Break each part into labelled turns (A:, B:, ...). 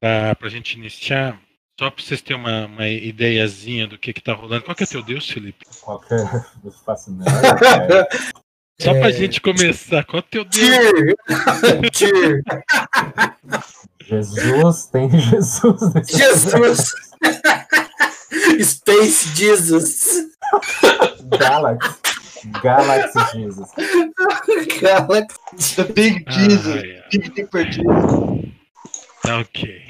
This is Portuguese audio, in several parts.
A: para a gente iniciar, só para vocês terem uma, uma ideiazinha do que está rolando. Qual que é teu Deus, Felipe?
B: Qual que é? Não faço nada. é
A: Só para a gente começar, qual é teu Deus?
C: Tir! Tir!
B: Jesus tem Jesus. nesse
C: Jesus! Space Jesus!
B: Galaxy. Galaxy Jesus.
C: Galaxy.
D: The
C: Ah.
D: Big Jesus.
A: Ai, ai.
D: Big Dipper Jesus.
A: Tá ok.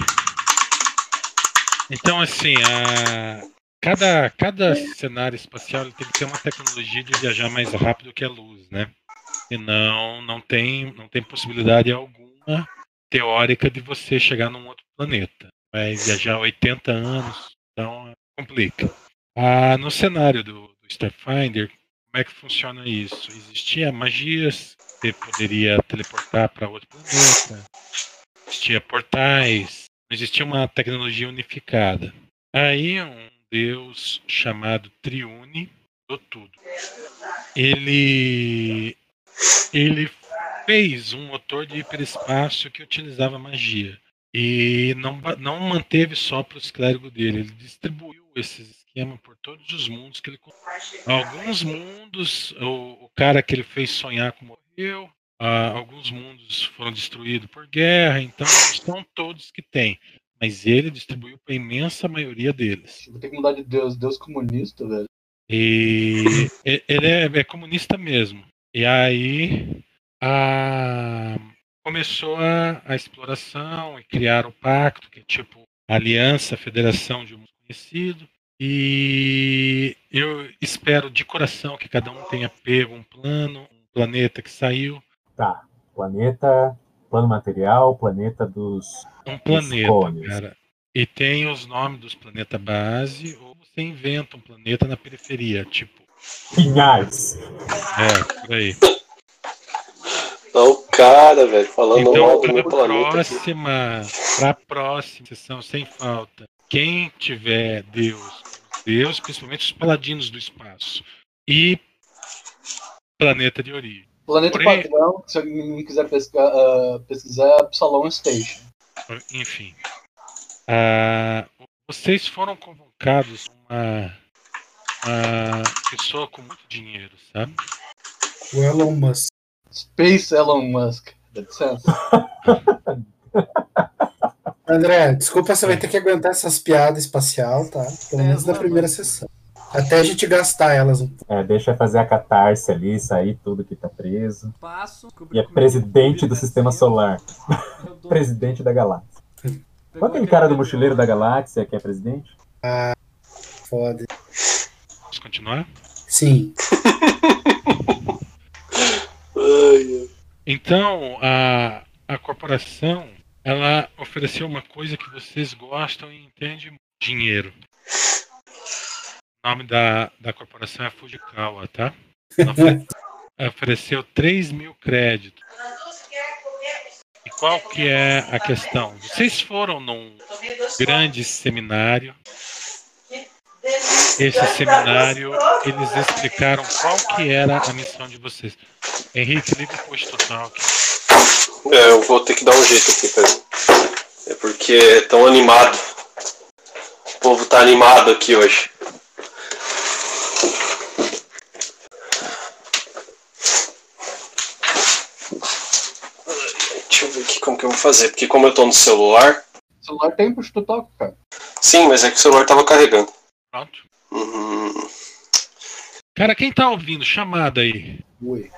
A: Então, assim, a... cada, cada cenário espacial ele tem que ter uma tecnologia de viajar mais rápido que a luz, né? Senão, não tem, não tem possibilidade alguma teórica de você chegar num outro planeta. Vai viajar 80 anos, então complica. Ah, no cenário do, do Starfinder, como é que funciona isso? Existia magias, você poderia teleportar para outro planeta, existia portais, não existia uma tecnologia unificada. Aí um deus chamado Triune do tudo. Ele ele fez um motor de hiperespaço que utilizava magia e não ba- não manteve só para os clérigos dele, ele distribuiu esses esquemas por todos os mundos que ele con- alguns mundos o, o cara que ele fez sonhar com morreu ah, alguns mundos foram destruídos por guerra, então não são todos que tem. Mas ele distribuiu para a imensa maioria deles.
D: Vou ter que mudar de Deus. Deus comunista, velho.
A: E e- ele é, é comunista mesmo. E aí a- começou a, a exploração e criaram o pacto, que é tipo a Aliança Federação de Mundo Conhecido. E eu espero de coração que cada um tenha pego um plano, um planeta que saiu,
B: Tá. Planeta, plano material, planeta dos.
A: um planeta,
B: cones.
A: cara. E tem os nomes dos planetas base, ou você inventa um planeta na periferia, tipo,
B: Pinhais.
A: é, por aí.
E: Olha Tá o cara, velho, falando
A: Então,
E: mal do
A: para
E: meu
A: a
E: planeta. aqui.
A: próxima, para próxima sessão, sem falta, quem tiver Deus, Deus, principalmente os paladinos do espaço e planeta de origem.
D: Planeta
A: Porém-
D: padrão, que se alguém não quiser pescar, ah, pesquisar, é Absalom Station.
A: Enfim, Ah, vocês foram convocados uma, uma pessoa com muito dinheiro, sabe?
C: O Elon Musk.
D: Space Elon Musk. Dá licença.
C: André, desculpa, você vai ter que aguentar essas piadas espacial, tá? Pelo menos na primeira sessão. Até a gente gastar elas. um
B: É, deixa eu fazer a catarse ali, sair tudo que tá preso.
F: Passo.
B: E é presidente do sistema solar. Presidente da galáxia. Qual é aquele cara do mochileiro da galáxia que é presidente?
C: Foda.
A: Posso continuar?
C: Sim.
E: Ai,
A: Então, a, a corporação, ela ofereceu uma coisa que vocês gostam e entendem muito, dinheiro. O nome da, da corporação é Fujikawa, tá? Ela ofe- ela ofereceu 3 mil créditos. E qual que é a questão? Vocês foram num grande seminário. Esse seminário, eles explicaram qual que era a missão de vocês. Henrique, liga o post total aqui.
E: É, eu vou ter que dar um jeito aqui, cara. É porque é tão animado. O povo tá animado aqui hoje. Ai, Deixa eu ver aqui como que eu vou fazer, porque como eu tô no celular.
D: O celular tem push to talk, cara.
E: Sim, mas é que o celular tava carregando.
A: Pronto.
E: Hum,
A: Cara, quem tá ouvindo? Chamada aí.
D: Ui.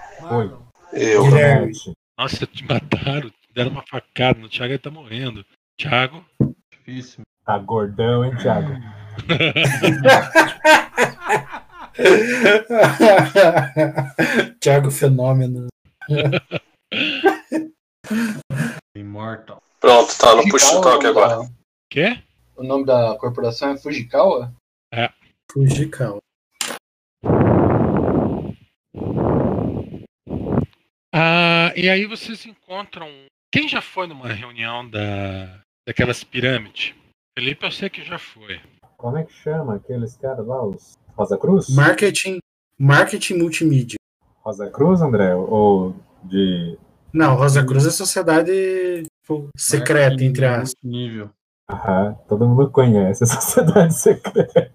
E: eu.
C: Guilherme.
A: Nossa, te mataram, te deram uma facada no Thiago, ele tá morrendo. Thiago?
G: Difícil.
B: Tá gordão, hein, Thiago?
C: Tiago Fenômeno.
G: Immortal.
E: Pronto, tá no push
D: Fujikawa
E: to talk
D: é o nome
E: agora.
D: da-
A: Quê?
D: O nome da corporação é Fujikawa?
C: Fugir, calma.
A: Ah, e aí vocês encontram. um- Quem já foi numa reunião da daquelas pirâmides? Felipe, eu sei que já foi.
B: Como é que chama aqueles caras lá? Os Rosa Cruz?
C: Marketing, marketing multimídia.
B: Rosa Cruz, André? Ou de.
C: Não, Rosa Cruz é sociedade tipo, secreta,
G: Marketing
C: entre aspas.
G: Nível.
B: Aham, todo mundo conhece a sociedade secreta.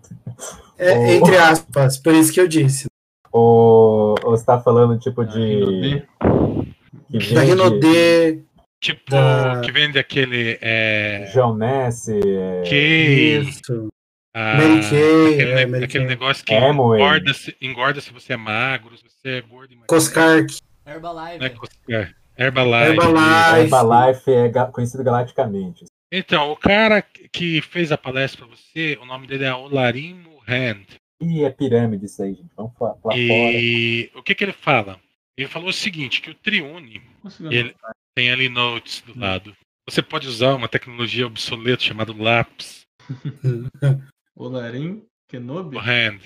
C: É,
B: Oh.
C: Entre aspas, por isso que eu disse.
B: Ou, ou você tá falando
A: É,
B: tipo de.
H: Rinode.
E: É
B: Que
C: Da Rinodê,
A: Tipo,
C: Da-
A: que vende aquele. É,
B: John Ness, é,
A: Kay.
C: É, isso.
A: a-
C: Mary Kay,
A: Ah, aquele,
C: é,
A: ne-
C: Mary
A: aquele
C: Kay.
A: negócio que
B: Amway.
A: engorda se, engorda se você é magro, se você é gordo. emagrece,
C: Coscark,
A: Né?
I: Herbalife.
A: Coscar- Herbalife.
C: Herbalife.
B: Herbalife é ga- conhecido galaticamente.
A: Então, o cara que fez a palestra pra você, o nome dele é Olarim Muhand.
B: Ih, é pirâmide isso aí, gente. Vamos lá, lá fora.
A: E o que, que ele fala? Ele falou o seguinte, que o Triune
H: Conseguiu.
A: ele tem ali notes
B: Hum.
A: do lado. Você pode usar uma tecnologia obsoleta chamada lápis,
H: Olarim Kenobi?
A: hand.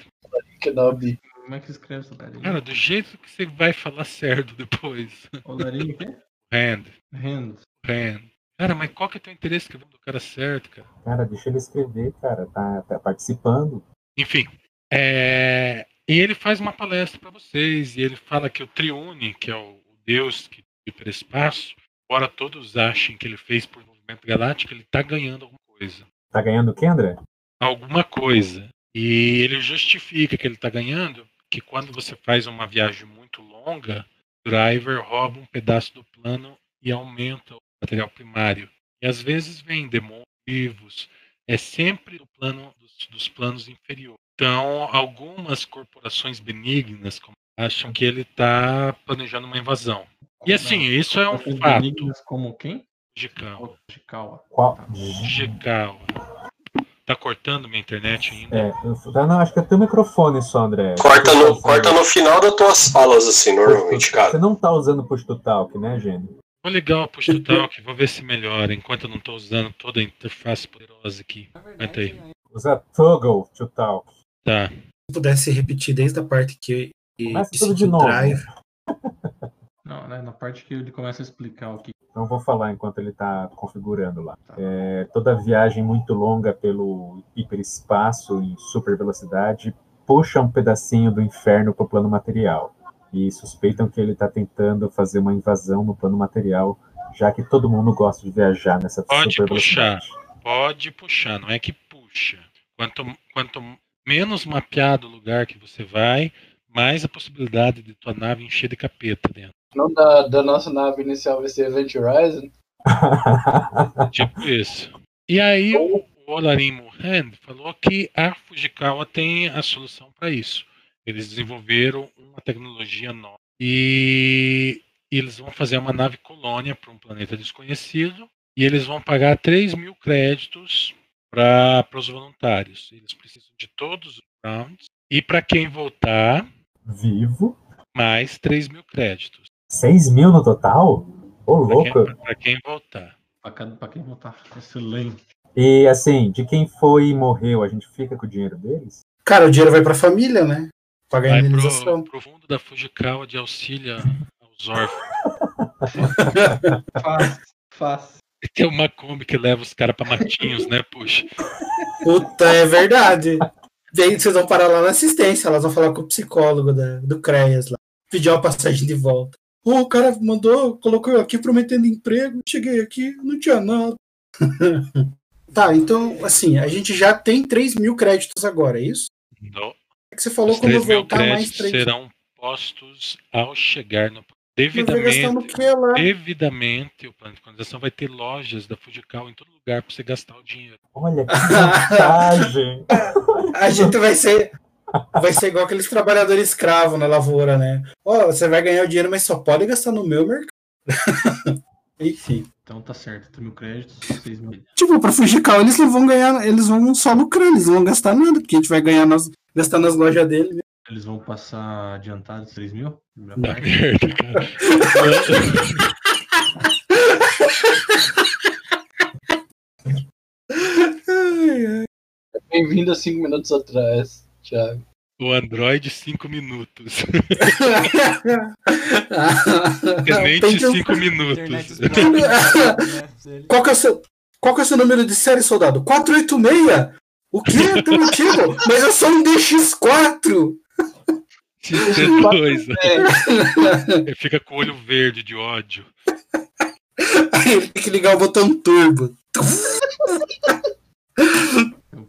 D: Kenobi.
H: Como é que escreve essa Olarim?
A: Cara, do jeito que você vai falar certo depois.
H: Olarim o quê?
A: Hand,
H: Hand.
A: hand. Cara, mas qual que é o teu interesse que eu do cara certo, cara?
B: Cara, deixa ele escrever, cara. Tá, tá participando.
A: Enfim. é, E ele faz uma palestra para vocês, e ele fala que o Triune, que é o o deus que para espaço, embora todos achem que ele fez por movimento galáctico, ele tá ganhando alguma coisa.
B: Tá ganhando o quê, André?
A: Alguma coisa. E ele justifica que ele tá ganhando, que quando você faz uma viagem muito longa, o driver rouba um pedaço do plano e aumenta o material primário. E às vezes vem demônios vivos. É sempre do plano dos, dos planos inferiores. Então, algumas corporações benignas como, acham que ele está planejando uma invasão. E assim, isso é um
H: Vocês
A: fato
H: benignas Como quem?
A: de campo.
H: Ojikawa.
B: Qual?
A: Gical. Tá cortando minha internet ainda?
B: É, eu- ah, não, acho que é teu microfone só, André. tá
E: Corta no, corta no final das tuas falas, assim, normalmente, cara.
B: Você não tá usando push to talk, né, Gênio?
A: Vou ligar o push to talk, vou ver se melhora, enquanto eu não estou usando toda a interface poderosa aqui.
I: Na
A: Aguenta aí.
I: verdade,
B: Usa toggle to talk.
A: Tá.
C: se pudesse repetir desde a parte que. que
B: Começa
C: que
B: tudo
C: se
B: de novo.
C: drive.
H: Não, né, na parte que ele começa a explicar o que
B: Não vou falar enquanto ele tá configurando lá. É, toda viagem muito longa pelo hiperespaço em super velocidade puxa um pedacinho do inferno para o plano material. E suspeitam que ele está tentando fazer uma invasão no plano material, já que todo mundo gosta de viajar nessa
A: Pode
B: super
A: puxar.
B: velocidade.
A: Pode puxar, não é que puxa. Quanto, quanto menos mapeado o lugar que você vai, mais a possibilidade de tua nave encher de capeta dentro.
D: Não da, da nossa nave inicial vai ser Event Horizon.
A: Tipo isso. E aí o o Olarim Mohan falou que a Fujikawa tem a solução para isso. Eles desenvolveram uma tecnologia nova e eles vão fazer uma nave colônia para um planeta desconhecido e eles vão pagar 3 mil créditos para os voluntários. Eles precisam de todos os rounds e para quem voltar,
B: Vivo.
A: mais 3 mil créditos
B: 6 mil no total? Ô, louco!
A: para quem voltar.
H: pra, cada, pra quem votar. Excelente.
B: E assim, de quem foi e morreu, a gente fica com o dinheiro deles?
C: Cara, o dinheiro vai pra família, né? Pagar a
A: Vai
C: indenização.
A: para o fundo da Fujikawa de auxílio aos órfãos.
H: Fácil, fácil.
A: Tem uma Kombi que leva os caras pra matinhos, né, puxa?
C: Puta, é verdade. Daí vocês vão parar lá na assistência, elas vão falar com o psicólogo da, do CREAS lá. Pedir uma passagem de volta. Pô, o cara mandou, colocou eu aqui prometendo emprego, cheguei aqui, não tinha nada. tá, então, assim, a gente já tem 3 mil créditos agora, é isso?
A: Não.
C: É que você falou
A: Então, Os
C: quando eu
A: 3 mil
C: voltar mais
A: créditos
C: 3
A: serão postos ao chegar no
C: mil. Vai gastar no
A: devidamente,
C: que lá?
A: devidamente o plano de colonização vai ter lojas da Fujical em todo lugar pra você gastar o dinheiro.
B: Olha que vantagem!
C: A gente vai ser. Vai ser igual aqueles trabalhadores escravos na lavoura, né? Ó, você vai ganhar o dinheiro, mas só pode gastar no meu mercado. Enfim.
H: Então tá certo. 3 mil créditos, 6 mil.
C: Tipo, pra Fujical eles não vão ganhar, eles vão só lucrar, eles não vão gastar nada, porque a gente vai ganhar nas, gastar nas lojas dele. mesmo.
H: Eles vão passar adiantados 3 mil? Primeira
A: Tá
H: parte.
A: merda, cara.
D: Bem-vindo a 5 minutos atrás, Thiago.
A: O Android 5 minutos. Tenente
C: Tem que-
A: 5
I: internet
A: minutos.
I: explode, né? Ele-
C: Qual que, é o seu, qual que é o seu número de série, soldado? 486? O quê? É tão antigo? Mas eu sou um DX4!
A: XT2. né?
C: É.
A: Ele fica com o olho verde de ódio.
C: Aí ele tem que ligar o botão turbo.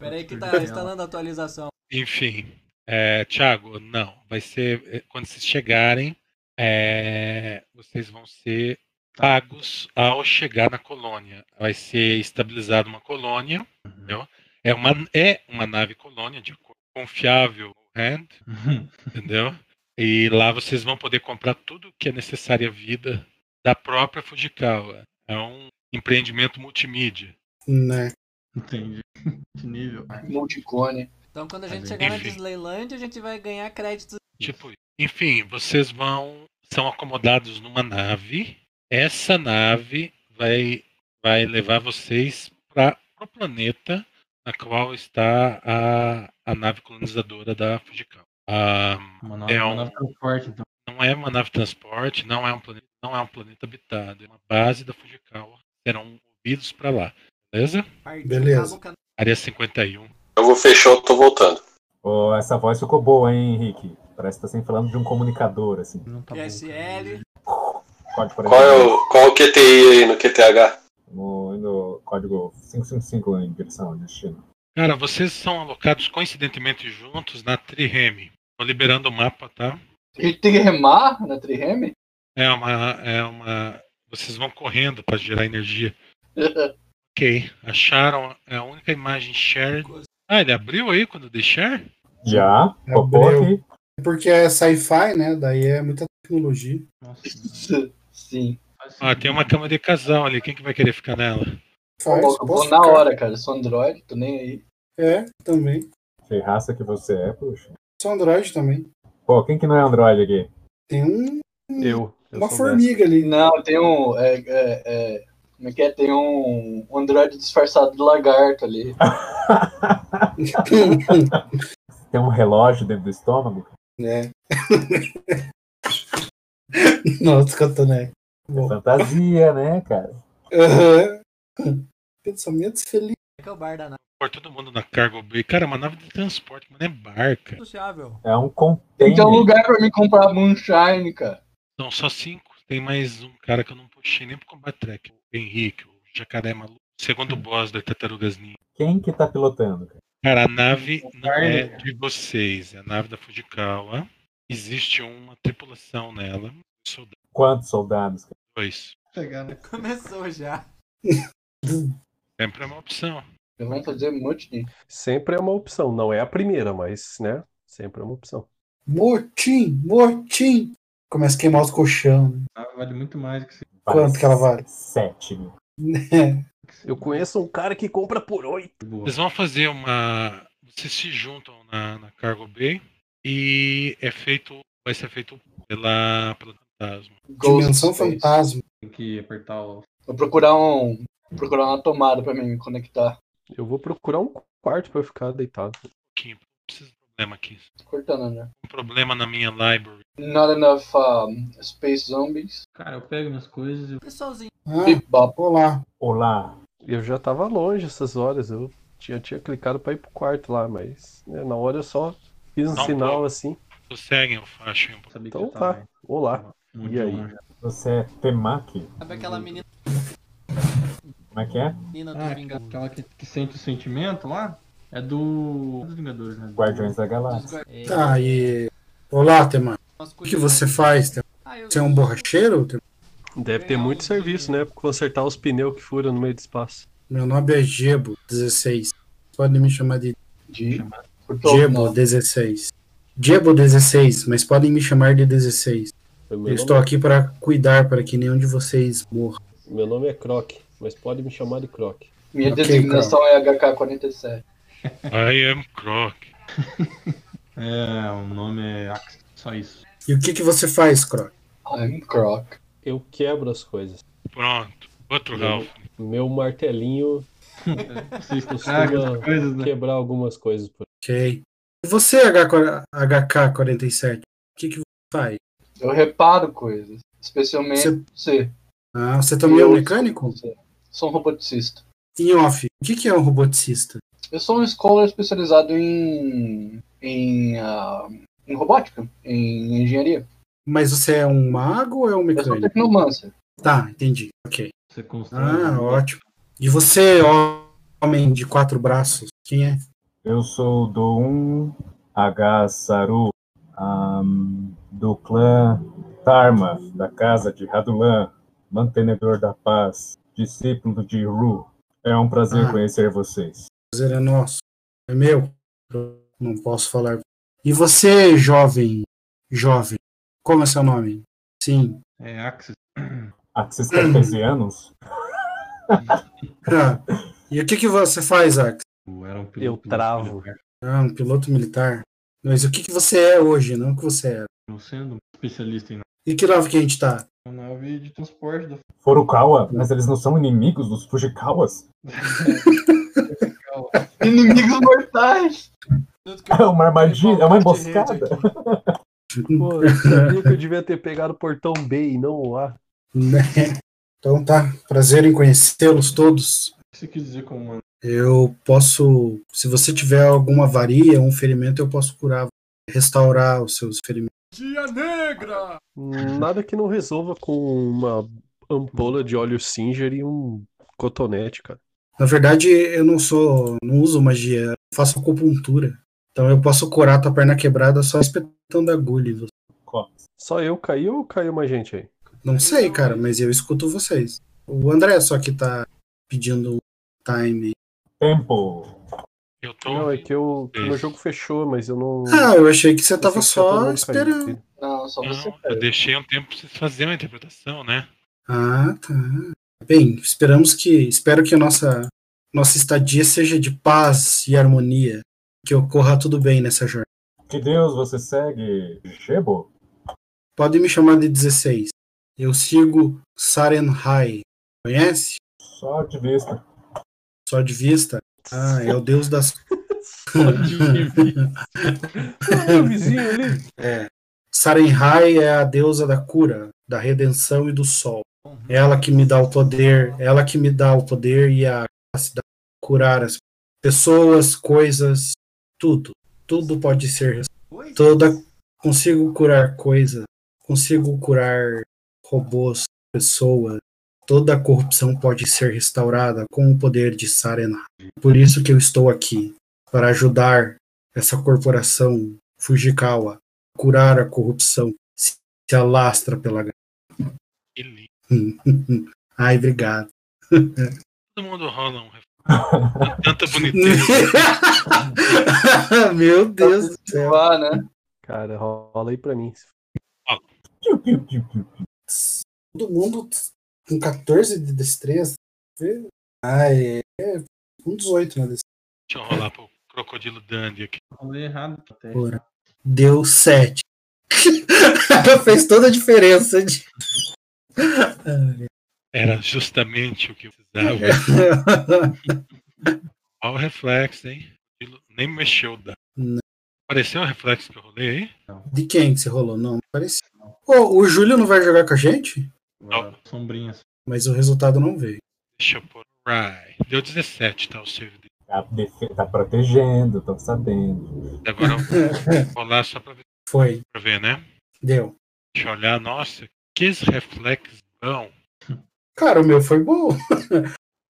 J: Peraí que tá instalando a atualização.
A: Enfim, é, Thiago, não. Vai ser. é, Quando vocês chegarem, é, vocês vão ser pagos ao chegar na colônia. Vai ser estabilizada uma colônia. Entendeu? É, uma, é uma nave colônia de acordo com o confiável hand, entendeu? E lá vocês vão poder comprar tudo que é necessário à vida da própria Fujikawa. É um empreendimento multimídia.
C: Né?
H: Entendi. Que nível.
A: É
D: Multicone.
J: Então quando a gente
H: Mas,
J: chegar na
A: enfim.
J: Disneylandia, a gente vai ganhar créditos.
A: Tipo, enfim, vocês vão são acomodados numa nave. Essa nave vai vai levar vocês para o planeta na qual está a, a nave colonizadora da Fujikawa. Ah,
H: Uma nova,
A: É
H: uma
A: um-
H: nova transporte, então.
A: não é uma nave transporte, não é um planeta, não é um planeta habitado, é uma base da Fujikawa. Serão movidos para lá, beleza? Tá
J: Partiu,
C: Beleza.
J: acaba o canal.
A: Área 51.
K: Jogo fechou, tô voltando.
B: Ó, essa voz ficou boa, hein, Henrique? Parece que tá sempre falando de um comunicador, assim.
H: Não tá bom,
J: PSL.
B: Código, por
K: Qual é
B: exemplo,
K: o, qual o QTI aí no QTH?
B: no, no código 555 em direção ao destino.
C: Hum,
A: Cara, vocês são alocados coincidentemente juntos na Trireme. Tô liberando o mapa, tá?
D: A gente tem que remar na Trireme?
A: É uma, é uma. Vocês vão correndo para gerar energia. Ok, acharam a única imagem shared. Ah, ele abriu aí quando eu deixar?
B: Já,
C: É o
B: popou
C: Breu.
B: aqui.
C: Porque é sci-fi, né? Daí é muita tecnologia.
J: é-
H: cara. Nossa,
D: Sim.
H: faz
A: Ah, tem uma
H: sentido.
A: cama de casal ali. Quem que vai querer ficar nela?
C: Faz.
D: Pô, eu vou
C: Ah, posso
D: na
C: ficar.
D: hora, cara. Eu sou Android, tô nem aí.
C: É, também.
B: Ferraça que você é, poxa.
C: Sou Android também.
B: Pô, quem que não é Android aqui?
C: Tem um,
E: Eu. eu
C: uma
E: sou
C: formiga ali.
D: Não, tem um. É, é, é, como é que é? Tem um, um Android disfarçado de lagarto ali.
B: Tem um relógio dentro do estômago?
C: né? Nossa, cantoné. Bom.
B: Fantasia, né, cara?
C: Aham. Pensamentos felizes.
J: É que é o bar da nave.
A: Por todo mundo na cargo bay. Cara, é uma nave de transporte, mas não é barca.
J: Sociável.
B: É um container.
K: Então,
D: Tem um lugar pra mim comprar Moonshine, cara.
A: Não, só cinco. Tem mais um cara que eu não puxei nem pro Combat Track. O Henrique, o jacaré maluco. Segundo boss da Tartarugas Ninja.
B: Quem que tá pilotando? cara?
A: Cara, a nave não é de vocês. É a nave da Fujikawa. Existe uma tripulação nela. Soldados.
B: Quantos soldados? cara?
A: Dois.
H: Pegar, né?
J: Começou já.
A: Sempre é uma opção.
D: Eu vou fazer um monte de.
E: Sempre é uma opção. Não é a primeira, mas, né? Sempre é uma opção.
C: Mortim, mortim. Começa a queimar os colchão. né?
H: Ah, Vale muito mais que você.
B: Vale
C: Quanto que ela vale?
B: Sete mil.
E: Eu conheço um cara que compra por oito.
H: Boa.
A: Eles vão fazer uma. Vocês se juntam na, na Cargo Bay e é feito. Vai ser feito pela, pela Fantasma.
D: Ghost
C: Dimensão
D: Space.
C: fantasma.
H: Tem que apertar o.
D: Vou procurar um. vou procurar uma tomada pra mim me conectar.
E: Eu vou procurar um quarto pra eu ficar deitado.
A: Pouquinho, não precisa de problema aqui.
D: Tô cortando, né?
A: Um problema na minha library.
D: Not enough um, space zombies.
H: Cara, eu pego minhas coisas e.
J: Um Pessoalzinho.
C: Ah,
D: Bebop.
C: olá.
B: Olá.
E: Eu já tava longe essas horas. Eu tinha, tinha clicado pra ir pro quarto lá, mas né, na hora eu só fiz um
A: Não,
E: sinal
A: pô.
E: assim.
A: Conseguem o facho aí um pouco.
H: Sabia
E: Então
H: que eu
E: tá.
H: tava.
E: Olá.
H: Muito
E: E aí?
A: né?
H: longe.
B: Você é Temaki?
J: Sabe aquela menina
B: Como é que é?
J: dos
H: Ah,
J: Vingadores?
H: aquela que, que sente o sentimento lá? É do. Dos Vingadores, né?
B: Guardiões da Galáxia.
J: É,
C: Tá, e. Olá, Tema.
J: nós
C: O que você faz, Tema?
J: né? Ah, eu-
C: Você é um borracheiro? Tema?
E: Deve ter muito serviço, né? Pra consertar os pneus que furam no meio do espaço.
C: Meu nome é Gebo16. Podem me chamar de
D: De. Cortou o nome.
C: Gebo16. Gebo16, mas podem me chamar de 16.
E: Meu
C: Eu estou aqui para cuidar para que nenhum de vocês morra.
E: meu nome é Croc, mas pode me chamar de Croc.
D: Minha
C: Ok,
D: designação é HK47.
A: I am Croc.
H: É, o nome é Ax. Só isso.
C: E o que, que você faz, Croc?
D: I'm Croc.
E: Eu quebro as coisas.
A: Pronto. Outro
E: Não.
A: Ralph.
E: Meu martelinho
H: Vocês estragam as
E: costuma
H: coisas, né?
E: quebrar algumas coisas. por-
C: Ok. E você, H4- HK47, o que, que você faz?
D: Eu reparo coisas. Especialmente
C: Você-
D: você.
C: Ah, você também é
D: É. Eu
C: um
D: sou-
C: mecânico?
D: Sou um roboticista.
C: Em off, o que, que é um roboticista?
D: Eu sou um scholar especializado em. em. ah, em robótica, em engenharia.
C: Mas você é um mago ou é um
D: Eu sou
C: mecânico?
D: tecnomancer.
C: Tá, entendi. Ok.
H: Você constrói. um
C: Ah, ótimo. E você, homem de quatro braços, quem é?
B: Eu sou do 1 H Saru, ahm, do clã Tarma, da casa de Radulan, mantenedor da paz, discípulo de Ru. É um prazer
C: Ah.
B: conhecer vocês.
C: prazer é nosso. É meu. Eu Não posso falar. E você, jovem? Jovem. Como é seu nome? Sim.
H: É Axis.
B: Axis Cartesianos?
C: Ah, e o que, que você faz, Ax?
H: Era um piloto
E: Eu
H: do
E: travo.
H: militar.
C: Ah, um piloto militar. Mas o que, que você é hoje, não o que você era?
H: Não sendo um especialista em
C: E que nave que a gente tá?
H: uma nave de transporte da
B: Furukawa? Mas eles não são inimigos dos Fujikawas?
D: Inimigos mortais!
L: Tanto que
B: É uma armadilha, é uma emboscada.
E: Pô, eu sabia que eu devia ter pegado o portão B e não o A.
C: Né? Então tá. Prazer em conhecê-los todos.
H: Isso quer dizer como né? uma
C: Eu posso, se você tiver alguma avaria, um ferimento, eu posso curar, restaurar os seus ferimentos.
L: Dia negra!
E: Nada que não resolva com uma ampola de óleo Singer e um cotonete, cara.
C: Na verdade, eu não sou, não uso magia, eu faço acupuntura. Então eu posso curar tua perna quebrada só espetando a agulha. em você.
E: Só eu caí ou caiu mais gente aí?
C: Não sei, cara, mas eu escuto vocês. O André só que tá pedindo time.
B: Tempo.
A: Eu tô.
E: Não, é que eu, que meu
A: Isso.
E: jogo fechou, mas eu não.
C: Ah, eu achei que você
E: eu
C: tava
E: sei que tá todo
C: só
E: mundo caindo
C: esperando.
E: aqui.
D: Não, só você.
A: Não, eu deixei um tempo pra vocês fazerem uma interpretação, né?
C: Ah, tá. Bem, esperamos que, espero que a nossa nossa estadia seja de paz e harmonia, que ocorra tudo bem nessa jornada.
B: Que Deus você segue, Jebo?
C: Podem me chamar de 16. Eu sigo Sarenhai. Conhece?
B: Só de vista.
C: Só de vista. Ah, é o deus das.
E: Só de vizinho. Ah, meu vizinho ali.
C: É. Sarenhai é a deusa da cura, da redenção e do sol. Ela que me dá o poder, ela que me dá o poder e a capacidade de curar as pessoas, coisas, tudo. Tudo pode ser.
L: Oi?
C: Toda consigo curar coisas, consigo curar robôs, pessoas. Toda a corrupção pode ser restaurada com o poder de Sarenhai. Por isso que eu estou aqui para ajudar essa corporação Fujikawa curar a corrupção se se alastra pela
A: Que lindo.
C: gra- Ai, obrigado.
A: Todo mundo rola um ref- Tanta boniteza.
C: Meu Deus do céu.
D: Lá, né?
E: Cara, rola aí pra mim.
B: Piu, piu, piu, piu.
C: Todo mundo com 14 de destreza. vê? Ah, é. é um 18 na destreza.
A: Deixa eu rolar pro Crocodilo Dandy aqui.
H: falei errado até.
C: Ora, Deu 7. Fez toda a diferença. De...
A: Era justamente o que eu precisava. Olha o reflexo, hein? Crocodilo Nem mexeu o dado.
C: Não.
A: Apareceu o reflexo que eu rolei aí?
C: de quem que você rolou? Não, não parecia. Ô, o Júlio não vai jogar com a gente?
H: Agora, Sombrinhas.
C: Mas o resultado não veio.
A: Deixa eu pôr. Right. Deu 17, tá? O save dele.
B: Tá, defe- tá protegendo, tô sabendo.
A: E Agora eu vou rolar só pra ver,
C: Foi.
A: pra ver, né?
C: Deu.
A: Deixa eu olhar. Nossa, que esse reflexo bom.
C: Cara, o meu foi bom.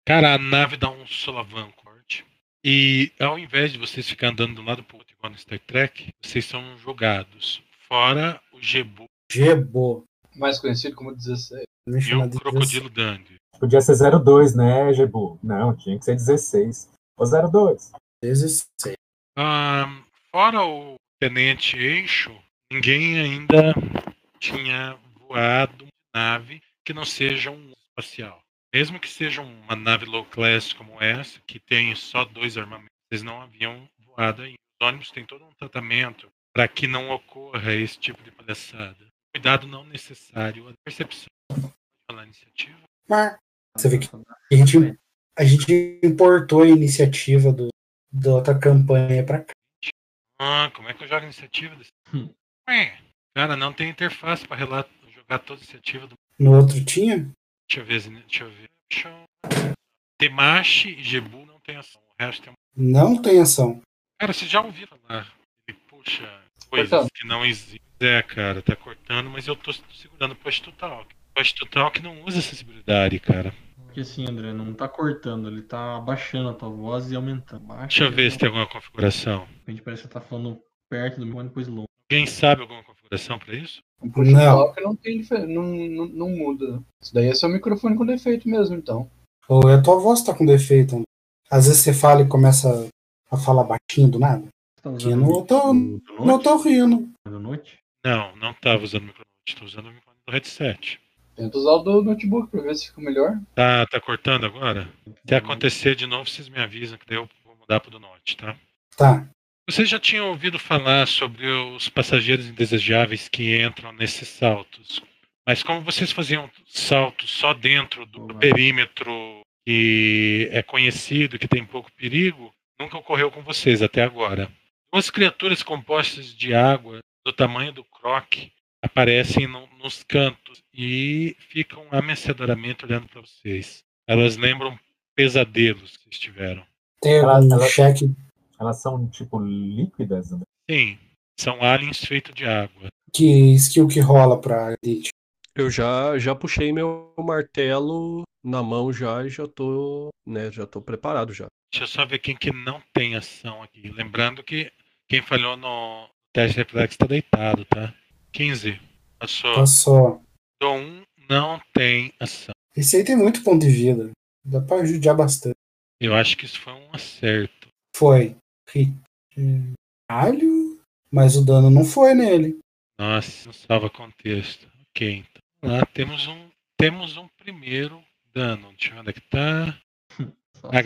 A: Cara, a nave dá um solavanco forte. E ao invés de vocês ficarem andando de um lado pro outro igual no Star Trek, vocês são jogados. Fora o Gebu
C: Gebo.
D: Mais conhecido como 16.
C: é Me
A: e
C: chamar
A: o
C: de
A: Crocodilo Dandy.
B: Podia ser 02, né, Jebo? Não, tinha que ser 16. Ou 02.
C: 16.
A: Ahn, fora o Tenente Eixo, ninguém ainda tinha voado uma nave que não seja um espacial. Mesmo que seja uma nave low class como essa, que tem só dois armamentos, vocês não haviam voado ainda. Os ônibus têm todo um tratamento para que não ocorra esse tipo de palhaçada. Cuidado não necessário, a percepção. Falar a iniciativa.
C: Mas Você vê que a gente, a gente importou a iniciativa do, da outra campanha pra cá.
A: Ah, como é que eu jogo iniciativa desse?
H: Hum.
A: Ué, Cara, não tem interface para jogar toda a iniciativa do
C: No outro tinha?
A: Deixa eu ver, Zine- deixa eu ver. Deixa eu... Temashi e Jebu não tem ação. O resto tem um.
C: Não tem ação.
A: Cara, você já ouviu falar? Ele puxa coisas
D: Cortando.
A: que não existem. É, cara, tá tá, cortando, mas eu tô segurando o Push to Talk. Push to Talk não usa acessibilidade, cara.
H: Porque assim, André, não tá cortando, ele tá abaixando a tua voz e aumentando. Abaixa,
A: Deixa eu ver se tem
H: aumenta.
A: alguma configuração.
H: A gente parece que você tá falando perto do microfone, depois longe.
A: Alguém sabe alguma configuração pra isso?
D: O push
C: Não.
D: não. não tem difer- não, não, não muda. Isso daí é seu microfone com defeito mesmo, então.
C: Ou a tua voz tá com defeito. né? Às vezes você fala e começa a falar baixinho do nada.
H: Você tá
C: Que não
H: o mic
C: tá-
H: do- do
C: Não
H: note?
C: tô rindo.
H: Do note?
A: Não, não tava usando o microfone, estou usando o microfone do headset.
D: Tenta usar o do notebook pra ver se fica melhor.
A: Tá, tá cortando agora? Se acontecer de novo, vocês me avisam que daí eu vou mudar pro do norte, tá?
C: Tá.
A: Você já tinha ouvido falar sobre os passageiros indesejáveis que entram nesses saltos. Mas como vocês faziam saltos só dentro do
H: Olá.
A: perímetro que é conhecido, que tem pouco perigo, nunca ocorreu com vocês até agora. Duas criaturas compostas de água do tamanho do croc aparecem no- nos cantos e ficam ameaçadoramente olhando para vocês. Elas lembram pesadelos que vocês tiveram.
C: Tem
B: Ela-
C: um
B: ela-
C: cheque.
B: Elas são, tipo, líquidas, né?
A: Sim, são aliens feitos de água.
C: Que skill que rola pra Elite.
M: Eu já, já puxei meu martelo na mão já e já tô, né, já tô preparado já.
A: Deixa eu só ver quem que não tem ação aqui. Lembrando que quem falhou no teste de reflexo tá deitado, tá? 15. Passou.
C: Olha só.
A: Do 1 não tem ação.
C: Esse aí tem muito ponto de vida. Dá pra judiar bastante.
A: Eu acho que isso foi um acerto.
C: Foi. Ri- Hum, Caralho. Mas o dano não foi nele.
A: Nossa, não salva contexto. Ok, então. Lá temos um, temos um primeiro dano. Deixa eu ver onde é que tá.
H: Só assim.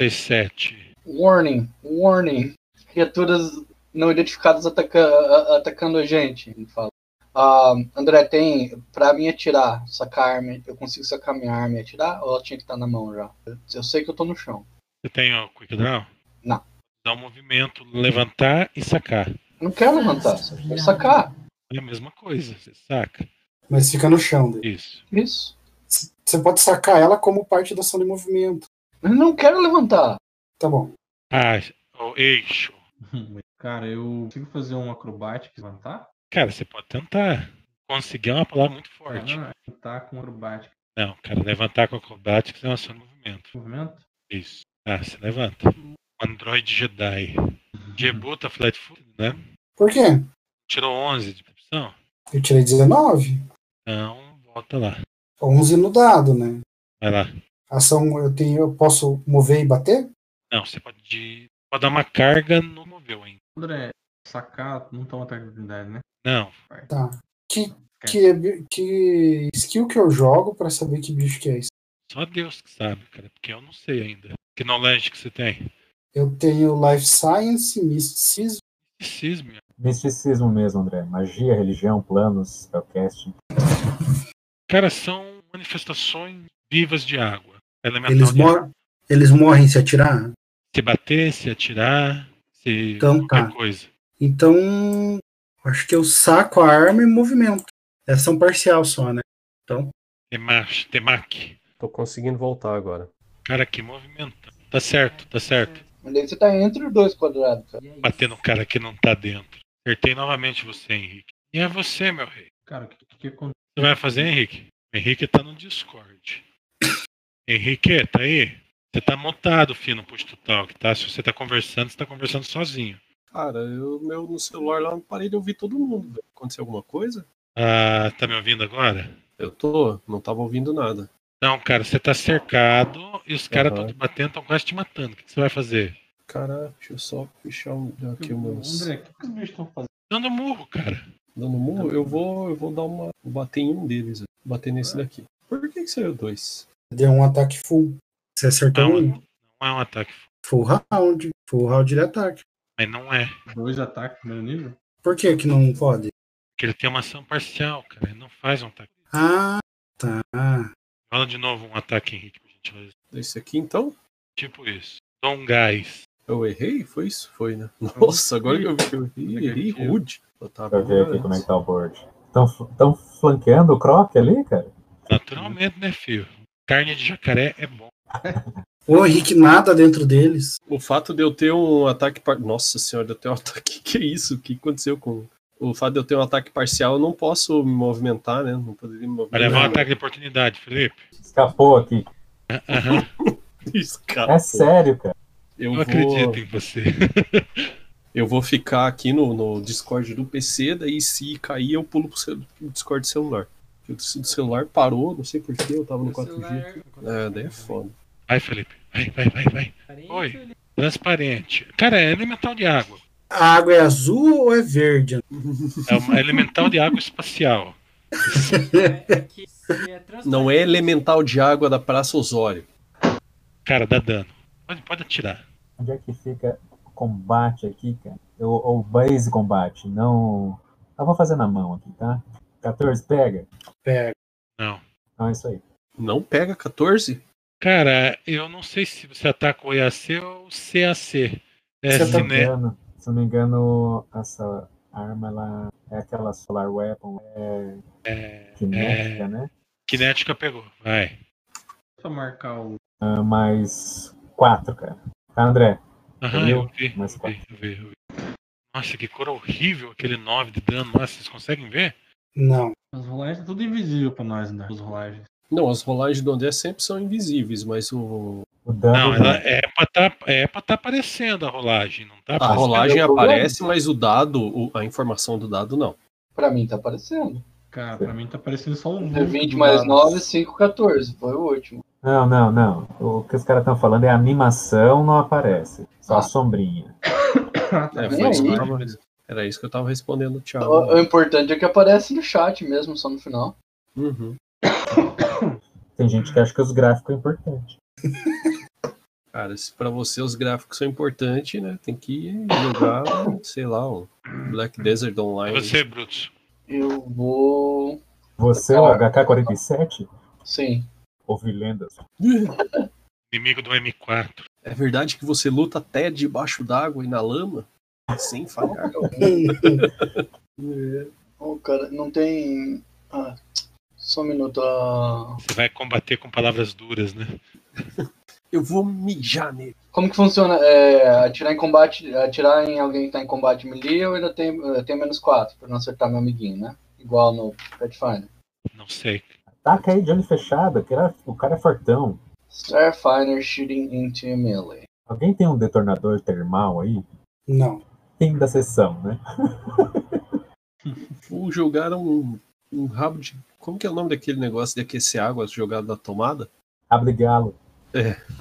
A: HK47.
D: Warning, warning. Criaturas não identificadas ataca- a- atacando a gente. Ele fala. Ah, André, tem. Pra mim atirar, sacar a arma. Eu consigo sacar minha arma e atirar? Ou ela tinha que estar na mão já? Eu, eu sei que eu tô no chão.
A: Você tem o Quick Draw?
D: Não.
A: Dá um movimento, levantar e sacar.
D: Eu não quero levantar, só quero sacar.
A: É a mesma coisa, você saca.
C: Mas fica no chão dele.
A: Isso.
D: Isso.
C: C- Você pode sacar ela como parte da ação de movimento.
D: Eu não quero levantar.
C: Tá bom.
A: Ah, o eixo.
H: Cara, eu consigo fazer um acrobático e levantar?
A: Cara, você pode tentar. Conseguir é uma palavra muito forte.
H: Ah, tá com acrobático.
A: Não, cara, levantar com acrobáticos é uma ação de movimento.
H: Movimento?
A: Isso. Ah, você levanta. Android Jedi. Uhum. Jebuta Flatfoot, né?
C: Por quê?
A: Tirou 11 de percepção?
C: Eu tirei 19.
A: Então, volta lá.
C: 11 no dado, né?
A: Vai lá.
C: Ação eu tenho, eu posso mover e bater?
A: Não, você pode, de- pode dar uma carga no moveu ainda.
H: André, sacar não toma ataque de oportunidade, né?
A: Não,
C: Tá. Que, que, é que skill que eu jogo pra saber que bicho que é esse?
A: só Deus que sabe, cara, porque eu não sei ainda. Que knowledge que você tem?
C: Eu tenho Life Science, Mysticism.
A: Misticismo.
B: Misticismo mesmo, André. Magia, religião, planos, spellcasting.
A: Cara, são manifestações vivas de água. Elemental
C: Eles,
A: de água.
C: mor eles morrem se atirar?
A: Se bater, se atirar, se
C: Então
A: qualquer
C: tá.
A: coisa.
C: Então, acho que eu saco a arma e movimento. É ação parcial só, né?
A: Temach, temac.
M: Tô conseguindo voltar agora.
A: Cara, que movimento. Tá certo, tá certo.
D: Mas daí você tá entre os dois quadrados, cara.
A: Bater no cara que não tá dentro. Acertei novamente você, Henrique. E é você, meu rei.
H: Cara, o que, que, que acontece?
A: Você vai fazer, Henrique? O Henrique tá no Discord. Henrique, tá aí? Você tá montado, filho, no post total, tá? Se você tá conversando, você tá conversando sozinho.
E: Cara, eu, meu no celular lá, não parei de ouvir todo mundo. velho. Aconteceu alguma coisa?
A: Ah, tá me ouvindo agora?
E: Eu tô, não tava ouvindo nada.
A: Não, cara, você tá cercado e os caras estão
E: Aham.
A: te batendo, estão quase te matando. O que que você vai fazer?
E: Caraca, deixa eu só fechar um- aqui o meu.
H: André, o que, que os bichos estão fazendo?
A: Dando murro, cara.
E: Dando um
B: Tá
E: murro, eu vou, eu vou dar uma. Vou bater em um deles, velho. Vou bater nesse daqui. Por que, que saiu dois?
C: Deu um ataque full. Você acertou
A: Não,
C: um.
A: não é um ataque,
C: Full round. Full round de ataque.
A: mas não é.
H: Dois ataques no primeiro nível?
C: Por que que não pode?
A: Porque ele tem uma ação parcial, cara. Ele não faz um ataque.
C: Ah, tá.
A: Fala de novo um ataque, Henrique, por gentileza.
E: Esse aqui então?
A: Tipo isso. Dou um gás.
E: Eu errei? Foi isso? Foi, né? Nossa, agora que eu vi que eu errei, errei
H: Negativo.
E: rude. Eu tava
B: Pra ver aqui
E: antes.
B: como é que tá o board. Estão flanqueando o Croc ali, cara?
A: Naturalmente, né, filho? Carne de jacaré é bom.
C: O Henrique nada dentro deles.
E: O fato de eu ter um ataque par... Nossa senhora, de eu ter um ataque. Que isso? O que aconteceu com. O fato de eu ter um ataque parcial, eu não posso me movimentar, né? Não poderia
A: Vai
E: me
A: um
E: movimentar.
A: levar um ataque de oportunidade, Felipe.
B: Escapou aqui.
A: Aham,
E: Isso, cara.
B: É sério, cara.
E: Eu,
A: eu
E: vou,
A: acredito em você.
E: eu vou ficar aqui no, no Discord do PC, daí se cair eu pulo pro, cel- pro Discord do celular. O do celular parou, não sei porquê, eu tava no 4G. É, daí é foda.
A: Vai, Felipe. Vai, vai, vai, vai. Oi. Transparente. Cara, é elemental de água.
C: A água é azul ou é verde?
A: É uma elemental de água espacial.
J: É que se é transparente-
E: Não é elemental de água da Praça Osório.
A: Cara, dá dano. Pode, pode atirar.
B: Onde é que fica o combate aqui, cara? Ou ou o base combate, não. Eu vou fazer na mão aqui, tá? 14, pega.
C: Pega.
A: Não.
B: Então é isso aí.
E: Não pega 14?
A: Cara, eu não sei se você ataca o EAC ou o CAC. É,
C: Você
B: Se eu, não me
A: cine...
B: engano, Tá se eu não me engano, essa arma ela é aquela Solar Weapon, é
A: é,
B: cinética, né?
A: Kinética pegou. Vai.
H: Pra marcar o.
B: Ah, mais 4, cara. Tá, André?
H: Uhum.
A: Aham, eu vi.
B: Mais
A: Eu vi,
B: quatro.
A: eu vi, eu vi. Nossa, que cor horrível aquele 9 de dano. Nossa, vocês conseguem ver?
C: Não.
H: As rolagens tá tudo invisível pra nós, né? As rolagens.
E: Não, as rolagens do André sempre são invisíveis, mas o.
B: O dano.
A: Não,
B: não.
A: ela é pra tá, é pra tá aparecendo a rolagem, não tá?
E: A
A: aparecendo?
E: rolagem
B: É o problema.
E: aparece, mas o dado, o- a informação do dado não.
D: Pra mim tá aparecendo.
H: Cara, pra mim tá parecendo só um.
D: É 20 mais 9, 5, 14. Foi o último.
B: não, não, não. O que os caras estão falando é a animação não aparece. Só
D: Ah.
B: a sombrinha. Ah, tá.
E: É,
D: E
E: foi isso que eu
D: aí?
E: tava... Era isso que eu tava respondendo, Thiago.
D: O, o importante é que aparece no chat mesmo, só no final.
E: Uhum.
B: Tem gente que acha que os gráficos é importante.
E: Cara, se pra você os gráficos são importantes, né? Tem que jogar, sei lá, um Black Desert
A: É
E: Online.
A: Você, Brutus.
D: Eu vou.
B: Você, o HK47,
D: Sim.
B: ouvi lendas.
A: Inimigo do M4.
E: É verdade que você luta até debaixo d'água e na lama? Sem falhar.
D: Ô, cara, não tem. Ah, só um minuto. ah,
A: Você vai combater com palavras duras, né?
E: Eu vou mijar nele.
D: Como que funciona? É, atirar em combate. Atirar em alguém que tá em combate melee, eu ainda tenho, eu tenho menos 4 pra não acertar meu amiguinho, né? Igual no Pathfinder.
A: Não sei.
B: Taca aí de olho fechado, que era- o cara é fortão.
D: Starfinder shooting into melee.
B: Alguém tem um detonador termal aí?
C: Não.
B: Fim da sessão, né?
E: Ou jogaram um, um rabo de. Como que é o nome daquele negócio de aquecer água jogado na tomada?
B: Abre galo.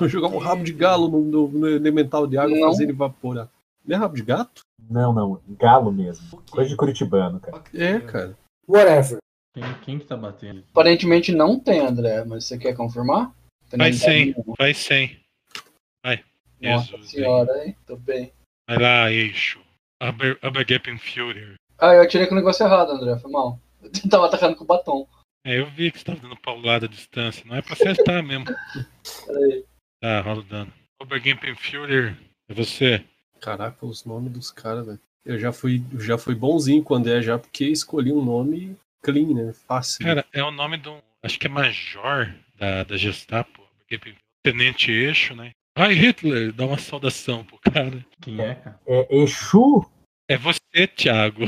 E: Jogar um rabo de galo no, no- no elemental de água,
D: Não.
E: fazer ele evaporar. Não é rabo de gato?
B: Não, não, galo mesmo.
J: O quê?
B: Coisa de curitibano, cara.
E: É, cara.
C: Whatever.
H: Quem, quem que tá batendo?
D: Aparentemente não tem, André, mas você quer confirmar? Tem
A: Vai
D: nada
A: sem.
D: nenhum.
A: Vai sem. Vai.
D: Nossa
A: Jesus, hein?
D: senhora, hein? Tô bem.
A: Vai lá, eixo. Aber, Abergap Infurior.
D: Ah, eu atirei com o negócio errado, André, foi mal. Eu tava atacando com o batom.
A: É, eu vi que você tava dando paulada à distância. Não é pra acertar mesmo.
D: Peraí.
A: Tá, rola o dano. Abergap Infurior, é você.
E: Caraca, os nomes dos caras, velho. Eu já fui, eu já fui bonzinho quando é já, porque escolhi um nome clean, né? Fácil.
A: Cara, é o nome do. Acho que é Major da, da Gestapo. Abergap Infurior. Tenente Eixo, né? Vai, Hitler! Dá uma saudação pro cara.
H: Quem é, cara?
B: É Exu?
A: É você, Thiago.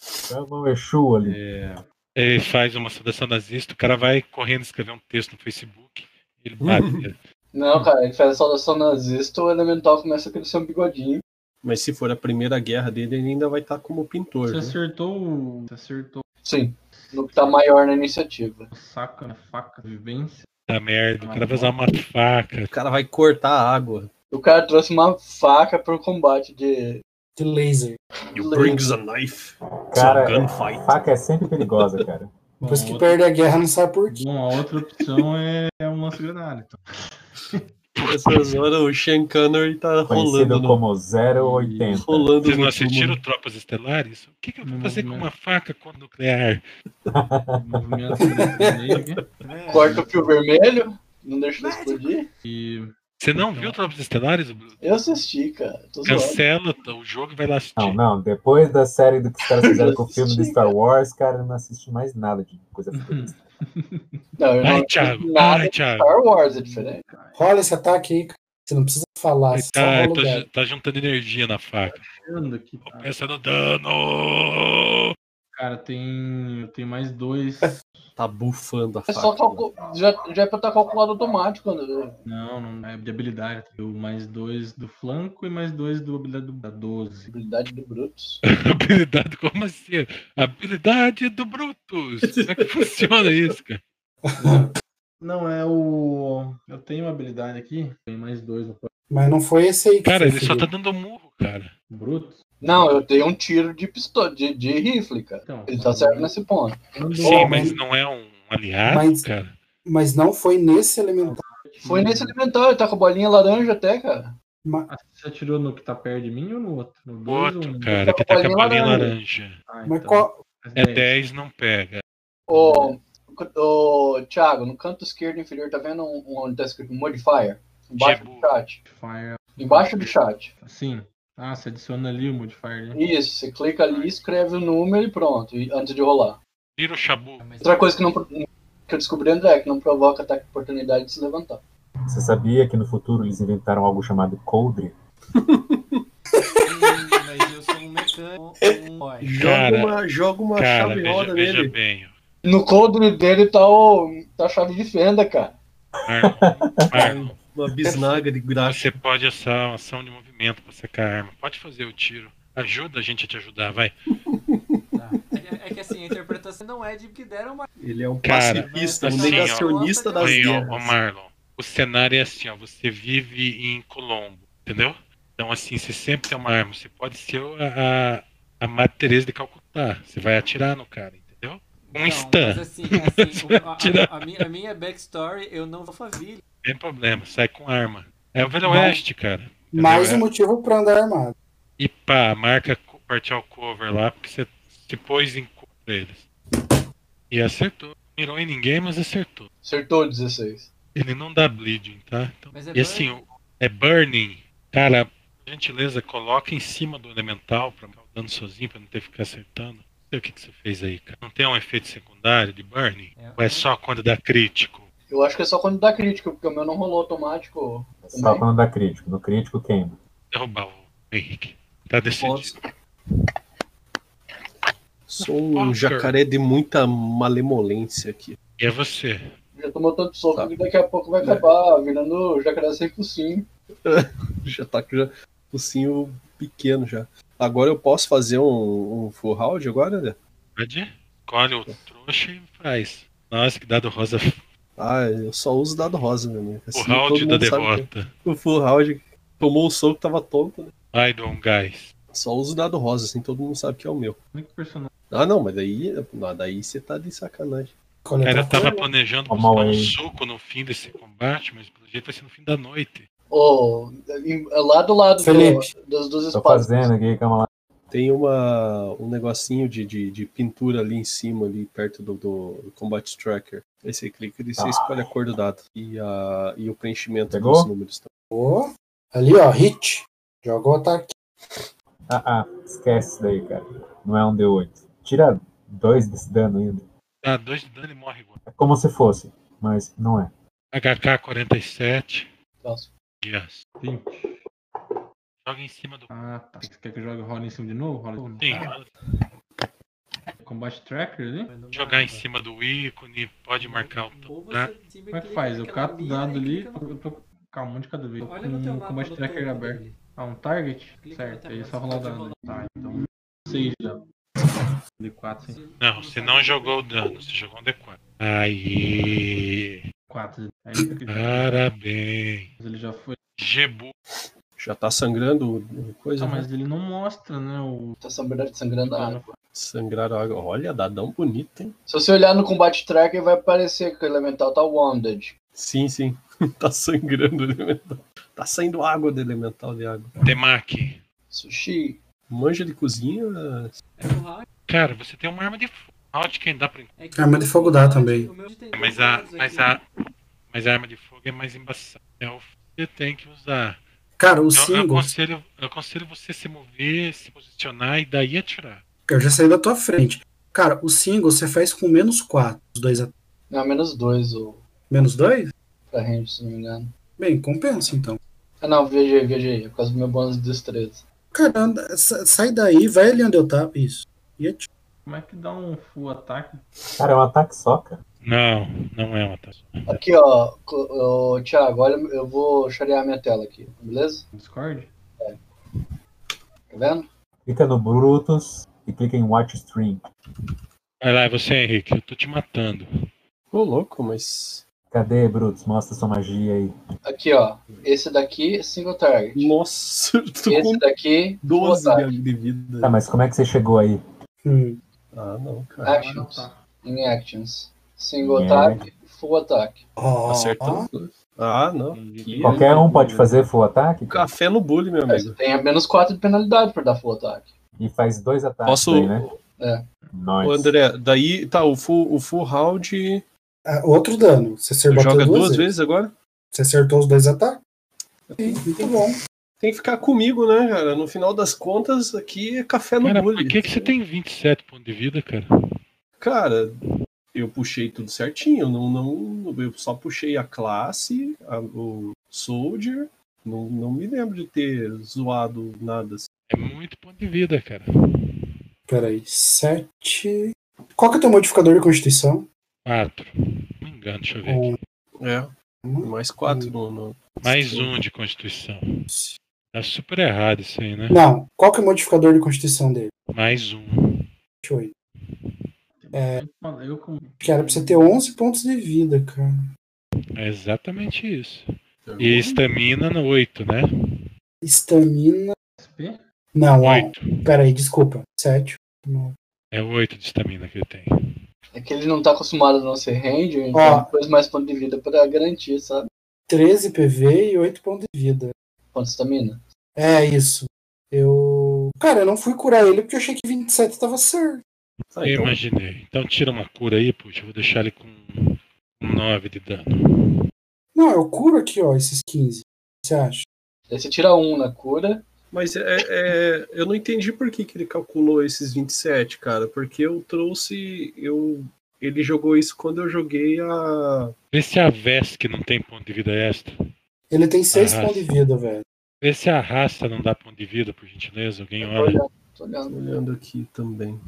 B: Chama o Exu ali.
E: É,
A: Ele faz uma saudação nazista, o cara vai correndo escrever um texto no Facebook. Ele bate.
D: Não, cara, ele faz a saudação nazista, o elemental começa a crescer um bigodinho.
E: mas se for a primeira guerra dele, ele ainda vai estar como pintor.
H: Você
E: né?
H: acertou o. Você acertou
D: Sim, no que tá maior na iniciativa.
H: o saco na faca, vivência.
A: Tá merda, o cara vai usar uma faca.
E: O cara vai cortar a água.
D: O cara trouxe uma faca pro combate de.
C: De laser.
E: You brings a knife.
B: Cara,
E: It's a gunfight.
B: Faca é sempre perigosa, cara.
H: Bom,
C: Depois que
H: outra-
C: perde a guerra, não sabe por quê.
H: Bom, a outra opção é, é um lance-granada. Então.
E: Essas horas o Sean Connery tá rolando
B: Conhecido
E: no,
B: como 080.
E: rolando
A: Vocês
E: no
A: não
E: túmulo.
A: assistiram Tropas Estelares? O que, que eu vou
H: Não,
A: fazer com
H: não.
A: uma faca quando nuclear?
H: Movimento pra defender aqui.
D: Corta o fio vermelho, não deixa ele explodir.
H: E
A: Você não viu Tropas Estelares, Bruno?
D: Eu assisti, cara. Tô zoando.
A: Cancela tá, o jogo e vai lá assistir.
B: Não, não, depois da série do que os caras fizeram com o filme do
D: Assisti,
B: Star Wars, cara, eu não assisti mais nada de coisa
E: Uhum.
B: futurista.
D: Não, eu não
A: Ai,
D: assisti
A: Thiago.
D: nada
A: Ai,
D: de
A: Thiago.
D: Star Wars é diferente.
C: Rola esse ataque aí, cara. Você não precisa falar,
A: Ele
C: você só um
A: Tá,
C: rola o
A: tá ju-
C: dado.
A: tá juntando energia na faca.
H: achando que tá.
A: Começa no dano.
H: Cara, tem, tem mais dois.
E: Tá bufando a
D: É só
E: faca.
D: calcu... já, já é pra estar calculado automático, né? André.
H: Não, não é de habilidade. Eu mais dois do flanco e mais dois do habilidade do da 12.
D: Habilidade do Brutus.
A: Habilidade, como assim? Habilidade do Brutus. Como é que funciona isso, cara?
H: Não, é o. Eu tenho uma habilidade aqui. Tem mais dois no flanco.
C: Mas não foi esse aí que
A: Cara,
C: você
A: ele só tá
C: feriu.
A: dando murro, cara.
H: Bruto.
D: Não, eu dei um tiro de pistola, de, de rifle, cara.
H: Então, um,
D: Ele tá certo nesse ponto.
H: mandou-
A: Sim, mas não é um aliado,
C: Mas-
A: cara.
C: Mas não foi nesse elemental.
H: um, Hum.
D: Foi nesse elemental, ele tá com a bolinha laranja até, cara.
H: Ah, Você atirou no que tá perto de mim ou no outro? No
A: O
H: dois ou
A: outro,
H: no-
A: cara, que tá com a bolinha
D: Bolinha
A: laranja.
H: Ah,
C: Mas
H: então.
C: qual.
A: É 10, não pega.
D: Ô, ô, Thiago, no canto esquerdo inferior, tá vendo um- um, onde tá escrito modifier? Embaixo do
A: Tipo.
D: chat.
H: Modifier.
D: Embaixo do chat.
H: Sim. Ah, você adiciona ali o modifier, né?
D: Isso, você clica ali, escreve o número e pronto, e- antes de rolar.
A: Vira o Shabu.
J: Mas-
D: Outra coisa que, não, pro- que eu descobri, André, é que não provoca ataque de oportunidade de se levantar.
B: Você sabia que no futuro eles inventaram algo chamado coldre?
J: mas eu sou um mecânico. Um... boy.
E: Joga
A: Cara,
E: uma, joga uma
A: Cara,
E: chave
A: veja,
E: roda
A: veja
E: nele.
A: bem.
D: No coldre dele tá, o, tá a chave de fenda, cara.
A: Marlon, Marlon,
E: Uma bisnaga de graxa.
A: Ah, você pode assar uma ação de movimento pra sacar a arma. Pode fazer o tiro. Ajuda a gente a te ajudar, vai.
J: Tá. É, é que assim, a interpretação não é de que deram uma.
E: Ele é um
A: Cara,
E: pacifista, um
A: assim, ó.
E: negacionista das
A: Aí, ó,
E: guerras.
A: ó, Marlon, o cenário é assim, ó. Você vive em Colombo, entendeu? Então, assim, você sempre tem uma arma. Você pode ser a, a, a Madre Teresa de Calcutá. Você vai atirar no cara, entendeu? Um
J: Não,
A: stun.
J: mas assim, assim o- a, a- a minha, a minha backstory, eu não vou faville.
A: Tem problema, sai com arma. É o Velho
C: Não.
A: Oeste, cara. Entendeu?
C: Mais
A: É-
C: um motivo pra andar armado.
A: E pá, marca co- partial cover lá, porque você se pôs em contra eles. E acertou. Mirou em ninguém, mas acertou.
D: Acertou 16.
A: Ele não dá bleeding, tá? Então,
J: Mas é
A: e assim, o- é burning. Cara, por gentileza, coloca em cima do elemental pra ficar dando sozinho, pra não ter que ficar acertando. Não sei o que, que você fez aí, cara. Não tem um efeito secundário de burning?
J: É,
A: Ou é
J: eu-
A: só quando dá crítico?
D: Eu acho que é só quando dá crítico, porque o meu não rolou automático.
B: Só
E: Né?
B: quando dá crítico. No crítico queima.
A: Derrubar o Henrique. Tá decidido.
E: Posso- Sou um jacaré de muita malemolência aqui.
A: E é você.
D: Já tomou tanto soco
E: Tá.
D: que daqui a pouco vai acabar virando jacaré sem focinho.
E: Já tá com já- focinho pequeno já. Agora eu posso fazer um, um full round agora, né?
A: Pode? Escolhe o trouxa e faz. Nossa, que dado rosa
E: Ah, eu só uso dado rosa, meu amigo.
A: O
E: Assim,
A: round
E: todo
A: da
E: mundo sabe
A: derrota.
E: que O full round tomou o soco, tava tonto, né?
A: Ai, Dom Guys.
E: Só uso dado rosa, assim, todo mundo sabe que é o meu.
H: O único personagem
E: Ah, não, mas daí, não, daí você tá de sacanagem.
A: Cara,
C: Coletar
A: eu tava planejando
B: Toma
A: buscar um
B: aí.
A: suco no fim desse combate, mas pelo jeito vai ser no fim da noite.
D: Ô, em- é lá do lado do-
C: Felipe.
D: das duas
B: Tô
D: espadas.
B: fazendo aqui, calma lá.
E: Tem uma, um negocinho de, de, de pintura ali em cima, ali perto do, do Combat Tracker. Aí você clica e você
B: Ah.
E: escolhe a cor do dado e, a, e o preenchimento
B: Pegou?
E: dos números. também.
C: Ó, Ali, ó, hit. Jogou ataque.
B: Ah, ah, esquece isso daí, cara. Não é um D8. Tira dois desse dano ainda.
A: Dá Tá, dois de dano e morre igual.
B: É como se fosse, mas não é.
A: HK 47.
D: Nossa.
A: Yes.
H: 20.
A: Joga em cima do.
H: Ah, tá. Você quer que eu jogue roda em cima de novo? Rola
A: Sim,
J: tá.
H: Combat Tracker ali?
A: jogar em cima do ícone, pode marcar o
J: Ou
A: tom.
J: você
A: Tá?
J: simplesmente
H: Como é que
J: clica
H: faz? Eu
J: naquela
H: cato o
J: mira
H: dado
J: e
H: ali,
J: clica no-
H: eu tô calma um de cada vez.
J: Olha
A: Hum,
J: no teu
H: Com o
J: mapa.
A: é
H: Combat
J: no
A: tá
H: Tracker
J: topo
H: aberto.
J: dele.
H: Ah, um target?
J: Clica no
H: certo,
J: teu
H: aí é só
J: mapa,
H: rolar o
J: você
H: dado.
J: rola.
H: ali. Tá, então. 6 já. D4, sim.
J: Se-
A: Não, você não jogou o dano, você jogou um D4. Aí.
H: 4. Aí ele fica-
A: Ah. Parabéns.
H: mas ele já foi.
A: Gebu.
E: Já tá sangrando o- o coisa, né?
H: Ah,
A: Uhum.
E: mas
H: mas ele não mostra, né? O.
D: Tá sangrando, sangrando
E: Ah,
D: a água.
E: sangrar a água. Olha, dadão bonito, hein?
D: Se você olhar no combate tracker, vai aparecer que o elemental tá wounded.
E: Sim, sim. tá sangrando o elemental. Tá saindo água do elemental de água.
A: Temaki.
D: Sushi.
E: Manja de cozinha.
J: É o round,
A: Cara, você tem uma arma de fogo. Out quem dá pra
J: é que
C: Arma Ah, de fogo dá
J: o meu-
C: também.
J: o meu é tem dois
A: Mas a,
J: lados
A: mas,
J: aqui.
A: a, mas a arma de fogo é mais embaçada. É o que você tem que usar.
C: Cara, o
A: Então, eu,
C: single.
A: aconselho, eu aconselho você se mover, se posicionar e daí atirar.
C: Eu já saí da tua frente. Cara, o single você faz com menos 4. Os dois ataques.
D: Não, menos dois o
C: Menos 2?
D: pra range, se não me engano.
C: Bem, compensa então.
D: Ah, não, viajei, viajei. É por causa do meu bônus de destreza.
C: Cara, anda- sa- sai daí, vai ali onde eu tava. Isso. E atira.
H: Como é que dá um full ataque?
B: Cara, é um ataque só, cara.
A: Não, não é um ataque.
D: Aqui, ó, co- ô, Thiago, olha, eu vou charear minha tela aqui, beleza? É.
H: Discord?
D: Tá vendo?
B: Clica no Brutus e clica em Watch Stream.
A: Vai lá, é você, Henrique, eu tô te matando.
E: Ô, louco, mas.
B: Cadê, Brutus? Mostra sua magia aí.
D: Aqui, ó, esse daqui é single target.
E: Nossa, eu tô
D: Esse é
E: com
D: daqui,
E: 12
D: full
E: de- de vida.
B: Tá, mas como é que você chegou aí?
E: Ah, não, cara.
D: actions, in actions. Single
B: Em
D: attack, full attack.
C: Ó,
E: Acertou os dois. Tá Ah, não. Que-
B: Qualquer um pode fazer full ataque
C: Então.
E: Café no bullying,
C: É,
E: meu
D: Mas
E: amigo.
D: tem a menos 4 de penalidade por dar full attack.
B: e faz dois ataques
E: Posso-
B: aí, né?
D: É.
E: Ô,
B: Nós.
E: André, daí tá o full, o full round.
C: ah, outro dano. Você
E: Tu
C: acertou
E: joga
C: duas,
E: duas
C: vezes.
E: vezes agora?
C: Você acertou os dois ataques? Sim, muito bom.
E: Tem que ficar comigo, né, cara? No final das contas, aqui é café no
A: Cara, por
E: bullying.
A: que, que você tem 27 pontos de vida, cara?
E: Cara, eu puxei tudo certinho. Não, não, eu só puxei a classe, a- o Soldier. Não, não me lembro de ter zoado nada. assim.
A: É muito ponto de vida, cara.
C: Peraí, sete. Qual que é o teu modificador de constituição?
A: 4. Não me engano, deixa eu ver
C: Um.
A: aqui.
E: É, mais
C: Hum.
E: quatro no. no-
A: Mais um de Constituição. Tá super errado isso aí, né?
C: Não, qual que é o modificador de constituição dele?
A: Mais um.
C: Deixa eu ver.
A: É.
H: Mano, eu com.
C: Que era pra você ter 11 pontos de vida, cara.
A: É exatamente isso. E estamina no 8, né?
C: Estamina.
H: XP?
C: Não, ó.
A: 8.
C: Peraí, desculpa. Sete. Não.
A: É 8 de estamina que ele tem.
D: É que ele não tá acostumado a não ser ranger, então
C: Ó.
D: depois mais ponto de vida pra garantir, sabe?
C: 13 PV e 8 pontos de vida.
D: Ponto de estamina.
C: É isso. Eu. Cara, eu não fui curar ele porque eu achei que 27 tava certo.
E: Ah,
A: Eu
E: então,
A: imaginei. Então tira uma cura aí, puxa. Eu vou deixar ele com 9 de dano.
C: Não, eu curo aqui, ó, esses 15. Você acha?
D: Daí você tira um na cura.
E: mas é, é- eu não entendi por que, que ele calculou esses 27, cara. Porque eu trouxe. Eu, ele jogou isso quando eu joguei a.
A: Vê se a Vesk não tem ponto de vida extra.
C: Ele tem 6
A: Ah.
C: pontos de vida, velho.
A: Vê se a Rasta não dá ponto de vida, por gentileza. Alguém
D: Tô
A: olha.
D: olhando, tô olhando.
E: Olhando aqui também.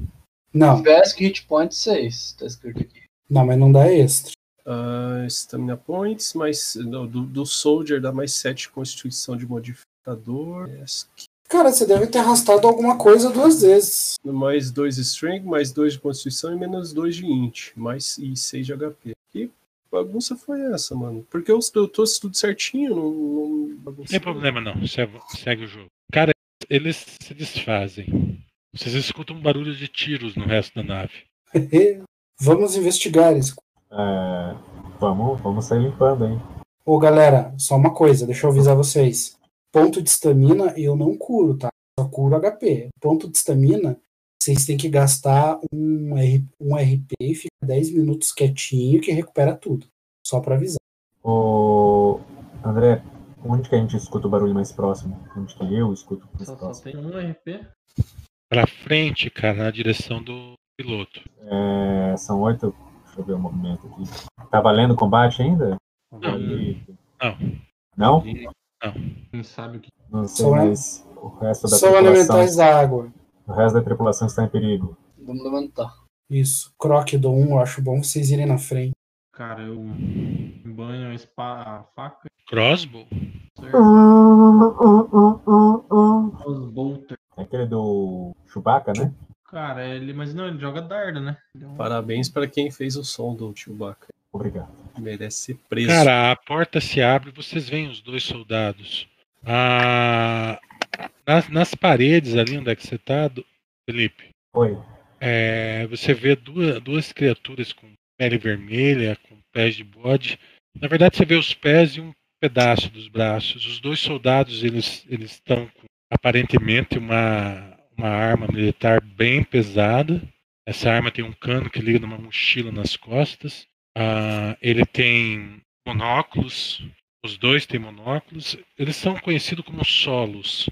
C: Não,
D: Vesk hit point 6, tá escrito aqui.
C: não, mas não dá extra.
E: Ah, Stamina Points, mais. não, do, do Soldier dá mais 7 Constituição de modificador. É, Yes.
C: Cara, você deve ter arrastado alguma coisa duas vezes.
E: Mais 2 de Strength, mais 2 de Constituição e menos 2 de Int. Mais e 6 de HP. Que bagunça foi essa, mano? Porque eu, eu trouxe tudo certinho, não, não
A: Não tem
E: baguncei.
A: problema não, segue, segue o jogo. Cara, eles se desfazem. Vocês escutam um barulho de tiros no resto da nave.
C: Vamos investigar isso.
B: É, vamos, vamos sair limpando, hein?
C: Ô, galera, só uma coisa, deixa eu avisar vocês. Ponto de estamina eu não curo, tá? Só curo HP. Ponto de estamina, vocês têm que gastar um, R- um RP e fica 10 minutos quietinho que recupera tudo. Só pra avisar.
B: Ô, André, onde que a gente escuta o barulho mais próximo? Onde que eu escuto o mais
H: Só, só
B: próximo?
H: tem um RP?
A: Pra frente, cara, na direção do piloto.
B: É, são oito. Deixa eu ver o movimento aqui. Tá valendo o combate ainda?
A: Não. Não.
B: Não?
H: Não sabe o que.
B: Não sei,
C: Só- é?
B: mas o resto da
C: São
B: tripulação.
C: elementais da água.
B: O resto da tripulação está em perigo.
D: Vamos levantar.
C: Isso. Croc do 1, eu acho bom vocês irem na frente.
H: Cara, eu banho a, espa- a faca.
A: Crossbow?
H: Os bolter.
B: É aquele do Chewbacca, né?
H: Cara, ele. Mas não, ele joga dardo, né? Ele é um-
E: Parabéns pra quem fez o som do Chewbacca.
B: Obrigado.
E: Merece ser preso.
A: Cara, a porta se abre, vocês veem os dois soldados. Ah, nas, nas paredes ali onde é que você tá, do- Felipe,
B: Oi.
A: é, você vê duas, duas criaturas com pele vermelha, com pés de bode. Na verdade, você vê os pés e um pedaço dos braços. Os dois soldados, eles eles estão com aparentemente uma, uma arma militar bem pesada. Essa arma tem um cano que liga numa mochila nas costas. Ah, ele tem monóculos. Os dois têm monóculos. Eles são conhecidos como solos.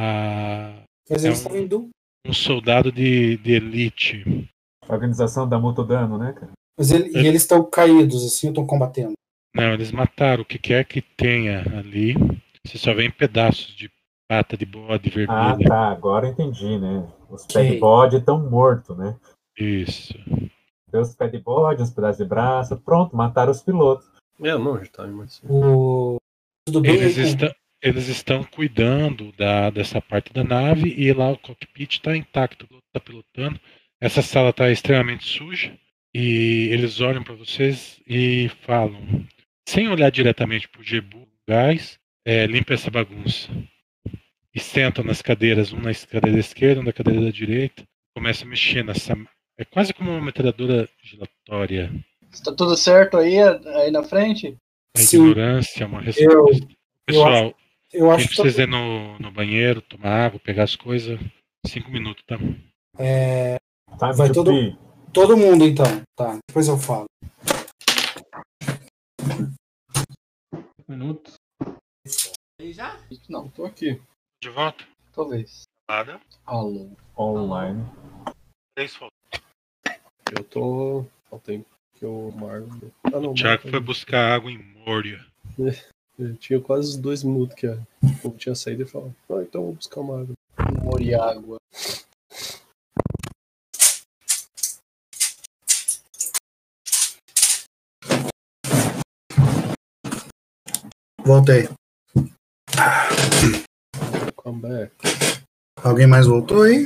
A: Ah,
C: Mas
A: É
C: eles
A: um-
C: estão indo.
A: um soldado de, de elite.
B: Organização da Motodano, né, cara?
C: Mas ele- E eles estão caídos, assim, estão combatendo.
A: Não, eles mataram o que quer que tenha ali. Você só vê em pedaços de pata de bode
B: Ah,
A: vermelha.
B: tá. Agora eu entendi, né? Os
C: Ok.
B: pet bode estão mortos, né?
A: Isso.
B: Deu os pés de bode, os pedaços de braço. Pronto, mataram os pilotos.
E: É, não, já tá emagrecendo.
C: O... Tudo bem?
A: Eles,
C: Bacon?
A: estão, eles estão cuidando da, dessa parte da nave e lá o cockpit está intacto, o piloto está pilotando. Essa sala está extremamente suja e eles olham para vocês e falam, sem olhar diretamente para o Gebu, gás, é, limpa essa bagunça. E sentam nas cadeiras, um na cadeira esquerda, um na cadeira da direita, começa a mexer nessa. É quase como uma metralhadora giratória.
D: Tá tudo certo aí, aí na frente?
A: A
C: Sim.
A: ignorância é uma resposta. Pessoal,
C: Eu
A: Quem
C: acho que. tá
A: precisa ir no, no banheiro, tomar água, pegar as coisas, cinco minutos, tá?
B: Time
C: Vai
B: to
C: todo-
B: pee.
C: Todo mundo então. Tá, depois eu falo.
H: Minutos.
J: Aí já?
D: Não,
E: Tô aqui.
A: De volta?
D: talvez.
A: Nada.
D: Alô.
B: Online.
A: Três fotos.
E: Eu tô. Só tem que eu marco. Ah, não,
A: O Thiago
E: marco.
A: foi buscar água em Moria.
E: Eu tinha quase os dois minutos que a- o povo tinha saído e falado. Ah, então eu vou buscar uma água.
D: Moriágua.
C: Voltei.
E: Come back.
C: Alguém mais voltou aí?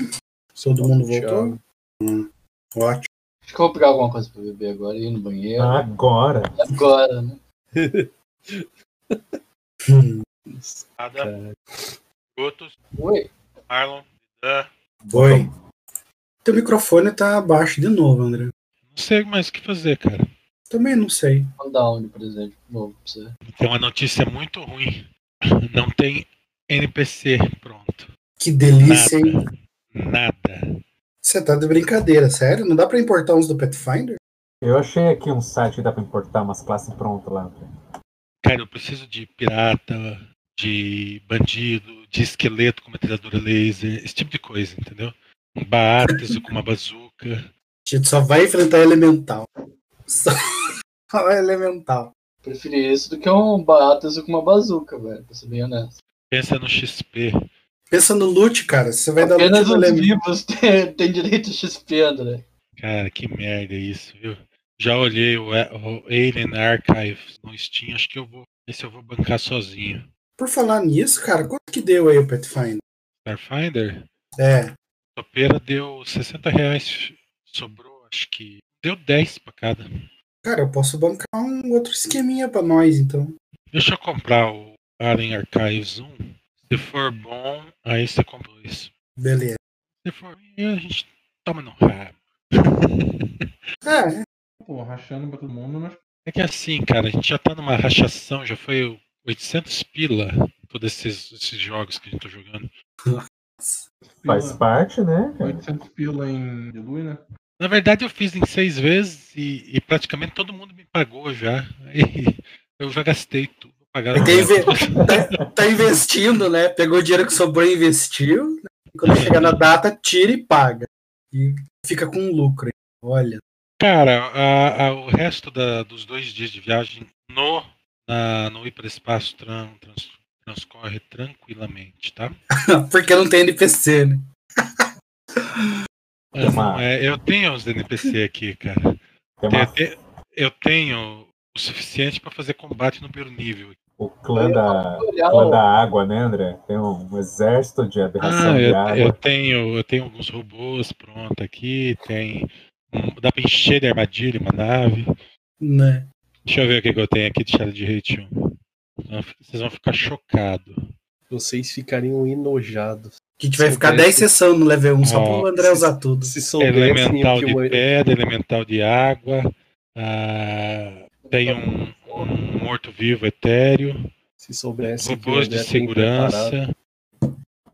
C: Todo mundo
E: Thiago.
C: voltou? Hum, Ótimo.
D: Acho que eu vou pegar alguma coisa pra beber agora, ir no banheiro.
B: Ah. Agora.
D: Agora, né?
C: Hum,
A: Nada.
C: É.
A: Gotos,
D: Oi.
A: Marlon,
C: Oi. Teu microfone tá abaixo de novo, André.
A: Não sei mais o que fazer, cara.
C: Também não sei.
D: Mandar um de presente novo pra você.
A: Tem uma notícia muito ruim. Não tem NPC pronto.
C: Que delícia, hein?
A: Nada. Nada.
C: Você tá de brincadeira, sério? Não dá pra importar uns do Pathfinder?
B: Eu achei aqui um site que dá pra importar umas classes prontas lá.
A: Cara, eu preciso de pirata, de bandido, de esqueleto com metralhadora laser, esse tipo de coisa, entendeu? Um Baates com uma bazuca.
C: A gente só vai enfrentar elemental. Só só elemental.
D: Preferi isso do que um baratas com uma bazuca, velho. Pra ser bem honesto.
A: Pensa no XP.
C: Pensa no loot, cara. Você vai dar loot
D: Apenas um
C: no
D: os
C: elemental.
D: vivos têm têm direito a XP, André.
A: Cara, que merda isso, viu? Já olhei o, A- o Alien Archive no Steam, acho que eu vou. Esse eu vou bancar sozinho.
C: Por falar nisso, cara, quanto que deu aí o Pathfinder?
A: Starfinder?
C: É.
A: Topeira deu 60 reais. Sobrou, acho que. Deu 10 pra cada.
C: Cara, eu posso bancar um outro esqueminha pra nós, então.
A: Deixa eu comprar o Alien Archives 1. Se for bom, aí você compra isso.
C: Beleza.
A: Se for ruim, a gente toma no rabo.
C: É,
H: Pô, rachando pra todo mundo, mas
A: É que assim, cara, a gente já tá numa rachação, já foi 800 pila todos esses, esses jogos que a gente tá jogando.
B: Faz parte, né? cara?
H: 800 pila em Dilui, né?
A: Na verdade, eu fiz em seis vezes e, e praticamente todo mundo me pagou já. Aí eu já gastei tudo. Pagaram
C: Tem
A: tudo.
C: tá investindo, né? Pegou o dinheiro que sobrou e investiu. né? Quando chegar na data, tira e paga. E fica com lucro. hein? Olha.
A: Cara, a- a- o resto da- dos dois dias de viagem no, na- no hiperespaço tran- trans- transcorre tranquilamente, tá?
C: Porque não tem NPC, né?
A: Ah, não,
B: Uma-
A: é, eu tenho os NPC aqui, cara.
B: Tem
A: Tem
B: uma-
A: até- eu tenho o suficiente para fazer combate no primeiro nível.
B: o clã da,
D: Olhar
B: clã
D: o
B: da água, né, André? Tem um, exército de aberração
A: Ah,
B: de
A: eu, eu
B: água.
A: tenho, eu tenho alguns robôs pronto aqui, tem. um- Dá pra encher de armadilha uma nave.
C: Né?
A: Deixa eu ver o que, que eu tenho aqui de Shadow de Hate 1. Senão fi- Vocês vão ficar chocados.
E: Vocês ficariam enojados.
C: Que a gente vai
E: São
C: ficar
E: dez
C: 10 sessões no level 1 só pro
A: Ó,
C: André usar tudo.
E: Se soubessem
A: Elemental
E: o assim, que
A: de
E: o
A: pedra, elemental de água. ah, tem um, um morto-vivo etéreo.
E: se soubessem que o
A: Robôs de
E: André tem preparado.
A: segurança.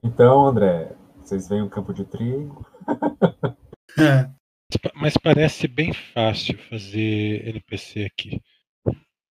B: Então, André, vocês veem um campo de trigo.
C: É.
A: Mas parece bem fácil fazer NPC aqui.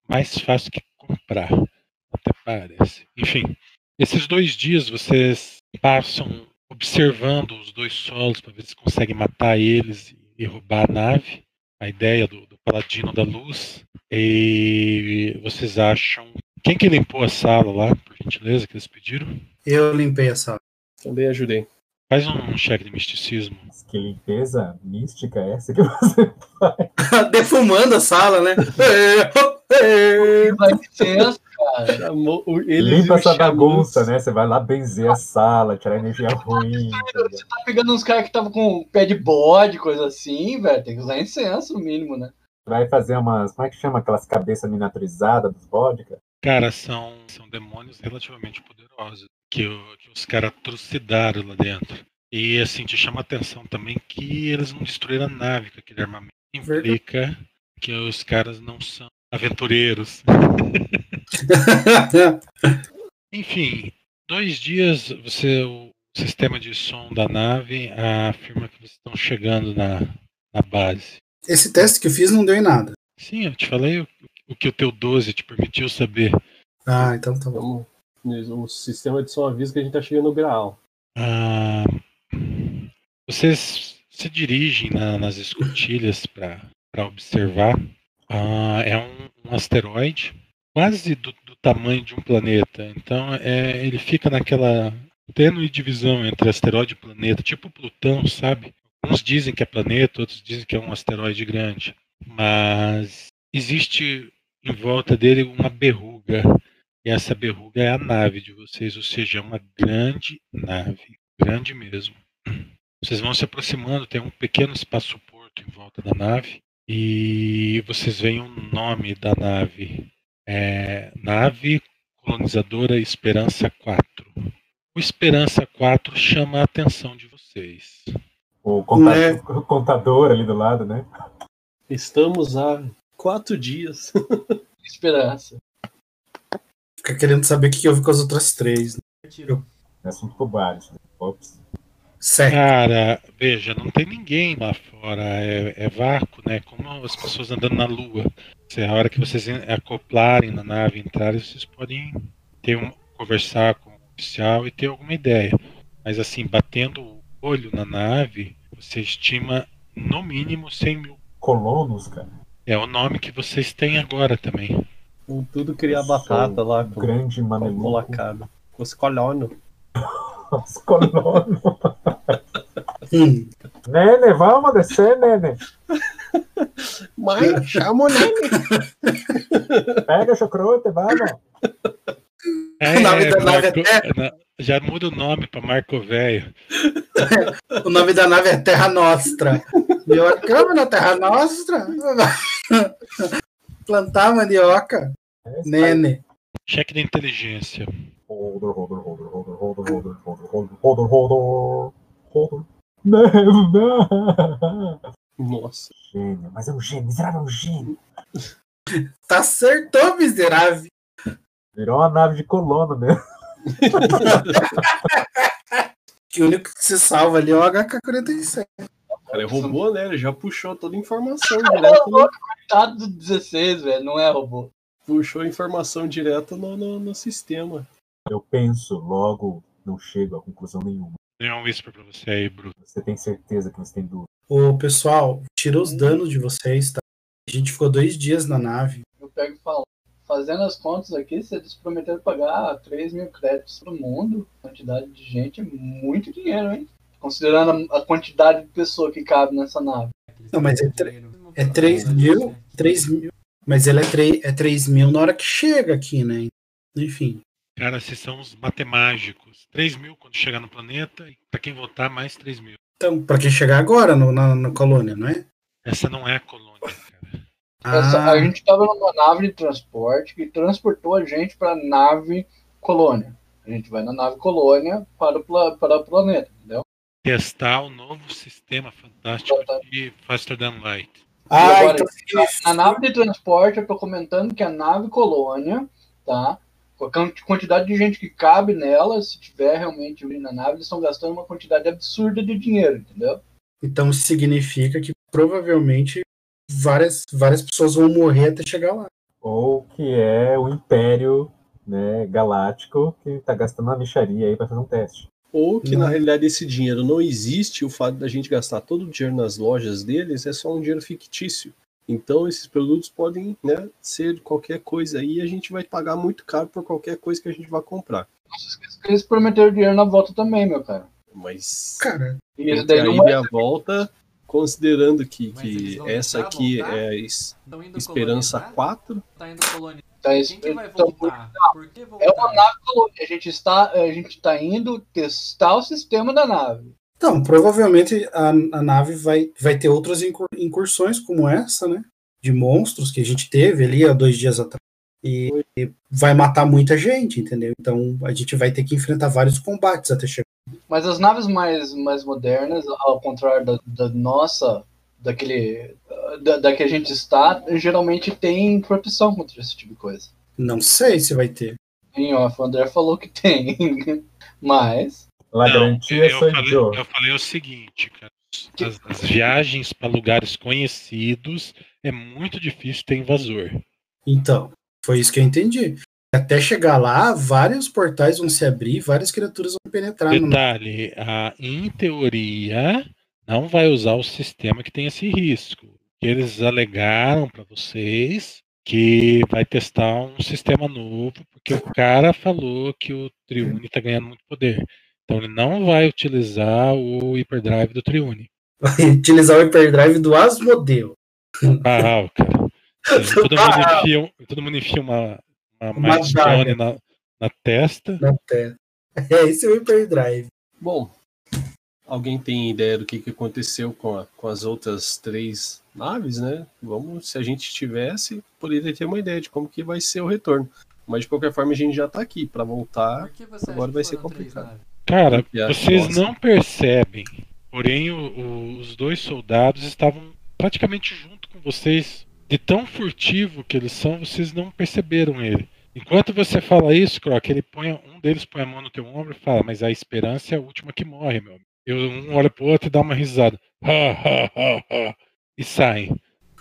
A: Mais fácil que comprar. Até parece. Enfim, esses dois dias vocês passam observando os dois solos para ver se conseguem matar eles e roubar a nave. A ideia do, do Paladino da Luz. E vocês acham. Quem que limpou a sala lá, por gentileza, que eles pediram?
C: Eu limpei a sala.
E: Também ajudei.
A: Faz um cheque de misticismo.
B: Que limpeza mística é essa que você faz?
C: Defumando a sala, né?
D: Vai licença, cara.
E: Chamou, Ah, o- ele
B: Limpa
E: e o
B: essa
E: Chamus-
B: bagunça, né? Você vai lá benzer a sala, tirar energia ruim. entendeu?
D: Você tá pegando uns caras que estavam com um pé de bode, coisa assim, velho. Tem que usar incenso, no mínimo, né?
B: Vai fazer umas. Como é que chama aquelas cabeças miniaturizadas dos vodka?
A: Cara, são, são demônios relativamente poderosos que, o- que os caras trucidaram lá dentro. E assim, te chama a atenção também que eles não destruíram a nave com aquele armamento.
C: Verdade.
A: Implica que os caras não são aventureiros. Enfim, dois dias você o sistema de som da nave afirma que vocês estão chegando na, na base.
C: Esse teste que eu fiz não deu em nada.
A: Sim, eu te falei o, o que o teu 12 te permitiu saber.
C: Ah, então tá bom.
E: Vamos- O sistema de som avisa que a gente tá chegando no Graal.
A: Ah, vocês se dirigem na- nas escotilhas para observar. Ah, é um, um asteroide quase do, do tamanho de um planeta. Então é, ele fica naquela tênue divisão entre asteroide e planeta, tipo Plutão, sabe? Uns dizem que é planeta, outros dizem que é um asteroide grande. Mas existe em volta dele uma berruga e essa berruga é a nave de vocês, ou seja, é uma grande nave, grande mesmo. Vocês vão se aproximando, tem um pequeno espaço porto em volta da nave e vocês veem o nome da nave. É Nave Colonizadora Esperança 4. O Esperança 4 chama a atenção de vocês.
B: O conta-
C: Né?
B: o contador ali do lado, né?
E: Estamos há quatro dias.
D: Esperança.
C: Fica querendo saber o que que houve com as outras três. Né?
B: É assunto pro bar, isso, né? Ops.
C: Certo.
A: Cara, veja, não tem ninguém lá fora, é, é vácuo, né? Como as pessoas andando na lua. Se é a hora que vocês en- acoplarem na nave, entrarem, vocês podem ter um, conversar com o oficial e ter alguma ideia. Mas assim, batendo o olho na nave, você estima no mínimo 100 mil.
B: Colonos, cara.
A: É o nome que vocês têm agora também.
E: Com tudo criar
B: Sou
E: batata lá
B: um
E: com
B: grande
E: com
B: mameluco.
E: molacada. Os colonos.
B: Os colonos.
C: Hum.
B: Nene, vamos descer, Nene.
E: Mãe, chama o Nene.
B: Pega o chocrote, vamos.
A: É,
C: O nome da nave é
A: Marco-
C: até-
A: na- já muda o nome para Marco Velho.
C: O nome da nave é Terra Nostra. Mandioca na Terra Nostra. Plantar mandioca. Nene.
A: Cheque de inteligência.
B: Holder, holder, holder, holder, holder, holder, holder, holder, holder, holder, holder. Não, não.
E: Nossa.
B: Gênio, mas é um gênio, miserável é um gênio.
C: Tá acertou, miserável.
B: Virou uma nave de colono mesmo.
C: Que o único que se salva ali é o HK-47.
E: Cara, roubou, né? Ele já puxou toda a informação direto. no-
D: Tá do 16, velho. Não é robô.
E: Puxou a informação direto no, no, no sistema.
B: Eu penso, logo não chego a conclusão nenhuma.
A: Dei um whisper para você aí, Bruno.
B: Você tem certeza que você tem dúvida?
C: Ô, pessoal, tira os danos de vocês, tá? A gente ficou dois dias na nave.
D: Eu pego e falo. Fazendo as contas aqui, vocês prometeram pagar 3 mil créditos pro mundo. Quantidade de gente é muito dinheiro, hein? Considerando a a quantidade de pessoa que cabe nessa nave.
C: Não, mas é tre- É 3 mil, 3 mil. Mas ele é 3, é 3 mil na hora que chega aqui, né? Enfim.
A: Cara, vocês são os matemágicos. 3 mil quando chegar no planeta, e pra quem votar, mais 3 mil.
C: Então, pra quem chegar agora no, na, na colônia, não é?
A: Essa não é a colônia, cara.
D: Essa-
C: Ah,
D: É a gente tava numa nave de transporte que transportou a gente pra nave colônia. A gente vai na nave colônia para o, pla- para o planeta, entendeu?
A: Testar o novo sistema fantástico de Faster Than um Light.
C: ah,
D: agora,
C: então
D: A tá nave de transporte, eu tô comentando que é a nave colônia, tá? Com a can- quantidade de gente que cabe nela, se tiver realmente ali na nave, eles estão gastando uma quantidade absurda de dinheiro, entendeu?
C: Então isso significa que provavelmente várias, várias pessoas vão morrer até chegar lá.
B: Ou que é o Império né, Galáctico que tá gastando uma micharia aí pra fazer um teste.
E: Ou que
C: Não.
E: na realidade esse dinheiro não existe, o fato da gente gastar todo o dinheiro nas lojas deles é só um dinheiro fictício. Então esses produtos podem né, ser qualquer coisa aí e a gente vai pagar muito caro por qualquer coisa que a gente vá comprar.
D: Eles prometeram dinheiro na volta também, meu cara.
E: Mas.
C: Cara,
D: Isso
E: entre
D: daí
E: a
D: não
E: ida e
D: é-
E: a volta, considerando que,
J: Mas eles
E: que
J: vão
E: essa
J: tentar
E: aqui
J: voltar?
E: é a es-
J: Estão indo
E: Esperança
J: colonizar?
E: 4.
J: Tá indo colonizar.
D: Tá,
J: Quem que vai
D: então,
J: voltar? Por que
D: É uma
J: voltar?
D: nave colônia. A gente está, a gente está indo testar o sistema da nave.
C: Então, provavelmente a, a nave vai, vai ter outras incur- incursões como essa, né? De monstros que a gente teve ali há dois dias atrás. E, e vai matar muita gente, entendeu? Então a gente vai ter que enfrentar vários combates até chegar.
D: Mas as naves mais, mais modernas, ao contrário da, da nossa, daquele, da, da que a gente está, geralmente tem proteção contra esse tipo de coisa.
C: Não sei se vai ter.
D: Em off, o André falou que tem. Mas
B: La
A: Não,
B: garantia
A: eu
B: sou
A: falei,
B: eu.
A: eu falei o seguinte, cara. As, as viagens para lugares conhecidos é muito difícil ter invasor.
C: Então, foi isso que eu entendi. Até chegar lá, vários portais vão se abrir, várias criaturas vão penetrar. Tá No...
A: Detalhe, a, em teoria, não vai usar o sistema que tem esse risco. Que Eles alegaram para vocês que vai testar um sistema novo, porque o cara falou que o Triune está ganhando muito poder. Então ele não vai utilizar o hiperdrive do Triune.
C: Vai utilizar o hyperdrive do Asmodeu.
A: Barral, cara. É, todo, mundo enfia, um- todo mundo enfia uma, uma,
C: Uma
A: milestone
C: adaga.
A: na, na testa.
C: Na tela. É, esse é o hyperdrive.
E: Bom, alguém tem ideia do que, que aconteceu com, a- com as outras três naves, né? Vamos, se a gente tivesse, poderia ter uma ideia de como que vai ser o retorno. Mas de qualquer forma a gente já tá aqui para voltar.
J: Por que você
E: Agora
J: acha
E: vai
J: que
E: ser
J: foram três
E: complicado.
J: naves?
A: Cara,
E: E a
A: É, vocês
E: nossa.
A: não percebem, porém o- o- os dois soldados estavam praticamente junto com vocês. De tão furtivo que eles são, vocês não perceberam ele. Enquanto você fala isso, Croc, ele põe, um deles põe a mão no teu ombro e fala, mas a esperança é a última que morre, meu amigo. E um olha pro outro e dá uma risada. Ha, ha, ha, ha. E saem.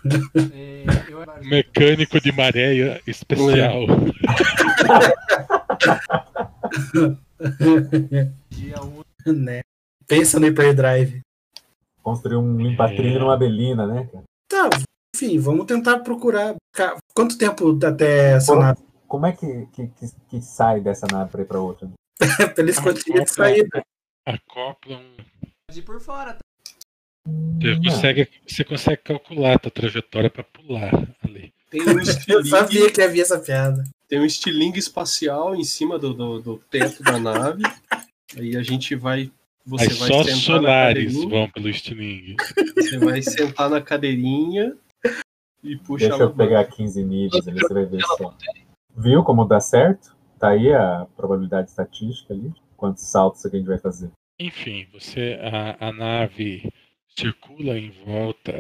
J: É, eu era-
A: Mecânico de maré uh, especial.
J: Dia um,
C: né? Pensa no hyperdrive.
B: Construir um
A: É.
B: limpatrilho numa Belina, né, cara?
C: Tá, enfim, vamos tentar procurar. Ca- Quanto tempo até essa
B: Pô.
C: nave?
B: Como é que, que, que, que sai dessa nave pra ir pra outra?
C: Pra eles
A: Ah,
C: continuarem de
A: opa.
C: saída.
A: Acoplam. um,
J: de por fora, tá?
A: Você consegue, você consegue calcular a tua trajetória pra pular ali.
E: Tem um
C: Eu sabia
E: estilingue,
C: que havia essa piada.
E: tem um estilingue espacial em cima do, do, do teto da nave. Aí a gente vai. Você
A: Mas
E: vai
A: só
E: sentar
A: solares
E: na cadeirinha,
A: vão pelo Stiling.
E: Você vai sentar na cadeirinha e puxa
B: Deixa
E: a
B: eu
E: alavanca.
B: pegar 15 níveis ali, você vai ver só. Viu como dá certo? Tá aí a probabilidade estatística ali. Quantos saltos que a gente vai fazer?
A: Enfim, você a, a nave circula em volta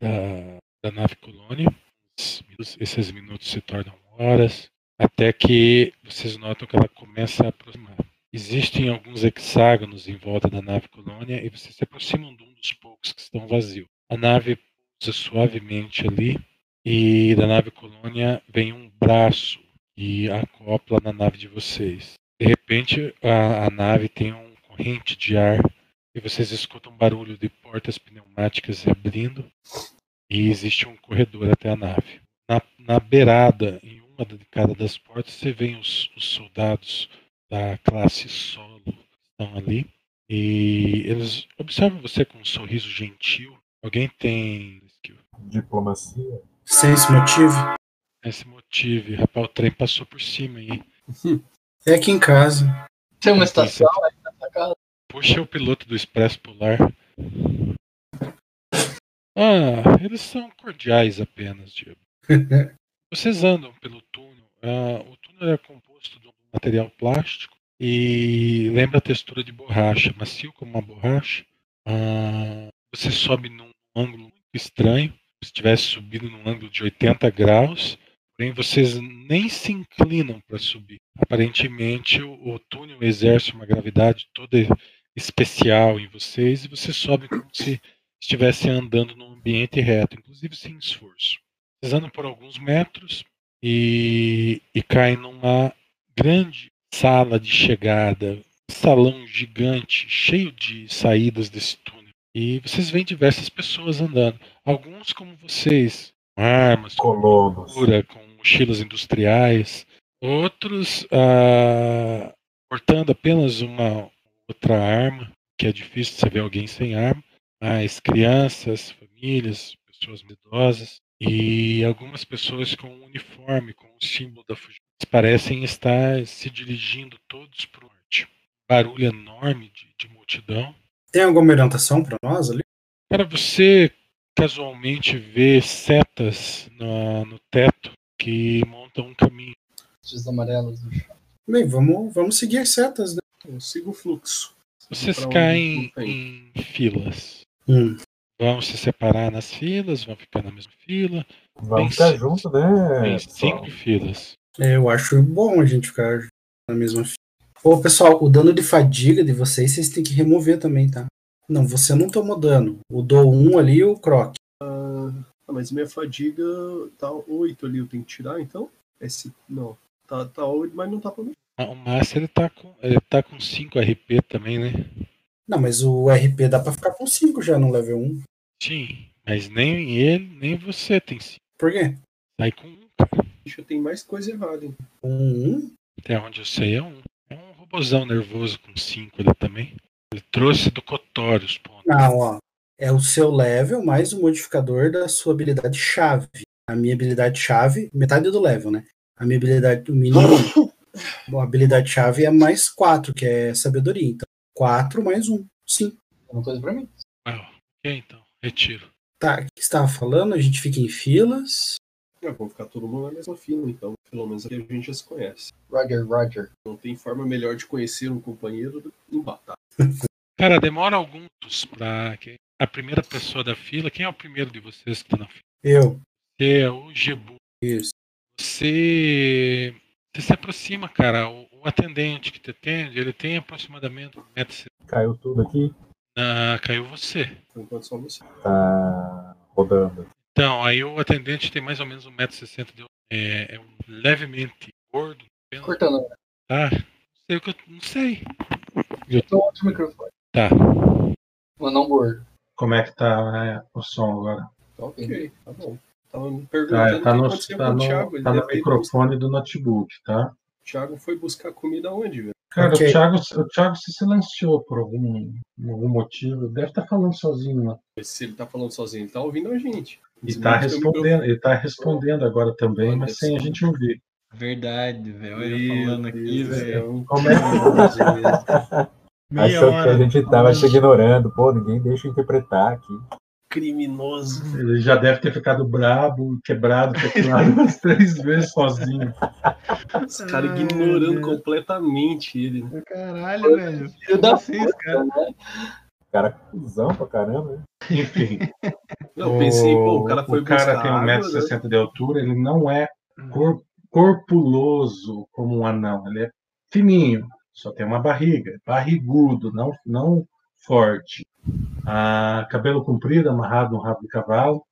A: da, da nave colônia. Esses minutos- Esses minutos se tornam horas, até que vocês notam que ela começa a aproximar. Existem alguns hexágonos em volta da nave colônia e vocês se aproximam de um dos poucos que estão vazios. A nave pousa suavemente ali e da nave colônia vem um braço e acopla na nave de vocês. De repente, a, a nave tem um corrente de ar e vocês escutam um barulho de portas pneumáticas se abrindo e existe um corredor até a nave. Na, na beirada, em uma de cada das portas, você vê os, os soldados da classe solo que estão ali e eles observam você com um sorriso gentil. Alguém tem skill?
B: Diplomacia?
C: Sem esse motivo.
A: Esse motivo, rapaz, o trem passou por cima aí.
C: É aqui em casa.
D: tem uma estação na casa.
A: Puxa o piloto do Expresso Polar. Ah, eles são cordiais apenas, Diego. Vocês andam pelo túnel. ah, o túnel é composto de um material plástico e lembra a textura de borracha, macio como uma borracha. Ah, você sobe num ângulo muito estranho, se estivesse subindo num ângulo de 80 graus, porém vocês nem se inclinam para subir. Aparentemente, o, o túnel exerce uma gravidade toda especial em vocês e vocês sobem como se estivessem andando num ambiente reto, inclusive sem esforço. Vocês andam por alguns metros e, e caem numa grande sala de chegada, um salão gigante, cheio de saídas desse túnel. E vocês veem diversas pessoas andando, alguns como vocês, com armas, com
B: Colonos.
A: cultura, com mochilas industriais, outros ah, portando apenas uma outra arma,
N: que é difícil você ver alguém sem arma, mas crianças, famílias, pessoas idosas e algumas pessoas com um uniforme, com o símbolo da fugida, parecem estar se dirigindo todos para o norte. Barulho enorme de, de multidão.
C: Tem alguma orientação para nós ali?
N: Cara, você casualmente vê setas na- no teto que montam um caminho.
D: Esses amarelos do chão.
C: Bem, vamos, vamos seguir as setas, né?
E: Eu sigo o fluxo.
N: Vocês
E: Pra onde
N: caem
E: não tem.
N: em filas.
C: Hum.
N: Vão se separar nas filas, vão ficar na mesma fila.
B: Vamos
N: Tem
B: estar junto, né?
N: Tem
B: pessoal?
N: cinco filas.
C: É, Eu acho bom a gente ficar na mesma fila. Ô, pessoal, o dano de fadiga de vocês, vocês têm que remover também, tá? Não, você não tomou dano. O do 1 ali e o Croc.
E: Ah, mas minha fadiga tá 8 ali, eu tenho que tirar então? Esse, não. Tá, tá 8, mas não tá pra mim.
N: Ah, O Márcio ele tá com, ele tá com 5 RP também, né?
C: Não, mas o RP dá pra ficar com 5 já no level 1.
N: Sim, mas nem ele, nem você tem 5.
C: Por quê?
N: Sai com um.
E: Deixa, tem mais coisa errada, hein?
C: Um 1?
N: Até onde eu sei, é um. É um robozão nervoso com 5 ali também. Ele trouxe do Cotório os pontos.
C: Não, ó. É o seu level mais o modificador da sua habilidade chave. A minha habilidade chave, metade do level, né? A minha habilidade, o mínimo. Bom, a habilidade chave é mais 4, que é sabedoria. Então, 4 mais 1. Sim.
D: Uma coisa pra mim.
N: Uau, ok, então. Retiro.
C: Tá, o que você estava falando? A gente fica em filas.
E: Ah, vamos ficar todo mundo na mesma fila, então. Pelo menos aqui a gente já se conhece.
D: Roger, Roger.
E: Não tem forma melhor de conhecer um companheiro do que empatar.
N: Cara, demora alguns pra. que- A primeira pessoa da fila, quem é o primeiro de vocês que tá na fila?
C: Eu.
N: Você é o Gebu.
C: Isso.
N: Você, você se aproxima, cara. O, o atendente que te atende, ele tem aproximadamente 1,70m.
B: Caiu tudo aqui,
N: Ah, caiu você.
E: Por enquanto só você.
B: tá rodando.
N: Então, aí o atendente tem mais ou menos 1,60m de altura. é, é um levemente gordo. apenas,
D: Cortando.
N: Tá? Não sei o que eu. Não sei.
D: Então, outro microfone.
N: Tá.
D: Mas não gordo.
A: Como é que tá é, o som agora?
E: Tá ok, tá bom. Tava me
A: Tá,
E: perguntando
A: tá
E: o que
A: no,
E: aconteceu
A: tá
E: com o
A: no-
E: Thiago. Ele
A: tá no
E: deve ter-
A: microfone do notebook, tá?
E: O Thiago foi buscar comida onde, velho?
A: Cara,
C: Ok.
A: o, Thiago, o Thiago se silenciou por algum, algum motivo. Deve estar falando sozinho, né?
E: Se ele tá falando sozinho, ele tá ouvindo a gente.
A: E tá
E: Desmonta o microfone.
A: respondendo, ele tá respondendo agora também, mas sem a gente ouvir.
H: Verdade, velho.
E: Meu
H: Eu falando aqui,
E: Deus do
H: velho.
E: céu.
A: Como é
E: um
A: que
B: Achou que a gente tava te ignorando. Pô, ninguém deixa eu interpretar aqui.
E: Criminoso.
A: é, ele já deve ter ficado brabo, quebrado, teclado umas três vezes sozinho.
E: Os caras ignorando completamente ele. né?
H: Caralho, velho.
D: Filho da
H: Vocês, cara.
B: Cara, cuzão pra caramba, né?
A: Enfim.
E: Não, eu pensei, pô, o cara foi né? buscar
A: tem
E: água,
A: 1,60m de altura, ele não é cor- corpuloso como um anão, ele é fininho, só tem uma barriga, barrigudo, não, não forte. Ah, cabelo comprido, amarrado no rabo de cavalo.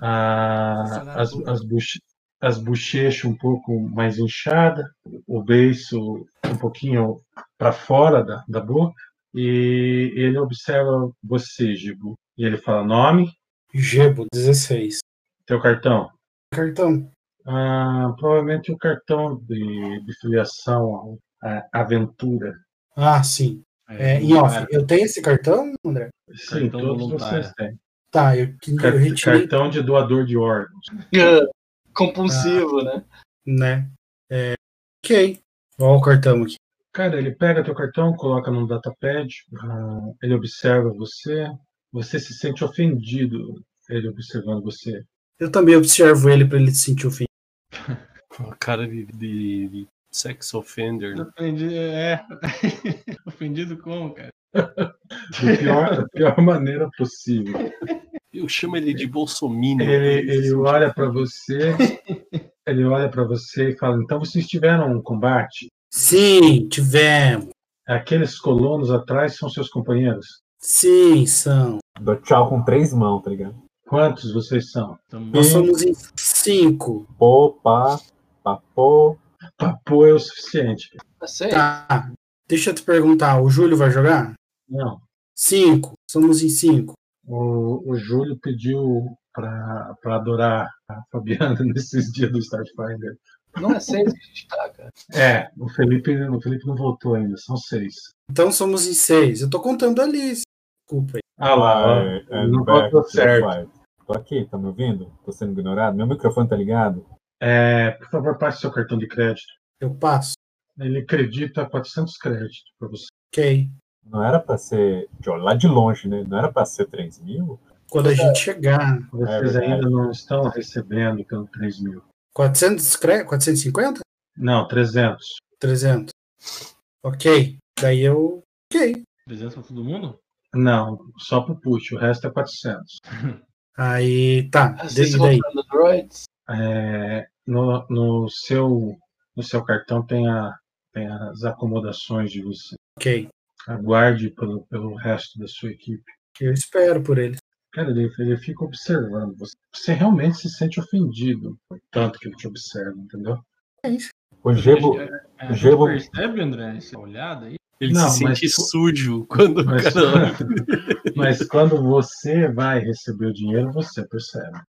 A: Ah, as, as, boche- as bochechas um pouco mais inchada, o beiço um pouquinho para fora da, da boca. E ele observa você, Gibu. E ele fala: nome,
C: Gebo, 16.
A: teu cartão?
C: Cartão.
A: Ah, provavelmente o cartão de, de filiação à à aventura.
C: Ah, sim. É, em off. Eu tenho esse cartão, André?
A: Sim,
H: Cartão
A: todos
H: voluntário.
A: vocês têm.
C: Tá, eu,
A: Car-
C: eu retirei,
A: cartão de doador de órgãos.
D: Né? Compulsivo, né?
C: né? É, ok. Ó o cartão aqui.
A: Cara, ele pega teu cartão, coloca num datapad, ah, ele observa você, você se sente ofendido ele observando você.
C: Eu também observo ele pra ele se sentir ofendido.
A: assim.
E: Uma cara de, de- de sex offender, né?
H: Ofendido, é. Ofendido como, cara?
A: Da pior, da pior maneira possível.
E: Eu chamo ele de né? Bolsonaro.
A: Ele, ele olha pra você, ele olha para você e fala: Então vocês tiveram um combate?
C: Sim, tivemos.
A: Aqueles colonos atrás são seus companheiros?
C: Sim, são.
B: Dou tchau com três mãos, tá ligado?
A: Quantos vocês são?
H: Também.
C: Nós somos em cinco.
B: Pô, pá, papô.
A: Papo é o suficiente.
D: Tá certo.
C: Tá. Deixa eu te perguntar, o Júlio vai jogar?
A: Não.
C: Cinco. Somos em cinco.
A: O, o Júlio pediu para adorar a Fabiana nesses dias do Starfinder.
D: Não é seis que a gente tá, cara.
A: É, o Felipe, o Felipe não voltou ainda, são seis.
C: Então somos em seis. Eu tô contando ali. Desculpa aí.
A: Ah lá,
B: É, é,
A: não
B: back
A: voltou
B: to the
A: certo.
B: slide. Tô aqui, tá me ouvindo? Tô sendo ignorado? Meu microfone tá ligado?
A: É, por favor, passe seu cartão de crédito.
C: Eu passo.
A: Ele acredita 400 créditos para você.
C: Ok.
B: Não era pra ser. de- ó, Lá de longe, né? Não era pra ser 3 mil?
C: Quando a gente chegar.
A: Vocês
B: É,
A: ainda não estão recebendo pelo 3 mil.
C: 400, cre- 450?
A: Não, 300.
C: 300. Ok. Daí eu. Ok.
H: 300 pra todo mundo?
A: Não, só pro push, o resto é 400.
C: Aí tá,
A: Vocês
C: desde daí.
A: voltando É, no, no seu, no seu cartão tem, a, tem as acomodações de você.
C: Ok.
A: Aguarde pelo, pelo resto da sua equipe.
C: Eu espero por ele.
A: Cara, ele, ele fica observando. Você, você realmente se sente ofendido por tanto que ele te observa, entendeu?
C: É isso.
B: O Gebo.
H: A gente- a- a
B: O
H: gente
B: Gebo.
H: percebe, André, essa olhada aí?
E: Ele
A: Não,
E: se
A: mas
E: sente
A: co-
E: sujo quando o
A: Mas,
E: cara.
A: mas quando você vai receber o dinheiro, você percebe.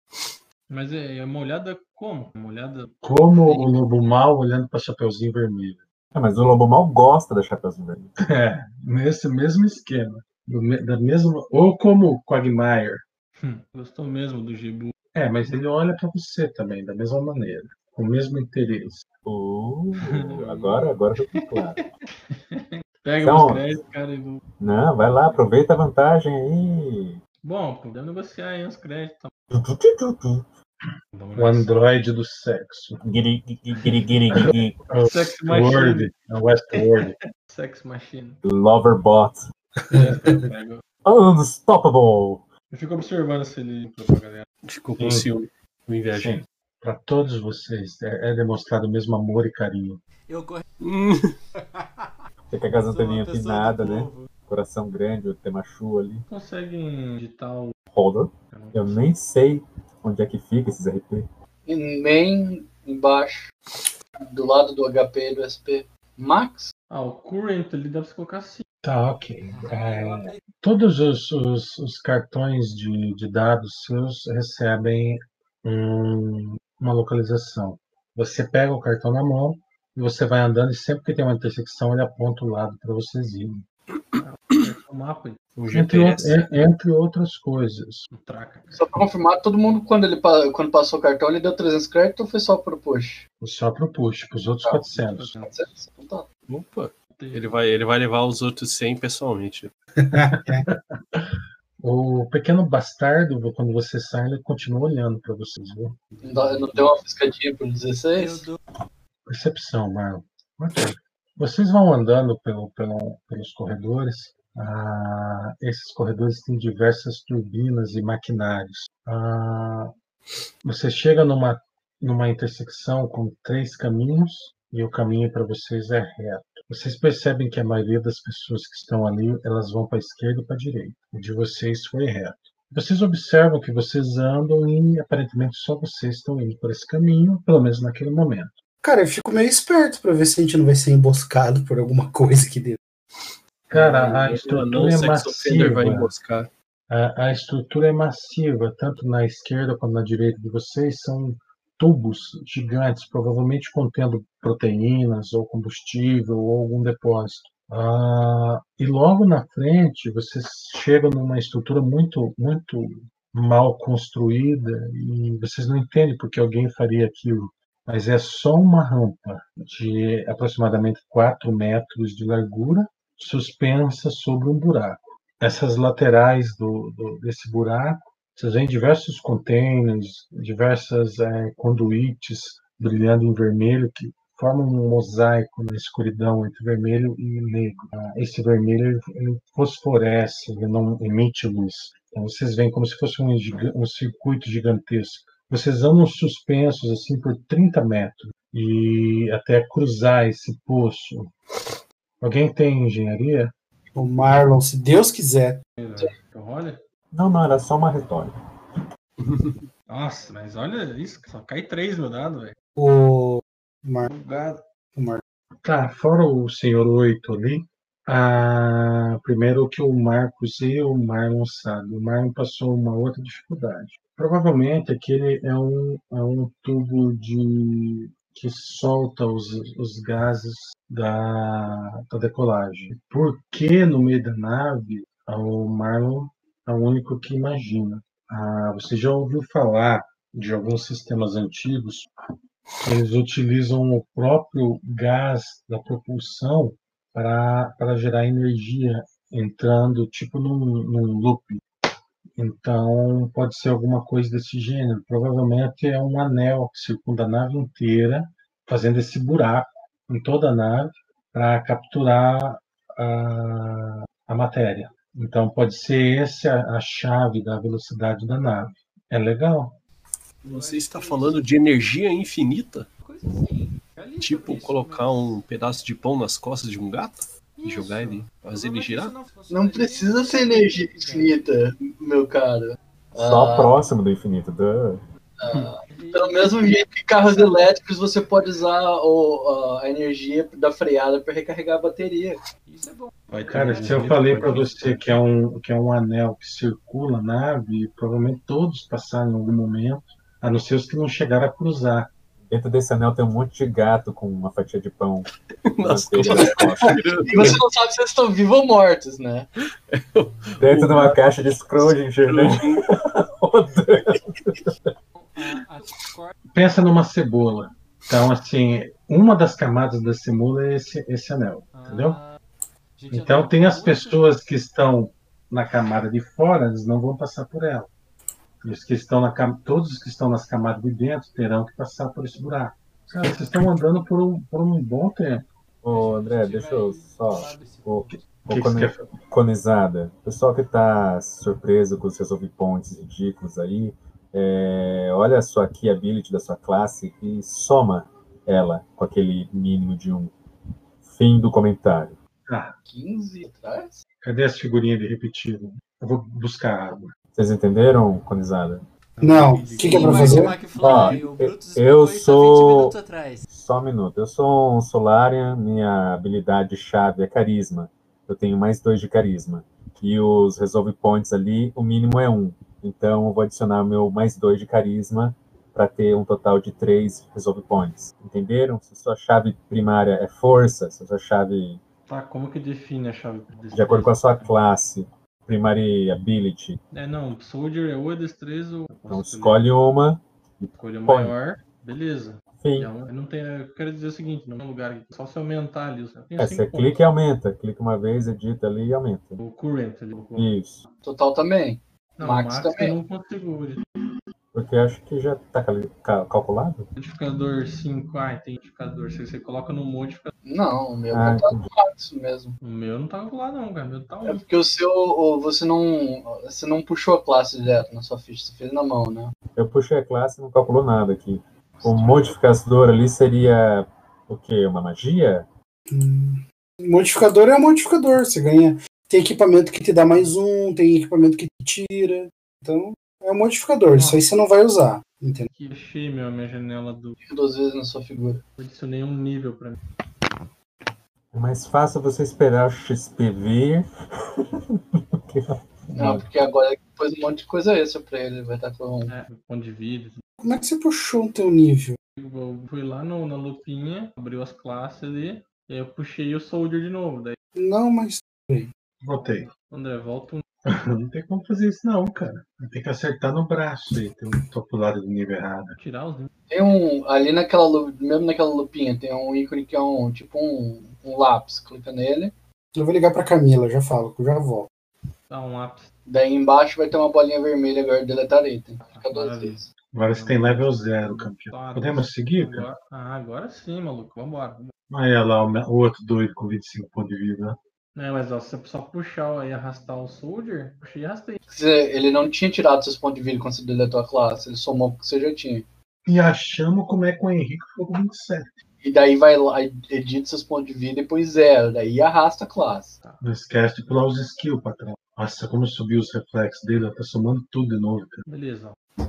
H: Mas é, é uma olhada como? Uma olhada.
A: Como o lobo mal olhando para Chapeuzinho Vermelho.
B: É, mas o Lobo Mal gosta da Chapeuzinho Vermelho.
A: É, nesse mesmo esquema. do me- Da mesma, ou como o Quagmire.
H: Hum, gostou mesmo do Gibu.
A: É, mas ele olha para você também, da mesma maneira, com o mesmo interesse.
B: Uh, agora, agora ficou claro.
H: Pega
B: Então-
H: os créditos, cara, e vou.
B: Não, vai lá, aproveita a vantagem aí.
H: Bom, podemos negociar aí os créditos. tá?
B: Tu, tu, tu, tu, tu.
H: Vamos
A: O androide do sexo.
B: Guiri, guiri, guiri, guiri, guiri.
A: É o
H: Sex
A: Westworld. É o Westworld.
H: Sex Machine.
B: Loverbot.
H: Eu pego.
B: Unstoppable.
H: Eu fico observando se ele pra galera.
E: Ficou com ciúme, com inveja.
A: Sim. Para todos vocês é, é demonstrado o mesmo amor e carinho.
J: Eu corri.
E: Hum,
B: Fica com as
J: Sou uma
B: anteninhas
J: pessoa do
B: pinadas, né?
J: povo.
B: Coração grande, o Temachu ali.
H: Conseguem digitar o.
B: Roller.
H: eu não
B: Eu
H: consigo.
B: nem sei onde é que fica esses RP.
D: Em main, embaixo, do lado do HP e do SP. Max?
H: Ah, o current ali dá pra você colocar assim. 5.
A: Tá, ok. É, todos os, os- os cartões de, de dados seus recebem um- uma localização. Você pega o cartão na mão e você vai andando e sempre que tem uma intersecção ele aponta o lado para vocês irem.
H: O É, um mapa aí.
E: o
A: Entre,
E: GPS.
A: o- en- entre outras coisas.
H: Um traca.
D: Só pra confirmar, todo mundo, quando ele pa- quando passou o cartão, ele deu 300 créditos ou foi só pro push?
A: Só para o push, para os outros 400.
D: Então tá.
A: é.
E: Opa. Ele vai, ele vai levar os outros 100 pessoalmente.
A: O pequeno bastardo, quando você sai, ele continua olhando para vocês. Viu?
D: Não dá- Não deu uma fiscadinha pro
J: Eu
D: 16?
J: dou.
A: Percepção, Marlon. Ok. Vocês vão andando pelo- pelo- pelos corredores. Ah, esses corredores têm diversas turbinas e maquinários. Ah, você chega numa, numa intersecção com três caminhos e o caminho para vocês é reto. Vocês percebem que a maioria das pessoas que estão ali, elas vão para a esquerda e para a direita. O de vocês foi reto. Vocês observam que vocês andam e aparentemente só vocês estão indo por esse caminho, pelo menos naquele momento.
C: Cara, eu fico meio esperto pra ver se a gente não vai ser emboscado por alguma coisa aqui dentro.
A: Cara, a
E: O anão
A: estrutura Tá, é
E: sex offender vai
A: massiva.
E: emboscar.
A: A, a estrutura é massiva, tanto na esquerda quanto na direita de vocês, são tubos gigantes, provavelmente contendo proteínas ou combustível ou algum depósito. Ah, e logo na frente vocês chegam numa estrutura muito, muito mal construída e vocês não entendem porque alguém faria aquilo. Mas é só uma rampa de aproximadamente 4 metros de largura, suspensa sobre um buraco essas laterais do, do- desse buraco, vocês veem diversos containers, diversas eh, conduítes brilhando em vermelho que formam um mosaico na escuridão entre vermelho e negro. Ah, Esse vermelho ele fosforesce, ele não emite luz. Então vocês veem como se fosse um, giga- um circuito gigantesco. Vocês andam suspensos assim por 30 metros e até cruzar esse poço. Alguém tem engenharia?
C: O Marlon, se Deus quiser.
H: Então, olha.
B: Não, não, era só uma retórica.
H: Nossa, mas olha isso. Só cai 3 meu dado, velho.
C: O.
H: Bugado.
C: o Marlon.
A: Tá, fora o senhor 8 ali, ah, primeiro o que o Marcos e o Marlon sabem. O Marlon passou uma outra dificuldade. Provavelmente aquele é um, é um tubo de, que solta os, os gases da, da decolagem. Por que no meio da nave o Marlon é o único que imagina? Ah, você já ouviu falar de alguns sistemas antigos que eles utilizam o próprio gás da propulsão para gerar energia, entrando tipo num, num loop. Então, pode ser alguma coisa desse gênero. Provavelmente é um anel que circunda a nave inteira, fazendo esse buraco em toda a nave para capturar a, a matéria. Então, pode ser essa a chave da velocidade da nave. É legal.
E: Você está falando de energia infinita?
J: Coisa assim. realista pra
E: Tipo,
J: isso,
E: colocar um pedaço de pão nas costas de um gato e jogar ele, fazer
J: é
E: ele girar?
D: Não precisa ser energia
C: é
D: infinita, meu cara.
B: Só
D: Ah,
B: próximo do infinito. Do...
D: Pelo mesmo jeito que carros elétricos, você pode usar o- a energia da freada para recarregar a bateria.
J: Isso é bom.
E: Vai ter
A: Cara,
E: um
A: se eu
E: jeito
A: falei
E: pra
A: para
E: gente.
A: você que é, um, que é um anel que circula a nave, provavelmente todos passaram em algum momento, a não ser os que não chegaram a cruzar.
B: Dentro desse anel tem um monte de gato com uma fatia de pão.
E: Nas
B: manteiga
E: costas.
B: nas costas.
D: E você não sabe se eles estão vivos ou mortos, né?
B: Dentro de uma caixa de Scrooge, né?
J: Ah,
A: Pensa numa cebola. Então, assim, uma das camadas da cebola é esse, esse anel, entendeu? Então, tem as pessoas que estão na camada de fora, eles não vão passar por ela. E os que estão na cam... Todos os que estão nas camadas de dentro terão que passar por esse buraco. Cara, vocês estão andando por um, por um bom tempo.
B: Ô, André, deixa eu só. Ô,
A: que
B: ô
A: que você
B: cone-
A: quer falar?
B: conizada, pessoal que tá surpreso com os seus pontes ridículos aí, é, olha só aqui a sua key ability da sua classe e soma ela com aquele mínimo de um. Fim do comentário.
A: Ah,
D: 15 atrás?
A: cadê as figurinhas de repetido? Eu vou buscar água.
B: Vocês entenderam, conizada?
C: Não, o que, que é pra fazer?
B: Ó,
J: McFly, o Brutus
B: Ah, eu
J: explicou isso há 20
B: sou.
J: minutos atrás.
B: Só um minuto. Eu sou um Solarian, minha habilidade chave é carisma. Eu tenho mais dois de carisma. E os resolve points ali, o mínimo é um. Então eu vou adicionar o meu mais dois de carisma para ter um total de três resolve points. Entenderam? Se sua chave primária é força, se sua chave,
H: Tá, como que define a chave pra destreza?
B: de acordo com a sua classe, primary ability,
H: É, não, Soldier é ou é destreza ou...
B: então escolhe uma.
H: Escolha
B: põe.
H: maior, beleza.
B: Sim.
H: Então, eu não tenho, eu quero dizer o seguinte, não é um lugar aqui, só se aumentar ali. Eu tenho
B: É,
H: cinco
B: você
H: pontos.
B: clica e aumenta. Clica uma vez, edita ali e aumenta.
H: O current ali. o-
B: Isso.
D: Total também.
H: Não,
D: Max
H: Max,
D: também.
H: eu não consigo. ele-
B: Porque eu acho que já está calculado.
H: Modificador 5, ah, tem modificador 6, você coloca no modificador.
D: Não, o meu
B: Ah,
D: tá
B: entendi.
D: fácil mesmo.
H: O meu não tá lá não, cara, o meu tá
D: É
H: 1.
D: porque o seu. o- Você não. Você não puxou a classe direto na sua ficha, você fez na mão, né?
B: Eu puxei a classe e não calculou nada aqui. O modificador ali seria o quê? Uma magia?
C: Modificador é um modificador, você ganha. Tem equipamento que te dá mais um, tem equipamento que te tira. Então, é um modificador, isso aí você não vai usar. Entendeu?
H: Aqui, achei, meu, a minha janela do...
D: Fica duas vezes na sua figura.
H: Eu adicionei um nível pra mim.
B: É mais fácil você esperar o XP vir.
D: Não, porque agora depois um monte de coisa extra pra ele, vai estar com. um.
H: É, ponto de vida,
C: Como é que você puxou o teu nível?
H: Eu fui lá no, na lupinha, abriu as classes ali, e aí eu puxei o Soldier de novo. Daí,
C: Não, mas.
A: Voltei.
H: André, volta um.
A: Não tem como fazer isso não, cara. Tem que acertar no braço aí. Tem um tô pro lado do nível errado.
H: Tirar os níveis.
D: Tem um. Ali naquela. lu- Mesmo naquela lupinha, tem um ícone que é um. Tipo um, um lápis. Clica nele.
C: Eu vou ligar pra Camila, já falo, eu já volto.
H: Dá um lápis.
D: Daí embaixo vai ter uma bolinha vermelha agora de deletar item. Fica duas
H: Maravilha.
D: vezes.
A: Agora você tem level zero, campeão.
H: Tá,
A: Podemos seguir, cara?
H: Agora, ah, agora sim, maluco. Vambora.
A: Aí olha lá o me- o outro doido com 25 pontos de vida.
H: Não, Né, mas ó, se você só puxar ó, e arrastar o Soldier, puxei e arrastei.
D: Você- Ele não tinha tirado seus pontos de vida quando você deletou a classe, ele somou com o que você já tinha.
A: E achamos como é que o Henrique ficou com 27.
D: E daí vai lá, edita seus pontos de vida e põe zero, daí arrasta a classe.
A: Não esquece de pular os skills, patrão. Nossa, como subiu os reflexos dele, ela tá somando tudo de novo, cara.
H: Beleza. ó.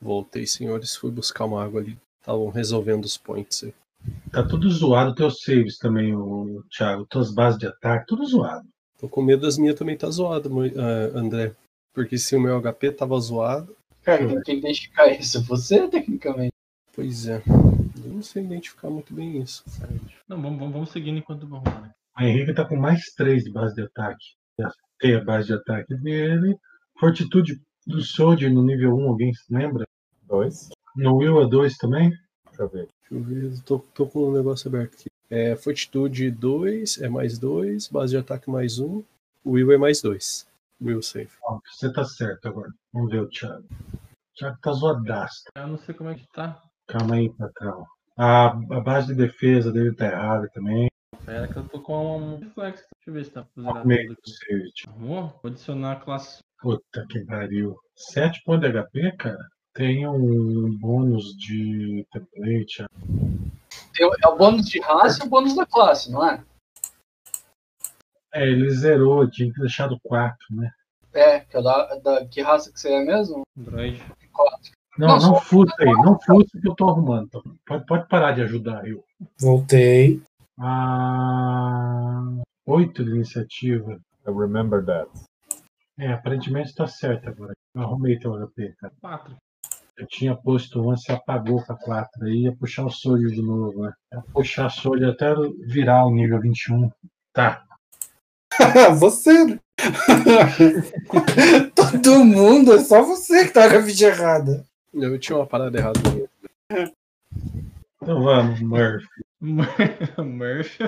E: Voltei, senhores, fui buscar uma água ali. Estavam resolvendo os points aí.
A: Tá tudo zoado teus saves também, o Thiago. Tuas bases de ataque, tudo zoado.
E: Tô com medo das minhas também tá zoada, mo- ah, André. Porque se o meu HP tava zoado,
D: Cara, quem tem que identificar isso é você, tecnicamente.
E: pois é. Eu não sei identificar muito bem isso.
H: Não, vamos, vamos, vamos seguindo enquanto vamos lá. Né?
A: O Henrique tá com mais três de base de ataque. Tem a base de ataque dele. Fortitude do Soldier no nível 1, alguém se lembra?
B: Dois.
A: No Will é 2 também?
B: Deixa eu ver.
E: Deixa eu ver, eu tô, tô com o um negócio aberto aqui. É, fortitude 2, é mais 2, base de ataque mais 1, um, Will é mais 2. Will save.
A: Ó, você tá certo agora. Vamos ver o Thiago. O Thiago tá zoadaço.
H: Eu não sei como é que tá.
A: Calma aí, patrão. A, a base de defesa dele tá errada também.
H: Pera que eu tô com um reflexo. Deixa eu ver se tá
A: Ó, meio do save.
H: Arrumou? Vou adicionar a classe.
A: Puta que pariu. 7 pontos de HP, cara? Tem um bônus de template.
D: É o bônus de raça e o bônus da classe, não é?
A: É, ele zerou, tinha que deixar do 4, né?
D: É, que, é da, da, que raça que você é mesmo?
H: Android.
D: Quatro.
A: Não,
D: Nossa,
A: não fuça aí, não fuça que eu tô arrumando. tá? Pode, pode parar de ajudar eu.
C: Voltei.
A: Ah, 8 de iniciativa.
B: I remember that.
A: É, aparentemente tá certo agora. Eu arrumei teu HP, cara.
H: 4.
A: Eu tinha posto 11, você apagou com a 4 aí, ia puxar o solho de novo, né? Ia puxar o solho até virar o nível 21. Tá,
C: você. né? Todo mundo, é só você que tá com a ficha errada.
E: Eu tinha uma parada errada. ali.
A: então vamos, Murphy.
H: Murphy.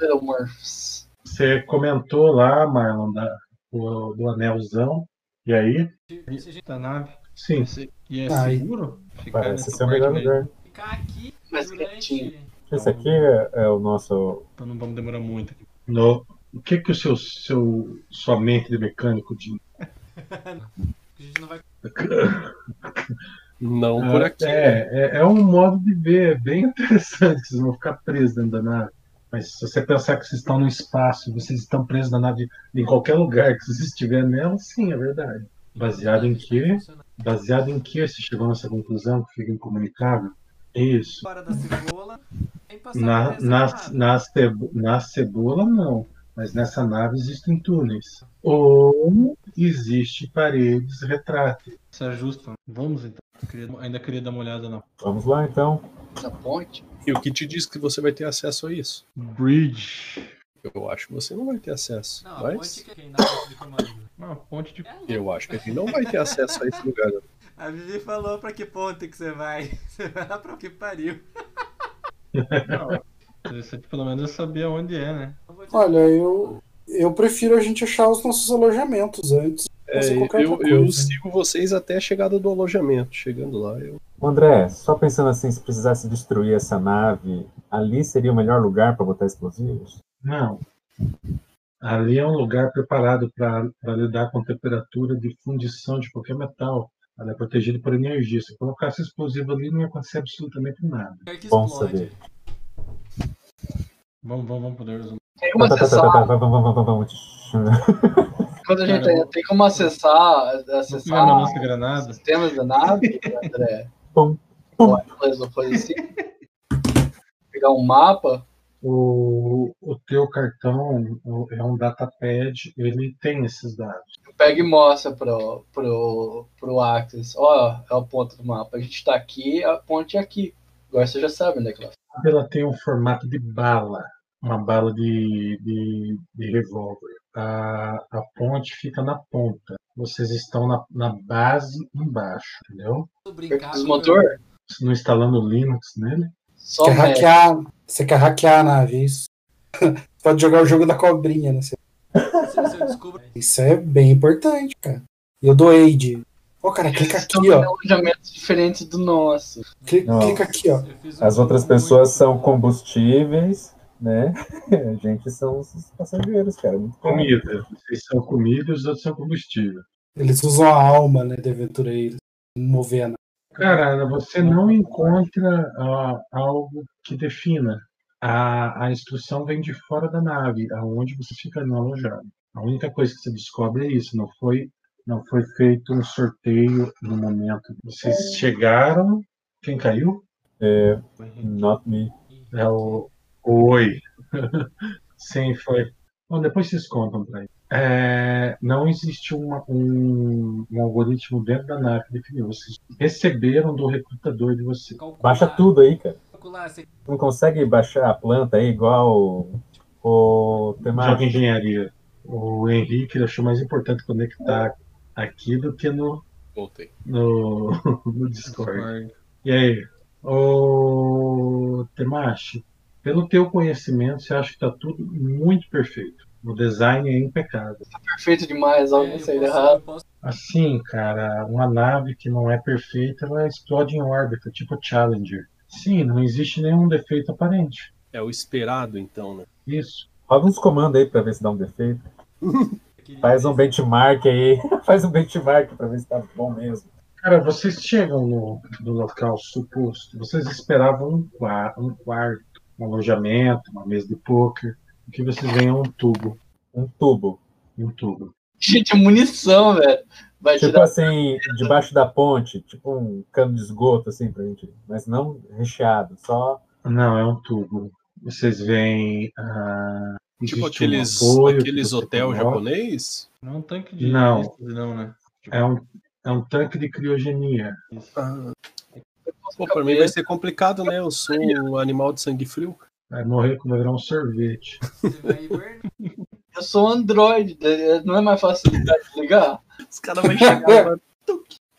D: Little Murphs.
A: Você comentou lá, Marlon, da, do, do anelzão. E aí?
H: Esse jeito da nave.
A: Sim,
H: E é
C: Ai.
H: seguro? Ficar
B: Parece
H: nessa
B: ser o melhor
H: parte
B: lugar.
J: Vou Ficar aqui
D: Mas
J: durante.
D: quietinho.
B: Esse aqui é, é o nosso.
H: Então não vamos demorar muito. aqui.
A: No, o que que o seu, seu sua mente de mecânico de
J: A gente não vai.
E: Não por
A: Ah,
E: aqui. né?
A: É, é, é um modo de ver, é bem interessante. Vocês vão ficar presos dentro da nave. Mas se você pensar que vocês estão no espaço, vocês estão presos na nave em qualquer lugar que vocês estiverem nela, sim, é verdade. Baseado em quê? Baseado em que você chegou nessa conclusão que fica incomunicável? Isso.
J: Fora da cebola. Tem que passar
A: Na,
J: por essa
A: na,
J: nave.
A: na, cebo- na cebola, não. Mas nessa nave existem túneis. Ou existe paredes retráteis.
H: Se ajusta. Vamos então. Eu queria- ainda queria dar uma olhada na
B: Vamos lá então.
D: Na ponte.
E: E o que te diz que você vai ter acesso a isso?
H: Bridge.
E: Eu acho que você não vai ter acesso.
J: Não, a
E: mas
J: ponte que quem dá o de comando.
H: Uma ponte de.
J: É a
E: eu acho que ele não vai ter acesso a esse lugar. não.
J: A Vivi falou pra que ponto que você vai. Você vai lá pra que pariu.
H: Interessante pelo menos eu sabia onde é, né?
J: Eu vou te-
C: Olha, eu, eu prefiro a gente achar os nossos alojamentos antes.
E: É,
C: Nossa, qualquer
E: eu,
C: outra
E: eu
C: coisa.
E: sigo vocês até a chegada do alojamento. Chegando lá, eu.
B: André, só pensando assim, se precisasse destruir essa nave, ali seria o melhor lugar para botar explosivos?
A: Não. Ali é um lugar preparado para lidar com temperatura de fundição de qualquer metal. Ela é protegida por energia. Se colocasse explosivo ali, não ia acontecer absolutamente nada.
J: Quer que
B: Bom
J: explode.
B: saber.
H: Vamos, vamos, vamos poder resolver.
D: Tem como
B: Tá, tá, tá, tá, tá,
D: acessar.
B: vamos, vamos, vamos, vamos.
D: Quando a gente
H: Cara, eu-
D: tem como acessar,
H: Não pegaram a nossa
D: acessar
H: granada?
D: sistemas da nave, André.
B: Pum, pum.
D: Coisa, coisa assim. Pegar um mapa.
A: O, o teu cartão o- é um datapad, ele tem esses dados.
D: Pega e mostra pro, pro, pro Axis. Ó, é o ponto do mapa. A gente tá aqui, a ponte é aqui. Agora você já sabe, né, Cláudio?
A: Ela tem um formato de bala, uma bala de, de, de revólver. A, a ponte fica na ponta. Vocês estão na, na base embaixo, entendeu?
J: Eu brincar
D: Os
J: com
D: motor?
A: Vocês não instalando Linux nele.
D: Só
C: Quer
D: mete.
C: hackear, você quer hackear a nave, isso. Pode jogar o jogo da cobrinha, né?
J: meu- Se se eu descubro.
C: Isso é bem importante, cara. E eu doei de. Ô, cara, clica tá aqui, ó.
D: alojamentos diferentes do nosso.
C: Cli- Clica,
B: Não.
C: aqui, ó.
J: Eu fiz um
B: As outras
J: jogo
B: pessoas
J: muito
B: são
J: bom.
B: combustíveis, né? A gente são os passageiros, cara. é Muito bom.
A: Comida. Vocês são comida e os outros são combustível.
C: Eles usam a alma, né, de aventureiro. Mover a nave.
A: Cara, você não encontra ah, algo que defina. A, a instrução vem de fora da nave, aonde você fica alojado. A única coisa que você descobre é isso. Não foi, não foi feito um sorteio no momento. Vocês chegaram. Quem caiu?
H: Foi Henrique.
B: Not me.
A: É o. Oi. Sim, foi. Bom, depois vocês contam pra ele. É, não existe uma- um, um algoritmo dentro da nave que definiu. Vocês receberam do recrutador de vocês.
B: Baixa tudo aí, cara.
J: Calcular, você
B: Não consegue baixar a planta aí igual o Temar?
A: Joga engenharia. O Henrique ele achou mais importante conectar aqui do que no,
E: Voltei.
A: no, no Discord. E aí? Ô, Temashi, pelo teu conhecimento, você acha que tá tudo muito perfeito. O design é impecável.
D: Perfeito demais,
J: É,
D: algo saiu errado.
A: Assim, cara, uma nave que não é perfeita, ela explode em órbita, tipo Challenger. Sim, não existe nenhum defeito aparente.
E: É o esperado, então, né?
A: Isso.
B: Roda uns comandos aí pra ver se dá um defeito. Faz um benchmark aí. Faz um benchmark pra ver se tá bom mesmo.
A: Cara, vocês chegam no, no local suposto, vocês esperavam um, qua- um quarto, um alojamento, uma mesa de pôquer. O que vocês veem é um tubo.
B: Um tubo.
A: Um tubo.
D: Gente, é munição, velho. Vai
B: tipo
C: tá-
D: tirar-
B: assim, debaixo da ponte, tipo um cano de esgoto, assim, pra gente. Mas não recheado, só.
A: Não, é um tubo. Vocês veem. ah,
E: Tipo
A: existe um
E: aqueles,
A: apoio que
E: aqueles
A: você
E: hotel
A: coloca.
E: japonês?
H: Não é um tanque de
A: Não.
H: não, né?
A: É um, é um tanque de criogenia.
E: Pô, pra mim vai ser complicado, né? Eu sou um animal de sangue frio.
A: Vai morrer quando virar um sorvete.
D: Eu sou um android, né? não é mais fácil de desligar?
E: Os caras vão chegar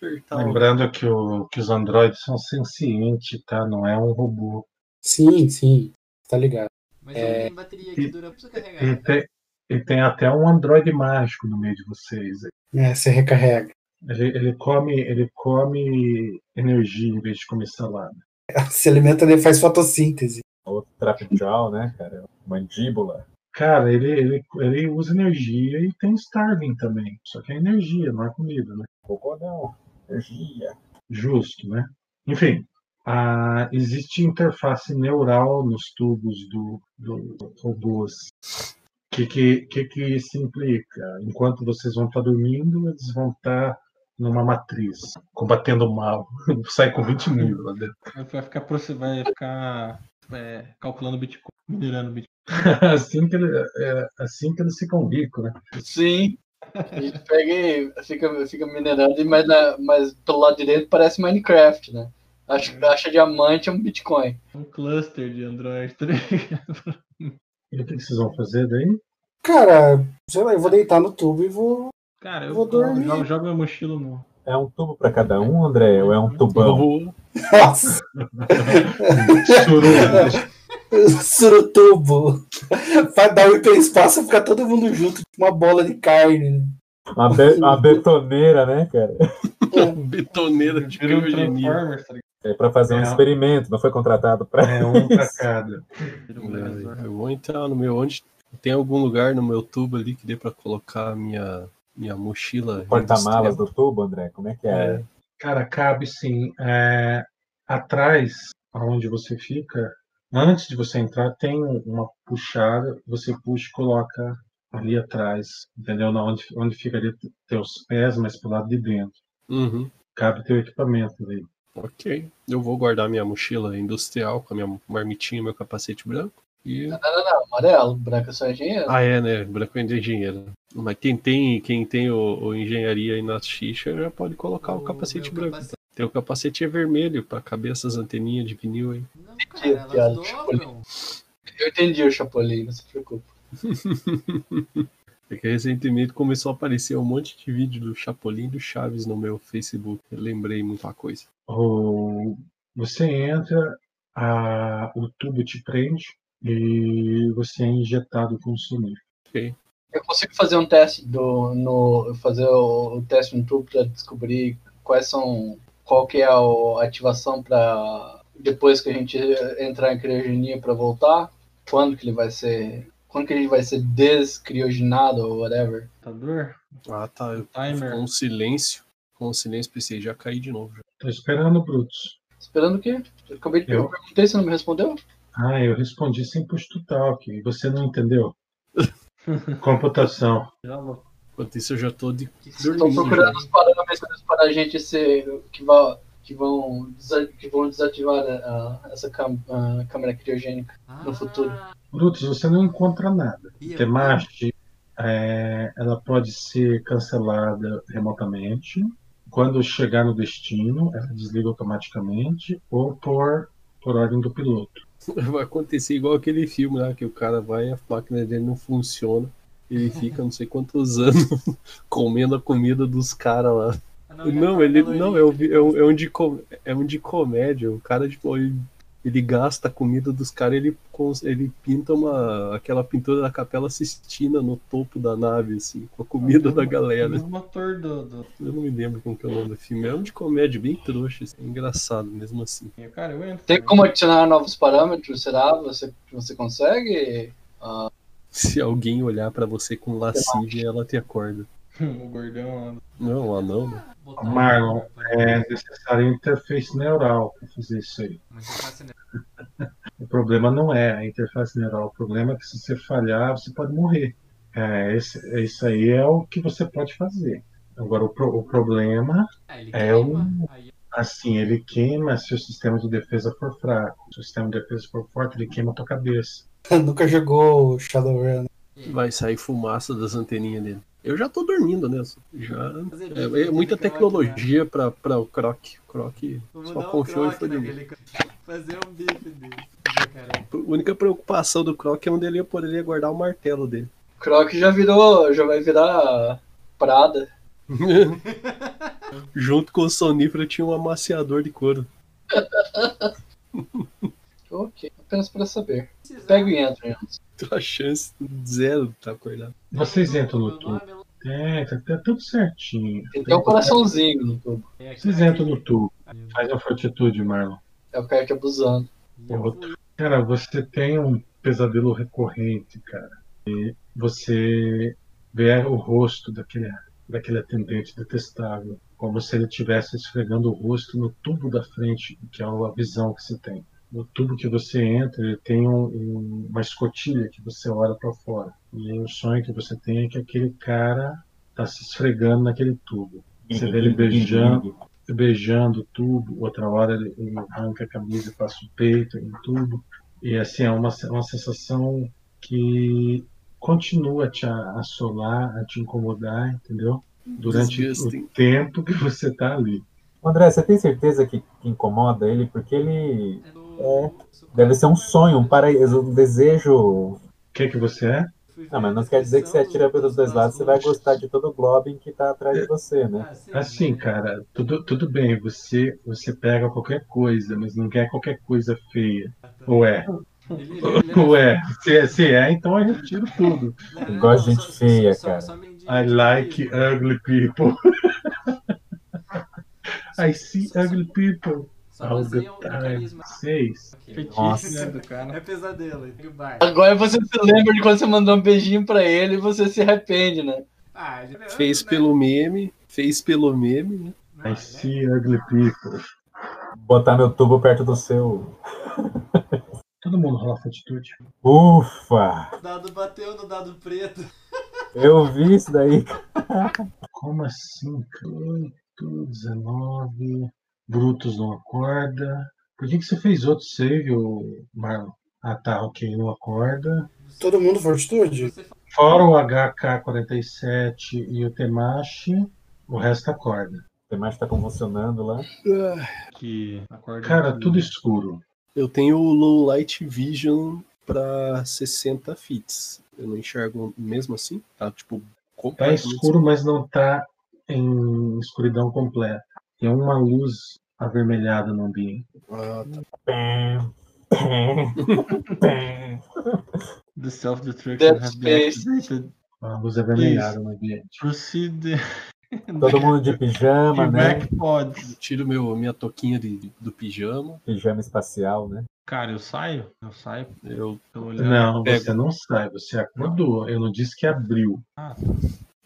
E: Então,
A: Lembrando que, o- que os androides são sencientes, tá? Não é um robô.
C: Sim, sim. Tá ligado.
J: Mas
A: É,
J: não tem bateria que dura, precisa
D: É.
J: carregar.
A: E tem, e tem até um androide mágico no meio de vocês. aí.
C: É, você recarrega.
A: Ele, ele come, ele come energia em vez de comer salada.
C: Se alimenta e faz fotossíntese.
B: Outro trapichal, né, cara? Mandíbula.
A: Cara, ele, ele, ele usa energia e tem Starving também. Só que é energia, não é comida, né?
B: Cocô não. Energia.
A: Justo, né? Enfim, a, existe interface neural nos tubos do, do robôs. O que, que, que que isso implica? Enquanto vocês vão estar dormindo, eles vão estar numa matriz, combatendo o mal. Sai com 20 mil né? lá dentro.
H: Vai ficar, proce- vai ficar é, calculando Bitcoin, minerando Bitcoin.
A: assim, que ele, é, assim que eles ficam ricos, né?
D: Sim. A gente pega e fica, fica minerando, mas, na- mas pelo lado direito parece Minecraft, né? Acha, acha diamante é um Bitcoin.
H: Um cluster de Android, tá ligado?
A: E o que que vocês vão fazer daí?
C: Cara, sei lá, eu vou deitar no tubo e vou.
H: Cara, eu
C: Vou dormir.
H: jogo, jogo minha mochila no.
B: É um tubo pra cada um, André? Ou é um tubão?
C: Nossa! Surutubo. Vai dar um o hiperespaço e ficar todo mundo junto, tipo uma bola de carne. né?
B: Uma, be- uma betoneira, né, cara?
E: betoneira um de
H: Virou um
E: criogenia.
H: Transformers, tá ligado?
B: É pra fazer um
A: É.
B: experimento, não foi contratado pra.
A: É um pra cada.
H: Virou um Megazord.
E: Eu vou entrar no meu. Onde tem algum lugar no meu tubo ali que dê pra colocar a minha, minha mochila?
B: Porta-malas
E: industrial?
B: do tubo, André? Como é que é?
E: É.
A: Cara, cabe sim. É, atrás, aonde você fica, antes de você entrar, tem uma puxada. Você puxa e coloca ali atrás, entendeu? Na onde, onde ficaria te- teus pés, mas pro lado de dentro.
E: Uhum.
A: Cabe teu equipamento ali.
E: Ok. Eu vou guardar minha mochila industrial com a minha marmitinha e meu capacete branco. E...
D: Não, não, não, amarelo, branco é só engenheiro.
E: Ah, é, né? Branco ainda é engenheiro. Mas quem tem, quem tem o, o engenharia aí na xixa já pode colocar o,
J: O
E: capacete
J: meu
E: branco.
J: capacete.
E: Teu capacete é vermelho pra caber essas anteninhas de vinil aí.
J: Não, cara, elas dobram.
D: Eu entendi o Chapolin, não se preocupe.
E: É que recentemente começou a aparecer um monte de vídeo do Chapolin e do Chaves no meu Facebook. Eu lembrei muita coisa.
A: Ou você entra, a- o tubo te prende e você é injetado com sonífero.
D: Eu consigo fazer um teste do. No, fazer o, o teste no tubo pra descobrir quais são. qual que é a, a ativação pra. depois que a gente entrar em criogenia pra voltar, quando que ele vai ser. Quando que ele vai ser descriogenado ou whatever?
H: Computador?
E: Ah, tá. Eu,
H: Timer.
E: com silêncio. Com silêncio, pensei, já caí de novo. já.
A: Tô esperando, Brutus.
D: Esperando o quê? Eu acabei de
A: Eu?
D: eu perguntei, você não me respondeu?
A: Ah, eu respondi sem push to talk. E Você não entendeu? Computação.
H: Java.
E: Enquanto isso, eu já tô de.
D: Estou
E: dormindo já.
D: procurando os parâmetros para a gente ser. que, va- que que vão, desa- que vão desativar a- a- essa cam- a câmera criogênica
J: Ah,
D: no futuro.
A: Brutus, você não encontra nada.
D: E eu?
A: Temaste, é, ela pode ser cancelada remotamente. Quando chegar no destino, ela desliga automaticamente ou por, por ordem do piloto.
E: Vai acontecer igual aquele filme lá que o cara vai e a máquina dele não funciona. Ele fica não sei quantos anos comendo a comida dos caras lá. Não, ele não é, um- é um, é um de com- é um de comédia. O cara tipo ele, ele gasta a comida dos caras, ele cons- ele pinta uma aquela pintura da Capela Sistina no topo da nave assim, com a comida da galera.
H: O motor do, do-
E: Eu não me lembro como que é o nome do filme. É um de comédia bem trouxa, assim, é engraçado mesmo assim.
H: Cara, eu entro.
D: Tem como adicionar novos parâmetros? Será? Você, você consegue? Ah,
E: Se alguém olhar pra você com lascívia, ela te acorda.
H: o gordão lá.
E: Não, lá não. né?
A: Marlon, é necessário interface neural para fazer isso aí.
B: é-
A: O problema não é a interface neural, o problema é que se você falhar, você pode morrer. É, esse- isso aí é o que você pode fazer. Agora, o, pro- o problema
J: Ah,
A: é
B: um
A: o. Assim, ele queima se o sistema de defesa for fraco. Se o sistema de defesa for forte, ele queima a tua cabeça.
C: Nunca jogou Shadowrun.
E: Vai sair fumaça das anteninhas dele. Eu já tô dormindo, né? Já... É, é muita tecnologia
J: né?
E: pra, pra o Croc. O Croc só confiou e foi dormir.
J: um Fazer um bife dele. Jacaré.
E: A única preocupação do Croc é onde ele ia poderia guardar o martelo dele.
D: Croc já virou, já vai virar Prada.
E: Junto com o sonífero tinha um amaciador de couro.
D: ok, apenas para saber. Pega e entra, Jonas.
E: A chance zero de estar acordado.
A: Vocês entram no tubo. É, tá, tá tudo certinho.
D: Tem um coraçãozinho no tubo.
A: Vocês entram no tubo. Faz a fortitude, Marlon.
D: É o cara te abusando.
A: Cara, você tem um pesadelo recorrente, cara. E você vê o rosto daquele, daquele atendente detestável, como se ele estivesse esfregando o rosto no tubo da frente, que é a visão que você tem. No tubo que você entra, ele tem um- um- uma escotilha que você olha para fora. E o sonho que você tem é que aquele cara tá se esfregando naquele tubo. Você vê ele beijando, beijando o tubo, outra hora ele ele arranca a camisa e passa o peito em tubo. E assim, é uma, uma sensação que continua a te a- assolar, a te incomodar, entendeu? Durante
E: Disgusting.
A: o tempo que você tá ali.
B: André, você tem certeza que, que incomoda ele? Porque ele. É, deve ser um sonho, um paraíso, um desejo. O
A: que, que você é?
B: Não, mas não quer dizer que você atira pelos dois lados, você vai gostar de todo o Globin que tá atrás de você, né?
J: Ah,
A: Assim, cara, tudo, tudo bem, você, você pega qualquer coisa, mas não quer qualquer coisa feia. Ou é? Ou é? Se, se é, então eu retiro tudo.
B: Eu gosto de gente feia, cara.
A: I like ugly people. I see ugly people. All the time. Seis.
J: Fetiche, né, do é um cara. É pesadelo. e o bar.
D: Agora você se lembra de quando você mandou um beijinho pra ele e você se arrepende, né?
J: Ah, ele-
E: Fez pelo meme, fez pelo meme, né?
A: I see ugly people.
B: Botar meu tubo perto do seu.
A: Todo mundo rola fortitude.
B: Ufa!
J: O dado bateu no dado preto.
B: Eu vi isso daí.
A: Como assim? 8, 19. Brutus não acorda. Por que, que você fez outro save, ô Marlon? Ah tá, ok, não acorda.
C: Todo mundo fortitude?
A: Fora o HK47 e o Temashi, o resto acorda.
B: O Temashi tá convulsionando lá.
H: Que acorda.
A: Cara, tudo escuro.
E: Eu tenho o low light vision pra 60 fits. Eu não enxergo mesmo assim. Tá tipo
A: Tá
E: completamente
A: escuro, mas não tá em escuridão completa. Tem uma luz avermelhada no ambiente.
E: Ah, tá.
H: The self-destruction
A: Dead
H: has been
A: Space.
H: activated.
A: Uma luz avermelhada no ambiente.
H: Proceed.
B: Todo mundo de pijama, né?
H: Pods.
E: Tiro meu, minha toquinha de, do pijama.
B: Pijama espacial, né?
H: Cara, eu saio? Eu saio?
E: Eu
H: tô olhando.
A: Não,
H: Pego.
A: você não sai, você acordou. Eu não disse que abriu.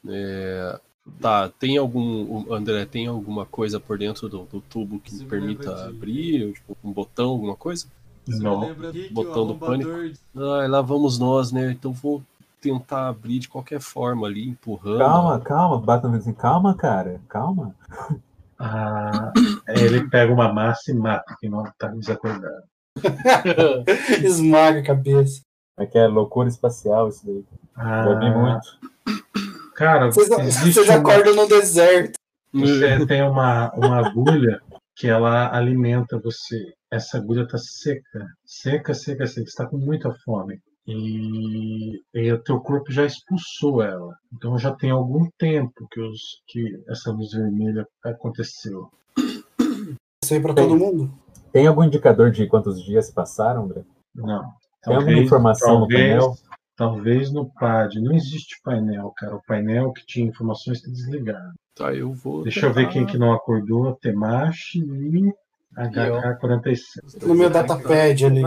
E: É, tá, tem algum. o- André, tem alguma coisa por dentro do, do tubo que me permita abrir? Tipo, um botão, alguma coisa?
A: Não.
E: Botão do pânico. Ah, lá vamos nós, né? Então vou tentar abrir de qualquer forma ali, empurrando.
B: Calma, calma, bata no vidro assim, calma, cara, calma.
A: Ah, é Ele pega uma massa e mata, que não tá desacordado.
C: Esmaga a cabeça.
B: É que é loucura espacial isso daí.
A: Ah.
B: Bebi muito.
A: Cara,
C: Vocês,
A: existe
C: vocês
A: uma-
C: acordam no deserto.
E: Hum,
A: Você tem uma, uma agulha que ela alimenta você. Essa agulha tá seca, seca, seca, seca. Está com muita fome e, e o teu corpo já expulsou ela. Então já tem algum tempo que os que essa luz vermelha aconteceu.
C: Isso aí pra todo mundo?
B: Tem algum indicador de quantos dias passaram, André?
A: Não.
B: Tem alguma informação no painel?
A: Talvez no pad. Não existe painel, cara. O painel que tinha informações está desligado.
E: Tá, eu vou.
A: Deixa eu ver
E: tentar.
A: quem que não acordou. Temashi e HK47.
C: No meu datapad ali.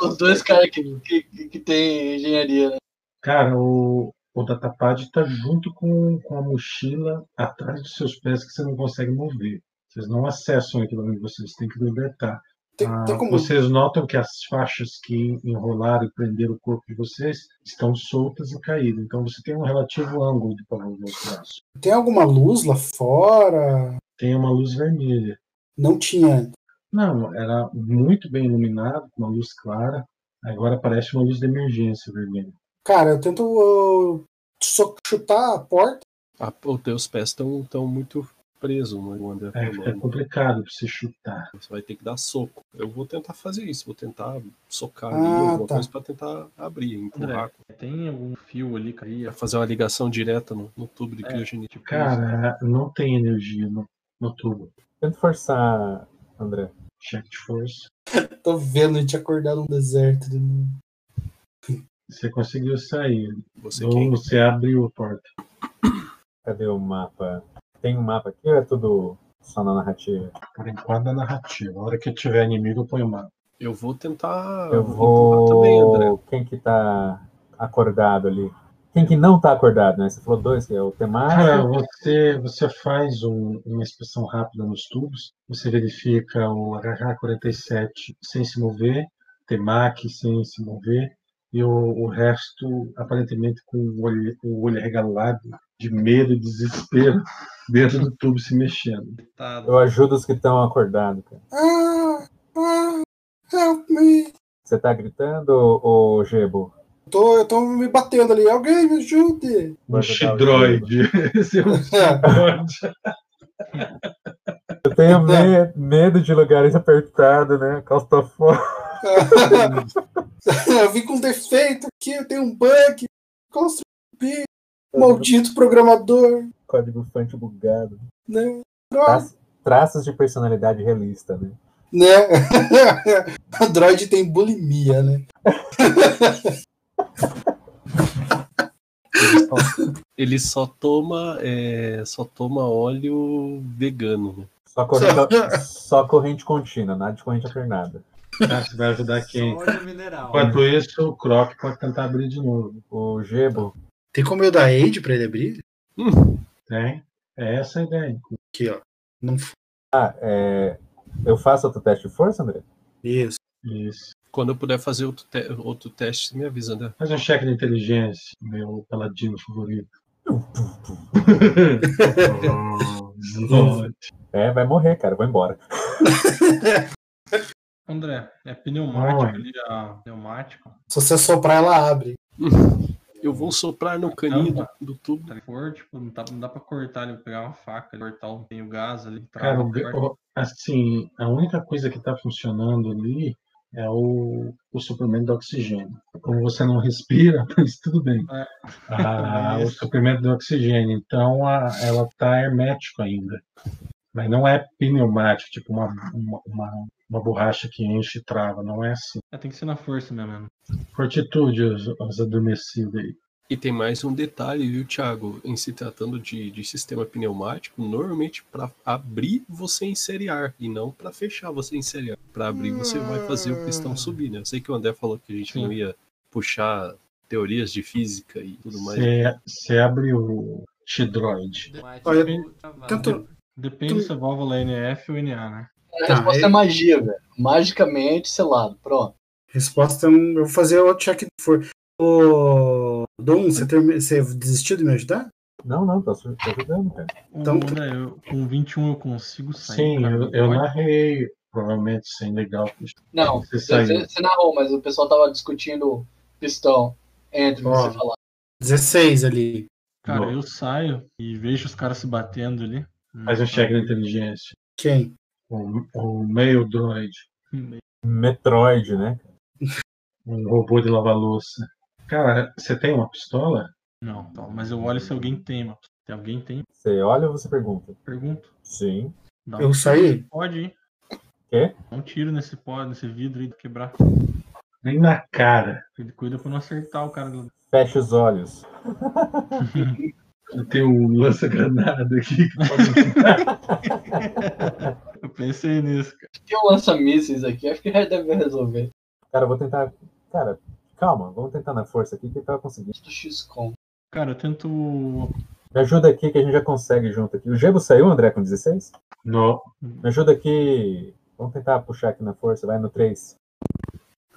D: Os dois caras que, que, que- que tem engenharia, né?
A: Cara, o, o datapad está junto com, com a mochila atrás dos seus pés que você não consegue mover. Vocês não acessam aquilo onde vocês têm que libertar. Ah,
C: tem como-
A: Vocês notam que as faixas que enrolaram e prenderam o corpo de vocês estão soltas e caídas. Então você tem um relativo ângulo de para mover o braço.
C: Tem alguma luz lá fora?
A: Tem uma luz vermelha.
C: Não tinha.
A: Não, era muito bem iluminado, com uma luz clara. Agora parece uma luz de emergência vermelha.
C: Cara, eu tento ô, so- chutar a porta.
E: Ah, pô, os teus pés estão tão muito presos, né? o André
A: É,
E: falou,
A: fica
E: né?
A: complicado pra você chutar.
E: Você vai ter que dar soco. Eu vou tentar fazer isso, vou tentar socar ali
C: Ah,
E: alguma
C: tá.
E: coisa pra tentar abrir, empurrar.
H: Tem algum fio ali Tipo, cair?
E: Vai fazer uma ligação direta no, no tubo
B: É.
E: de
A: é.
E: criogenite.
A: Cara, não tem energia no, no tubo.
B: Tenta forçar, André.
A: Check de força.
C: Tô vendo a gente acordar num deserto de novo.
A: Você conseguiu sair.
E: Você
A: Ou
E: quem?
A: você abriu a porta.
B: Cadê o mapa? Tem um mapa aqui ou é tudo só na narrativa?
A: Por enquanto a narrativa. A hora que tiver inimigo, eu ponho o mapa.
E: Eu Ah, vou tentar
B: Eu
E: empurrar também, André.
B: vou. Quem que tá acordado ali? Quem que não tá acordado, né? Você falou dois, que é o
A: Cara,
B: Temário.
A: você, você faz um- uma inspeção rápida nos tubos. Você verifica o HH47 sem se mover, Temac sem se mover, e o, o resto aparentemente com o olho, o olho regalado de medo e desespero dentro do tubo se mexendo.
H: Coitado.
B: Eu ajudo os que estão acordados, cara.
C: Ah, ah, help me.
B: Você tá gritando, ô ô, Gebo?
C: Eu Tô, eu tô me batendo ali. Alguém me ajude.
A: Um
B: Vai ajudar o
A: xidroide. Esse é um xidroide.
B: Eu tenho me- medo de lugares apertados, né? Claustrofóbico.
C: eu vim com um defeito aqui. Eu tenho um bug. Construí. Maldito programador.
B: Código fonte bugado.
C: Né? Droga.
B: Traços, traços de personalidade realista, né?
C: Né? Android tem bulimia, né?
E: Ele só toma, é, só toma óleo vegano, né?
B: Só corrente, só corrente contínua, nada de corrente alternada.
A: Ah, você vai ajudar quem?
J: Sódio mineral.
A: Enquanto isso, o Croc pode tentar abrir de novo.
B: O Gebo,
C: Tem como eu dar aid pra ele abrir?
A: Tem? É essa a ideia.
C: Aqui, ó. Não f-
B: é, eu faço outro teste de força, André?
C: Isso.
A: Isso.
E: Quando eu puder fazer outro, te- outro teste, você me avisa, André.
A: Faz um cheque de inteligência, meu paladino favorito. Slot.
B: É, vai morrer, cara, vou embora.
H: André, é pneumático
A: Oi.
H: ali, a pneumático.
C: Se você soprar, ela abre.
E: Eu vou soprar no caninho do, do tubo.
H: Tá for, tipo, não, tá- não dá pra cortar ali, pegar uma faca, ali, cortar um, tem o gás ali,
A: Cara,
H: trava,
A: o-
H: corta.
A: o- assim, a única coisa que está funcionando ali é o, o suplemento de oxigênio. Como você não respira, mas tudo bem.
H: É.
A: Ah,
H: É
A: o
H: isso.
A: suplemento de oxigênio. Então, a- ela está hermético ainda. Mas não é pneumático, tipo uma, uma, uma, uma borracha que enche e trava. Não é assim.
H: É, tem que ser na força mesmo. né?
A: Fortitude, os, os adormecidos aí.
E: E tem mais um detalhe, viu, Thiago? Em se tratando de, de sistema pneumático, normalmente para abrir você insere ar e não para fechar você insere ar. Para abrir você vai fazer o pistão subir, né? Eu sei que o André falou que a gente
H: Sim.
E: não ia puxar teorias de física e tudo mais.
A: Você você abre o Xidroid.
J: Automático,
C: Olha,
J: travado.
C: Ah, Tanto...
H: Depende se a válvula é NF ou NA, né?
D: A resposta é magia, velho. Magicamente selado. Pronto.
C: Resposta, é um- eu vou fazer outro check for. Ô, Dom, você, termi- você desistiu de me ajudar?
B: Não, não, tô, su- tô ajudando, cara.
H: Então, né, eu, com 21 eu consigo sair.
A: Sim,
H: cara,
A: eu,
H: não
A: eu
H: pode.
A: narrei, provavelmente sem legal.
D: Não,
A: Você
D: você,
A: saiu.
D: você narrou, mas o pessoal tava discutindo pistão entre você falar.
C: 16 ali.
H: Cara, eu saio e vejo os caras se batendo ali.
A: Faz um cheque de inteligência.
C: Quem?
A: O, o meio droid.
B: Metroid, né?
A: Um robô de lavar louça. Cara, você tem uma pistola?
H: Não, tá, mas eu olho se alguém tem, mano. Se alguém tem,
B: Você olha ou você pergunta?
H: pergunto.
B: Sim.
H: Dá
C: Eu
H: um
C: saí?
H: Pode, hein?
B: Quê?
H: Dá um tiro nesse pó, nesse vidro aí, quebrar.
A: Nem na cara.
H: Ele cuida pra não acertar o cara. do-
B: Fecha os olhos.
A: Eu tenho um lança-granada aqui que pode
H: Eu pensei nisso, cara.
D: Se eu lança mísseis um aqui, acho que já deve resolver.
B: Cara, eu vou tentar. Cara, calma, vamos tentar na força aqui que tá conseguindo.
D: Do XCOM.
H: Cara, eu tento.
B: Me ajuda aqui que a gente já consegue junto aqui. O Gebo saiu, André, com 16?
A: Não.
B: Me ajuda aqui. Vamos tentar puxar aqui na força, vai no 3.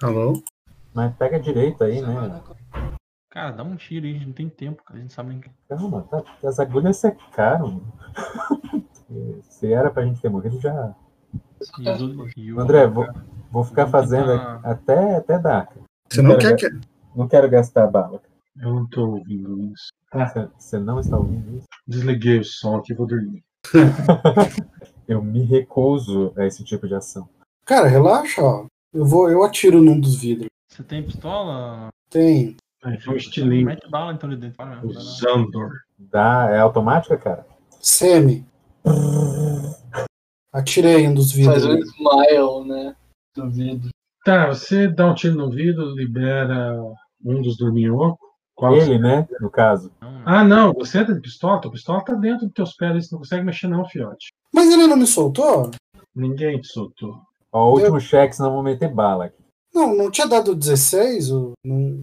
C: Alô?
B: Mas pega direito aí, né?
H: Cara, dá um tiro aí, a gente não tem tempo, cara. A gente sabe nem que.
B: Calma, tá, as agulhas secaram. Eh, Se era pra gente ter morrido, já.
H: E os outros- e o-
B: André, vou, vou ficar
H: Vamos
B: fazendo
H: tentar-
B: aqui até, até dar. cara.
C: Você não
B: quero
C: quer que.
B: ga- não quero gastar bala. cara.
A: Eu não tô ouvindo isso. Ah,
B: Você- Você não está ouvindo isso?
A: desliguei o som aqui, vou dormir.
B: Eu me recuso a esse tipo de ação.
C: Cara, relaxa, ó. Eu vou, eu atiro num dos vidros.
H: Você tem pistola?
C: Tem.
A: Aí foi um estilinho.
H: Mete bala então ali dentro. Para,
A: O
H: vai lá.
A: Zandor.
B: Dá, é automática, cara?
C: Semi. Atirei um dos vidros.
D: Faz um smile, né? Duvido.
A: Tá, você dá um tiro no vidro, libera um dos dorminhocos. Qual
B: Ele, né? No caso.
H: Não, não.
A: Ah, não, você entra de pistola? Tua pistola tá dentro dos teus pés, você não consegue mexer não, fiote.
C: Mas ele não me soltou?
A: Ninguém te soltou.
B: Ó, o último cheque, senão eu vou meter bala aqui.
C: Não, não tinha dado 16? O- não-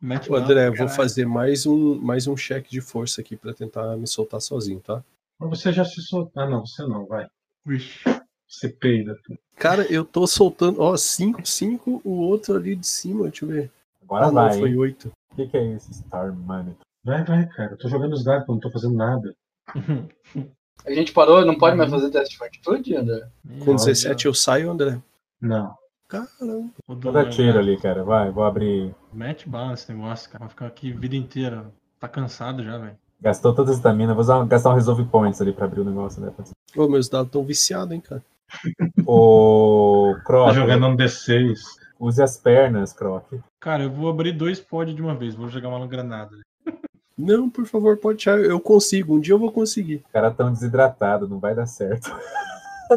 H: Mete
E: Ô,
H: bala,
E: André, eu vou
H: caralho.
E: fazer mais um, mais um cheque de força aqui pra tentar me soltar sozinho, tá?
A: Mas você já se soltou. Ah, não, você não, vai.
H: Ixi.
A: Você peida. tu.
E: Cara, eu tô soltando, ó, 5, 5, o outro ali de cima, deixa eu ver.
B: Agora
E: ah, não,
B: vai.
E: foi
B: hein?
E: 8.
B: O que, que é isso, Star Monitor?
A: Vai, vai, cara. Eu tô jogando os dados, eu não tô fazendo nada.
D: A gente parou, não pode mais fazer teste de fortitude, André?
H: Meu
E: Com
H: Deus.
E: 17 eu saio, André.
A: Não.
E: Caramba.
H: Ô, Dudu,
B: Toda tiro ali, cara. Vai, vou abrir.
H: Mete bala nesse negócio, cara. Vai ficar aqui a vida inteira. Tá cansado já, velho.
B: Gastou toda a estamina. Vou usar, um- gastar um Resolve Points ali pra abrir o negócio né? depois.
E: Ô, meus dados tão viciados, hein, cara.
B: Ô,
A: Tá
B: Croc,
A: jogando um D6.
B: use as pernas, Croc.
H: Cara, eu vou abrir dois pods de uma vez. Vou jogar uma granada.
E: Não, por favor, pode tirar. Eu consigo, um dia eu vou conseguir.
B: Os caras tão desidratados, não vai dar certo.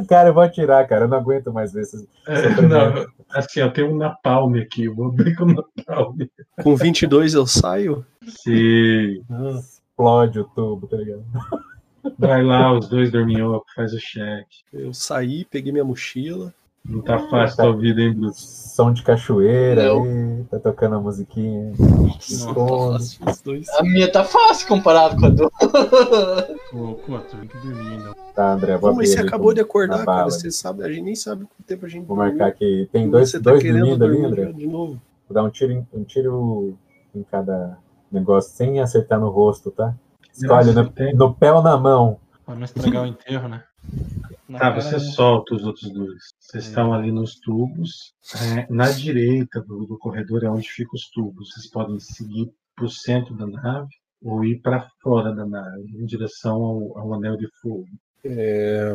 B: cara, eu vou atirar, cara. Eu não aguento mais ver esses.
A: É, não, assim, eu tenho um napalm aqui. eu Vou abrir com o napalm.
E: Com 22 eu saio?
A: Sim.
B: Explode o tubo, tá ligado?
A: Vai lá, os dois dorminhocos, faz o cheque.
E: Eu saí, peguei minha mochila.
A: Não tá fácil a tua vida, hein, Bruto?
B: Som de cachoeira
D: Não.
B: aí, tá tocando a musiquinha.
E: Nossa,
B: Esconde.
E: tá os dois.
D: A minha tá fácil comparado com a do.
H: Ô, Coto, tem que dormir ainda.
B: Tá, André, vou abrir
E: Como você
B: ali
E: acabou
B: com-
E: de acordar,
B: então. na
E: cara?
B: bala.
E: Você sabe, a gente nem sabe quanto tempo a gente
B: Vou
E: dormiu.
B: marcar aqui. Tem dois,
E: Você tá
B: dois
E: querendo
B: dormindo ali,
E: dormir
B: André.
E: já de novo.
B: Vou dar um tiro, em, um tiro em cada negócio, sem acertar no rosto, tá? Escolhe
A: Nossa,
B: no,
A: tem-
B: no pé ou na mão.
H: Pra não estragar o enterro, né? Na
A: Tá,
H: cara,
A: você
H: né?
A: solta os outros dois. Vocês
H: É.
A: estão ali nos tubos. É, na direita do, do corredor é onde ficam os tubos. Vocês podem seguir para o centro da nave ou ir para fora da nave, em direção ao, ao anel de fogo.
E: É,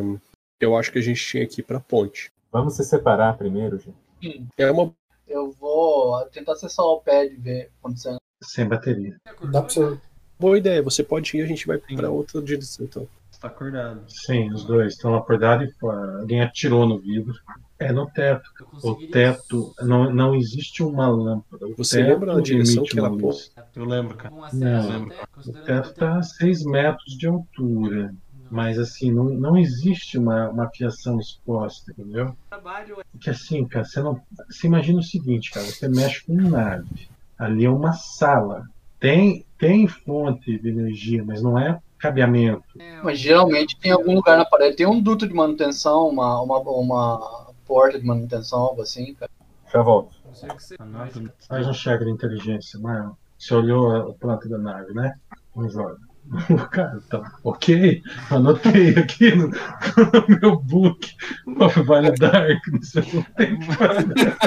E: eu acho que a gente tinha que ir pra ponte.
B: Vamos se separar primeiro, gente.
E: É uma.
D: Eu vou tentar acessar o pad e ver acontecendo.
A: Sem bateria.
C: Dá
J: né?
C: pra você.
E: Boa ideia, você pode ir, a gente vai
H: Sim.
E: pra outra direção. Então.
H: Você tá acordado.
A: Sim, os dois estão acordados e fora. Alguém atirou no vidro. É no teto.
J: Eu
A: O
J: conseguiria-
A: teto. Não, não existe uma lâmpada. O
E: Você
A: teto
E: lembra a direção
A: emite
E: que ela
A: uma
E: pô-
A: luz.
H: Eu lembro, cara.
J: Com
A: Não.
J: acesso até,
A: O
J: considerando
A: teto
J: que eu
A: está a 6 metros de altura.
H: tá
J: tenho-
A: Mas assim, não, não existe uma, uma fiação exposta, entendeu?
J: trabalho é
A: Porque assim, cara, você não. Você imagina o seguinte, cara, você mexe com um nave. Ali é uma sala. Tem, tem fonte de energia, mas não é cabeamento.
D: Mas geralmente tem algum lugar na parede. Tem um duto de manutenção, uma, uma, uma porta de manutenção, algo assim, cara.
B: Já volto.
J: não sei o que você
H: Tá nada.
A: Faz um cheque de inteligência, mano. Você olhou a planta da nave, né? Um joga. O cara tá. Ok, anotei aqui no, no meu book of Vale Dark. Não sei o que tem que fazer.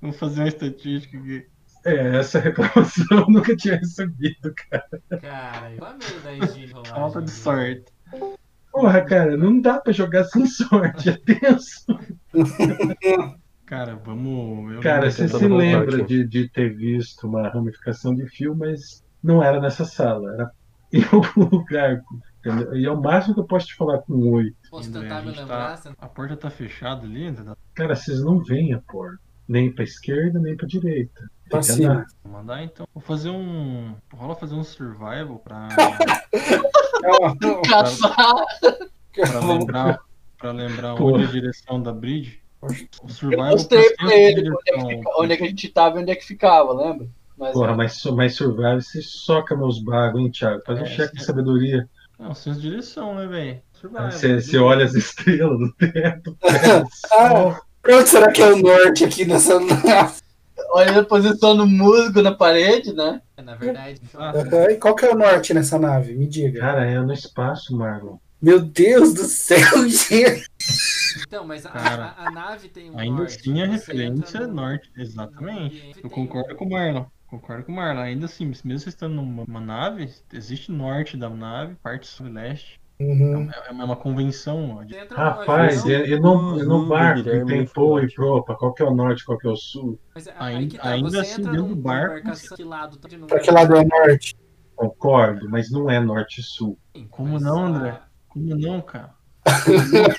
H: Vamos fazer uma estatística aqui.
A: É, essa reclamação eu nunca tinha recebido, cara.
J: Cara, eu amei da Egídio rolar.
H: Falta de sorte.
A: Porra, cara, não dá pra jogar sem sorte, é tenso.
H: Cara, vamos. eu
A: Cara,
H: não
A: você
H: entendo
A: se
H: a vontade.
A: lembra de, de ter visto uma ramificação de fio, mas não era nessa sala, era em algum lugar. entendeu? E é o máximo que eu posso te falar com um oito.
J: Posso
H: André,
J: tentar
H: a
J: me
H: gente
J: lembrar?
H: tá- A porta tá fechada ali ainda? Dá
A: Cara, vocês não veem a porta. Nem pra esquerda, nem pra direita. Fica
H: pra
A: na-
H: mandar então. Vou fazer um. Rola fazer um survival pra.
C: É
D: Caçar.
H: pra lembrar, pra lembrar
A: Pô.
H: onde é a direção da bridge. O
D: Eu
H: survival
D: mostrei
H: pra
D: pra
H: sempre
D: ele onde é, que
H: direção.
D: fica- onde é que a gente tava e onde é que ficava, lembra? Mas,
A: Porra, mas, su- mas survival, você soca meus bagos, hein, Thiago? Faz um
H: É,
A: cheque de
H: sim.
A: sabedoria.
H: Não, senso de direção, né, velho? Survival.
A: Você, você olha as estrelas do teto.
C: Ah, pra onde será que é o norte aqui nessa nave?
D: Olha a posição do musgo na parede, né?
J: É, Na verdade,
H: Ah,
C: Aham, E qual que é o norte nessa nave? Me diga.
A: Cara, é no espaço, Marlon.
C: Meu Deus do céu, gente.
J: então, mas a,
H: Cara,
J: a- a nave tem um
H: Ainda
J: norte.
H: assim a
J: Você
H: referência
J: entra
H: é
J: no-
H: norte, exatamente.
J: ambiente
H: Eu
J: tem um
H: concordo com o Marlon. Concordo com o Marlon. Ainda assim, mesmo você estando numa numa nave, existe norte da nave, parte sul e leste.
C: Uhum.
H: É uma, é uma convenção. ó, de-
J: Você entra né? num
A: Rapaz, é.
J: avião,
A: e, e no, e no
O: Uhum,
A: barco que
O: Guilherme,
A: tem
O: muito
A: Poa e
O: forte.
A: Propa, qual que é o norte, qual que é o sul?
J: mas a- aí
H: ainda-
J: que tá,
H: ainda
J: você
H: assim,
J: entra
H: dentro do
J: numa
H: barco,
J: embarcação, que lado tá de
C: Pra
J: número?
C: que lado é o norte?
A: Concordo, mas não é norte e sul.
J: Sim,
H: Como
J: mas,
H: não,
J: ah,
H: André? Como não, cara?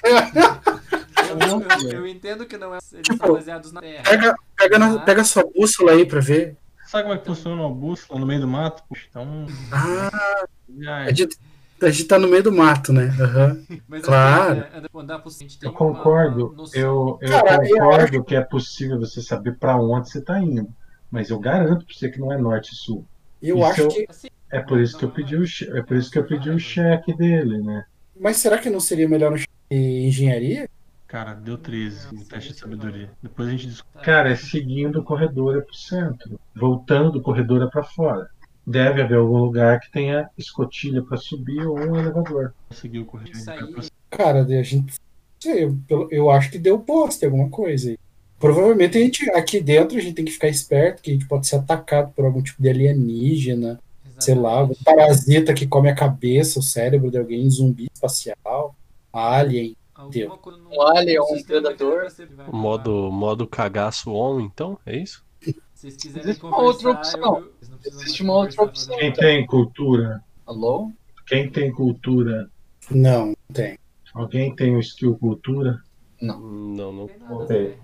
J: Eu, eu- eu entendo que não é. Eles são baseados na Terra.
C: Tipo, Pega, pega, na- pega sua bússola aí pra ver.
H: Sabe como é que funciona uma bússola no meio do mato? Puxa, então.
C: Ah,
H: já é.
C: a gente, a gente tá no meio do mato, né? Aham.
J: Mas assim, é,
C: Claro.
J: André, André, andar pro centro, tem
A: Eu
J: uma-
A: concordo,
J: uma noção.
A: eu, eu
C: Cara, eu
A: concordo que é possível você saber pra onde você tá indo, mas eu garanto pra você que não é norte e sul.
C: Eu
A: Isso
C: acho
A: eu-
C: que.
J: Assim,
A: É por isso que eu pedi o, che- é por isso que eu pedi o cheque dele, né?
C: Mas será que não seria melhor no chefe de engenharia?
H: Cara, deu 13 no teste de sabedoria. Depois a gente discute.
J: tá?
A: Cara, é seguindo o corredor é pro centro, voltando o corredor é pra fora. Deve haver algum lugar que tenha escotilha pra subir ou um elevador.
H: Seguir o corredor.
J: Isso aí.
C: Cara, a gente. não sei, Eu, pelo- eu acho que deu poste alguma coisa aí. Provavelmente a gente, aqui dentro a gente tem que ficar esperto, que a gente pode ser atacado por algum tipo de alienígena, sei lá, um parasita que come a cabeça, o cérebro de alguém, zumbi espacial, alien.
J: Alguma coisa no-
D: Um alien, um
J: no sistema
D: predador.
J: que vai ser- vai
E: Modo, modo cagaço on, então? É isso?
J: Se vocês quiserem
D: Existe uma outra
J: conversar,
D: opção.
J: eu- vocês não precisam
D: Existe
J: mais
D: uma outra
J: conversar,
D: opção.
J: mas
A: Quem
J: eu-
A: tem cultura,
D: Alô?
A: quem tem cultura,
C: Não, não tem.
A: alguém tem o skill cultura?
E: Não, não.
J: Não tem nada,
B: Voltei.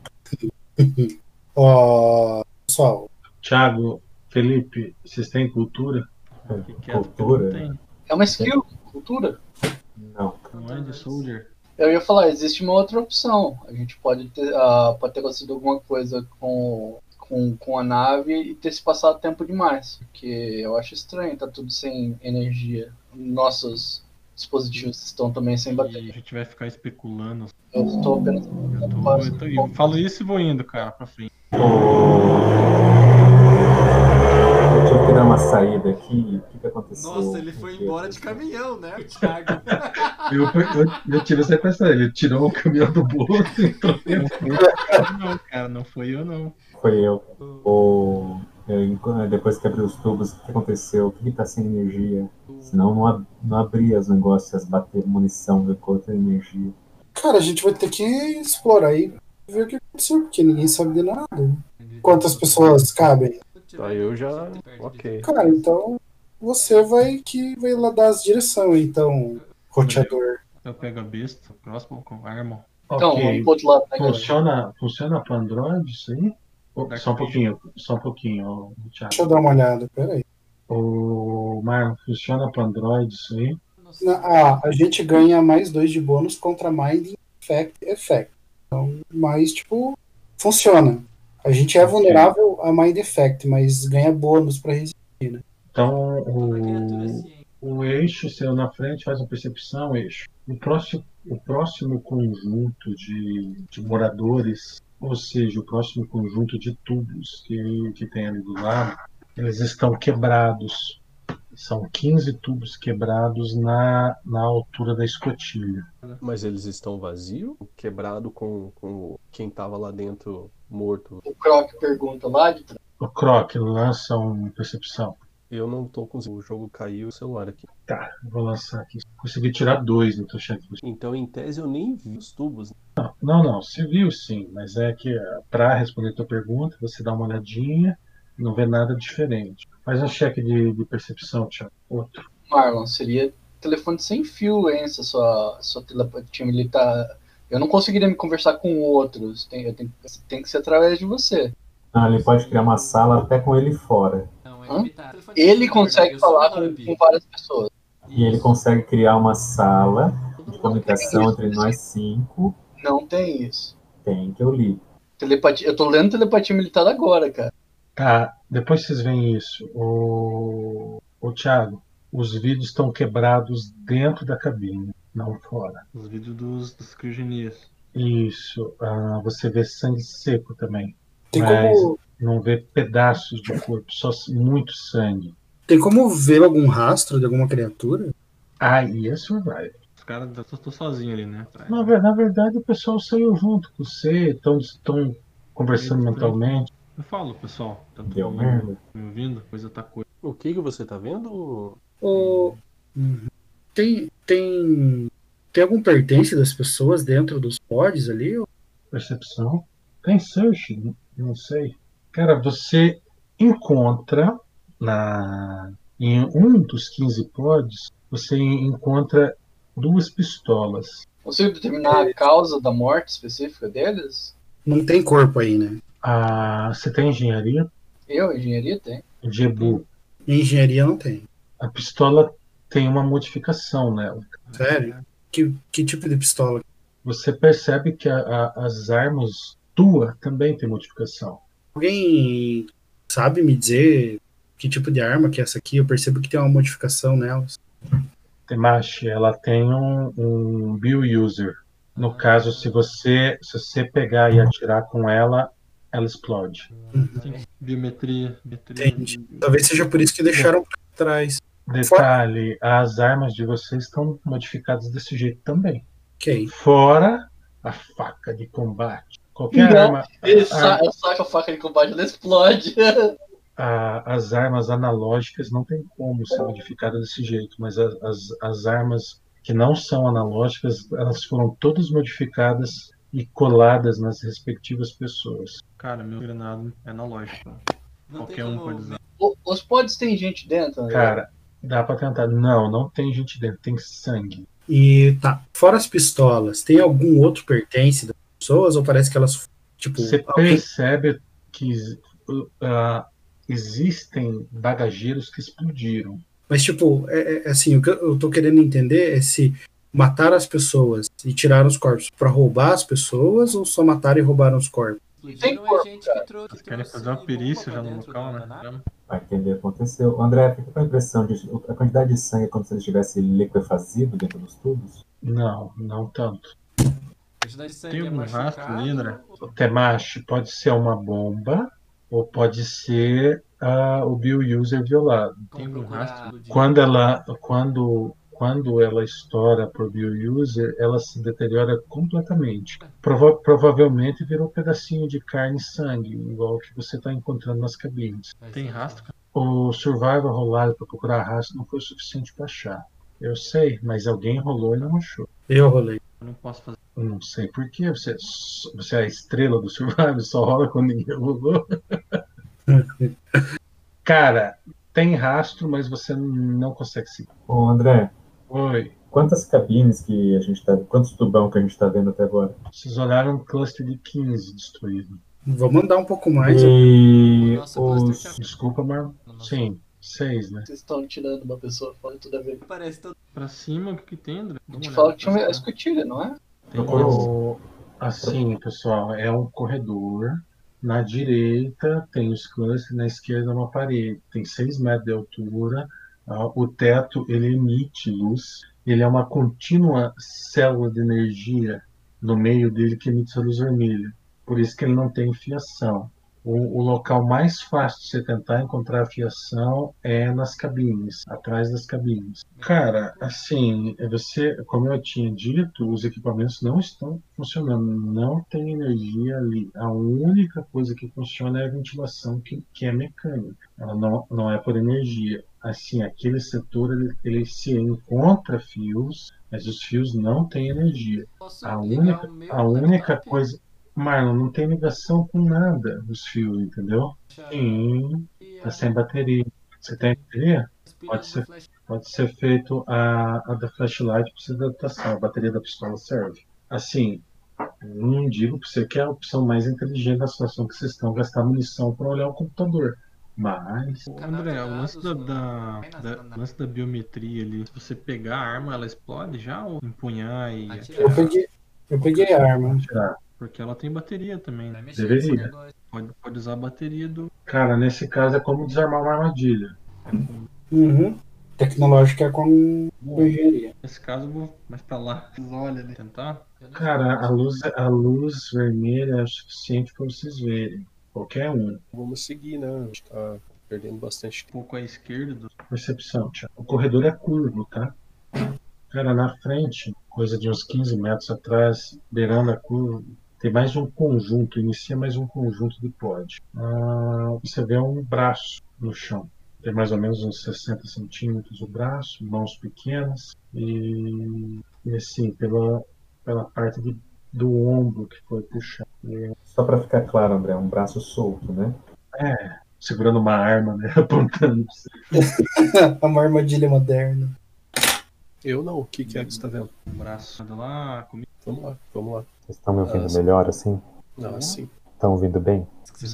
J: né?
C: Ó, pessoal,
A: Thiago, Felipe, vocês têm cultura?
H: Fique quieto, porque
B: Cultura.
H: Não, tem.
D: É uma skill, cultura.
B: Não.
H: não é de soldier.
D: Eu ia falar, existe uma outra opção. A gente pode ter, ah, pode ter acontecido alguma coisa com, com, com a nave e ter se passado tempo demais. Porque eu acho estranho, tá tudo sem energia. Nossos dispositivos estão também sem
H: E
D: bateria.
H: a gente vai ficar especulando.
D: Eu estou apenas.
H: Eu, tô, eu, tô, eu falo isso e vou indo, cara, pra frente.
B: Deixa eu tirar uma saída aqui. O que, que aconteceu?
J: Nossa, ele foi embora de caminhão, né, o Thiago?
A: Eu, eu, eu tive essa questão, ele tirou o caminhão do bolso, então
H: Não foi eu, não, cara, não foi eu, não.
B: Foi eu. Ou é, enqu- depois que abriu os tubos, o que aconteceu? Por que tá sem energia? Senão não, ab não abria os negócios, as bater munição ver contra energia.
C: cara, a gente vai ter que explorar aí ver o que aconteceu, porque ninguém sabe de nada. Quantas pessoas cabem?
E: Tá, eu já. Ok.
C: Cara, então você vai que vai lá dar as direções, então, roteador.
H: Eu pego a besta, crossbow com arma.
D: Então, vamos
A: ok.
D: pro outro lado, né, galera?
A: Funciona, funciona para Android isso aí? Ô,
H: Dark
A: Só um
H: Vision.
A: pouquinho, só um pouquinho, ô, Thiago.
C: Deixa eu dar uma olhada, peraí.
A: O Marlon, funciona para Android isso aí?
J: Nossa,
C: Na- Ah, a gente ganha mais dois de bônus contra Mind Effect Effect. Então, mas, tipo, funciona. A gente é vulnerável a Mind Effect, mas ganha bônus pra resistir.
A: Então,
J: uma criatura
A: o,
J: assim, hein?
A: o Um eixo seu na frente faz uma percepção, eixo. O próximo, o próximo conjunto de, de moradores, ou seja, o próximo conjunto de tubos que, que tem ali do lado, Eles estão quebrados. São 15 tubos quebrados na, na altura da escotilha.
E: Mas eles estão vazios? Quebrado com, com quem tava lá dentro morto?
D: O Croc pergunta lá de trás.
A: O Croc lança uma percepção.
E: Eu não tô conseguindo. O jogo caiu o celular aqui.
A: Tá, eu vou lançar aqui. Consegui tirar dois no teu chefe.
E: Então, em tese, eu nem vi os tubos.
A: Não, não, não, você viu sim, mas é que para responder a tua pergunta, você dá uma olhadinha, não vê nada diferente. Faz um cheque de, de percepção, Thiago. Outro.
D: Marlon, seria telefone sem fio, hein? Se a sua, sua telepatia militar. tá, Eu não conseguiria me conversar com outros. Tem, eu tenho- tem que ser através de você.
B: Ah, ele pode criar uma sala até com ele fora.
D: Hã? Ele consegue falar com, com várias pessoas.
B: E ele consegue criar uma sala de comunicação entre nós cinco.
D: Não tem isso.
B: Tem que eu li.
D: Telepatia, eu tô lendo telepatia militar agora, cara.
A: Tá, depois vocês veem isso. O, o Thiago, os vidros estão quebrados dentro da cabine, não fora.
H: Os vídeos dos, dos criogenias.
A: Isso. ah, você vê sangue seco também.
C: Tem
A: mas
C: como-
A: não vê pedaços de corpo, só s- muito sangue.
C: Tem como ver algum rastro de alguma criatura?
A: Ah, e é survival.
H: Os caras eu tô, tô sozinho ali, né? atrás.
A: Na, ver- na verdade, o pessoal saiu junto com você, estão conversando
H: Eles-
A: mentalmente.
H: Eu falo, pessoal. Tá todo
A: Deu
H: mundo
A: merda.
H: Me ouvindo? Coisa tá coisa.
E: O que, que você tá vendo?
C: Ou Uhum. tem tem tem algum pertence das pessoas dentro dos pods ali? Ou-
A: Percepção. Tem search? N- Não sei. Cara, você encontra na em um dos 15 pods, você encontra duas pistolas.
D: Consigo determinar a causa da morte específica deles?
C: Não tem corpo aí, né?
A: Ah, você tem engenharia?
D: Eu, engenharia, tem.
A: Jebu.
C: Engenharia não tem.
A: A pistola tem uma modificação nela.
C: Sério? Que, que tipo de pistola?
A: Você percebe que a- a- as armas tua também tem modificação.
C: Alguém sabe me dizer que tipo de arma que é essa aqui? Eu percebo que tem uma modificação nelas.
A: Temashi, ela tem um, um bill user. No caso, se você se você pegar e atirar com ela, ela explode.
H: Biometria. biometria.
C: Entende? Talvez seja por isso que deixaram pra trás.
A: Detalhe, as armas de vocês estão modificadas desse jeito também.
C: Ok.
A: Fora a faca de combate. Qualquer
D: Não,
A: arma.
D: Eu,
A: a-
D: sa eu saco a faca de combate, ela explode.
A: a- as armas analógicas não tem como ser modificadas desse jeito, mas a- as, as armas que não são analógicas, elas foram todas modificadas e coladas nas respectivas pessoas.
H: Cara, meu granado é analógico.
J: Não
H: Qualquer
J: tem
H: um
J: como-
H: pode usar.
D: O- os pods tem gente dentro, né?
A: Cara, dá pra tentar. Não, não tem gente dentro, tem sangue.
C: E tá, fora as pistolas, tem algum outro pertence das pessoas? Ou parece que elas, tipo,
A: Você
C: alguém-
A: percebe que uh, ah, existem bagageiros que explodiram.
C: Mas, tipo, é, é- é assim, o que eu eu tô querendo entender é se mataram as pessoas e tiraram os corpos pra roubar as pessoas ou só mataram e roubaram os corpos?
J: Explodiram
D: Tem corpo,
J: é gente que trou- que trouxe.
H: Querem fazer uma perícia já no local, né?
B: Vai entender o que aconteceu. André, fica com a impressão de a quantidade de sangue é como se ele estivesse liquefazido dentro dos tubos?
A: Não, não tanto.
J: Quantidade de sangue
H: Tem
J: é
H: algum rastro
J: machucado,
H: ali, André?
J: ou-
A: Temashi pode ser uma bomba ou pode ser ah, o Bill User violado.
J: como
H: Tem algum
J: procurar
H: rastro
J: do
A: Quando ela, quando, quando ela estoura para o Bill User, ela se deteriora completamente. Prova- provavelmente virou um pedacinho de carne e sangue, igual que você está encontrando nas cabines.
J: Vai
H: Tem
J: ser-
H: rastro, cara?
A: O survival rolado para procurar rastro não foi o suficiente para achar. Eu sei, mas alguém rolou e não achou.
C: Eu rolei.
H: Eu não posso fazer.
A: Eu não sei por quê. Você, você é a estrela do Survival, só rola quando ninguém rolou. Cara, tem rastro, mas você não consegue seguir.
B: Ô, André,
A: Oi,
B: quantas cabines que a gente tá. Quantos tubão que a gente tá vendo até agora?
A: vocês olharam um cluster de 15 destruído.
C: Vou mandar um pouco mais.
B: E
J: Nossa,
B: os.
J: Cluster
A: Desculpa, mas sim, seis, né?
D: Vocês estão tirando uma pessoa fora tudo a ver.
J: Parece todo
H: Pra cima, o que que tem, André? Dá
D: A
H: uma
D: gente
H: olhada
D: fala que tinha
H: pra
D: uma
H: cima.
D: escotilha, não é?
H: Tem
B: Procurou.
H: rastro.
A: O- assim, pessoal, é um corredor. Na direita tem os clusters, na esquerda uma parede. Tem 6 metros de altura. Ah, O teto ele emite luz. Ele é uma contínua célula de energia no meio dele que emite essa luz vermelha. Por isso que ele não tem fiação. O, o local mais fácil de você tentar encontrar fiação é nas cabines, atrás das cabines. Cara, assim, você, como eu tinha dito, os equipamentos não estão funcionando, não tem energia ali. A única coisa que funciona é a ventilação, que, que é mecânica, ela não, não é por energia. Assim, aquele setor ele, ele se encontra fios, mas os fios não têm energia. A única, a única coisa. Marlon, não tem ligação com nada os fios, entendeu? Sim, tá sem bateria. Você tem bateria? Pode ser, pode ser feito a, a da flashlight, precisa de adaptação. A bateria da pistola serve. Assim, não digo pra você que é a opção mais inteligente da situação que vocês estão gastar munição pra olhar o computador. Mas.
H: Ô, André, o lance da, da, da- lance da biometria ali, se você pegar a arma, ela explode já ou empunhar e
C: Eu peguei, eu peguei a arma.
H: Porque ela tem bateria também, né?
A: mexer Deveria. nesse
H: Pode, pode usar a bateria do.
A: Cara, nesse caso é como desarmar uma armadilha.
C: Uhum. Tecnológica com com engenharia.
H: Nesse caso eu vou mais pra lá. Olha né? ali. Tentar?
A: Cara, a luz, a luz vermelha é o suficiente pra vocês verem. Qualquer um.
E: Vamos seguir, né? A gente tá perdendo bastante
H: Um pouco à esquerda do.
A: Percepção, Thiago. O corredor é curvo, tá? Cara, na frente, coisa de uns 15 metros atrás, beirando a curva, tem mais um conjunto, inicia mais um conjunto de pod. Ah, você vê um braço no chão. Tem mais ou menos uns 60 centímetros o braço, mãos pequenas e, e assim, pela, pela parte de- do ombro que foi puxado. E-
B: Só pra ficar claro, André, um braço solto, né?
A: é, segurando uma arma, né? Apontando pra você.
C: É uma armadilha moderna.
E: Eu não, o que, que é que você tá vendo?
H: Um braço de lá, comigo.
E: Vamos lá, vamos lá.
B: Vocês estão me ouvindo
E: Ah, sim.
B: melhor assim?
E: Não, sim.
B: Estão ouvindo bem?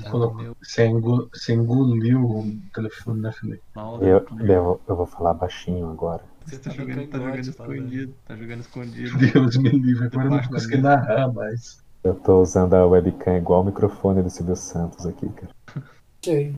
A: Colocou- Você engo- você engoliu o telefone, né, Felipe?
B: Eu, eu, eu vou falar baixinho agora.
H: Você tá jogando, tá jogando escondido. Tá jogando escondido.
A: Deus me livre, agora eu não
H: Debaixo da
A: consegui
H: mesa.
A: narrar mais.
B: Eu tô usando a webcam igual o microfone do Silvio Santos aqui, cara.
C: Ok.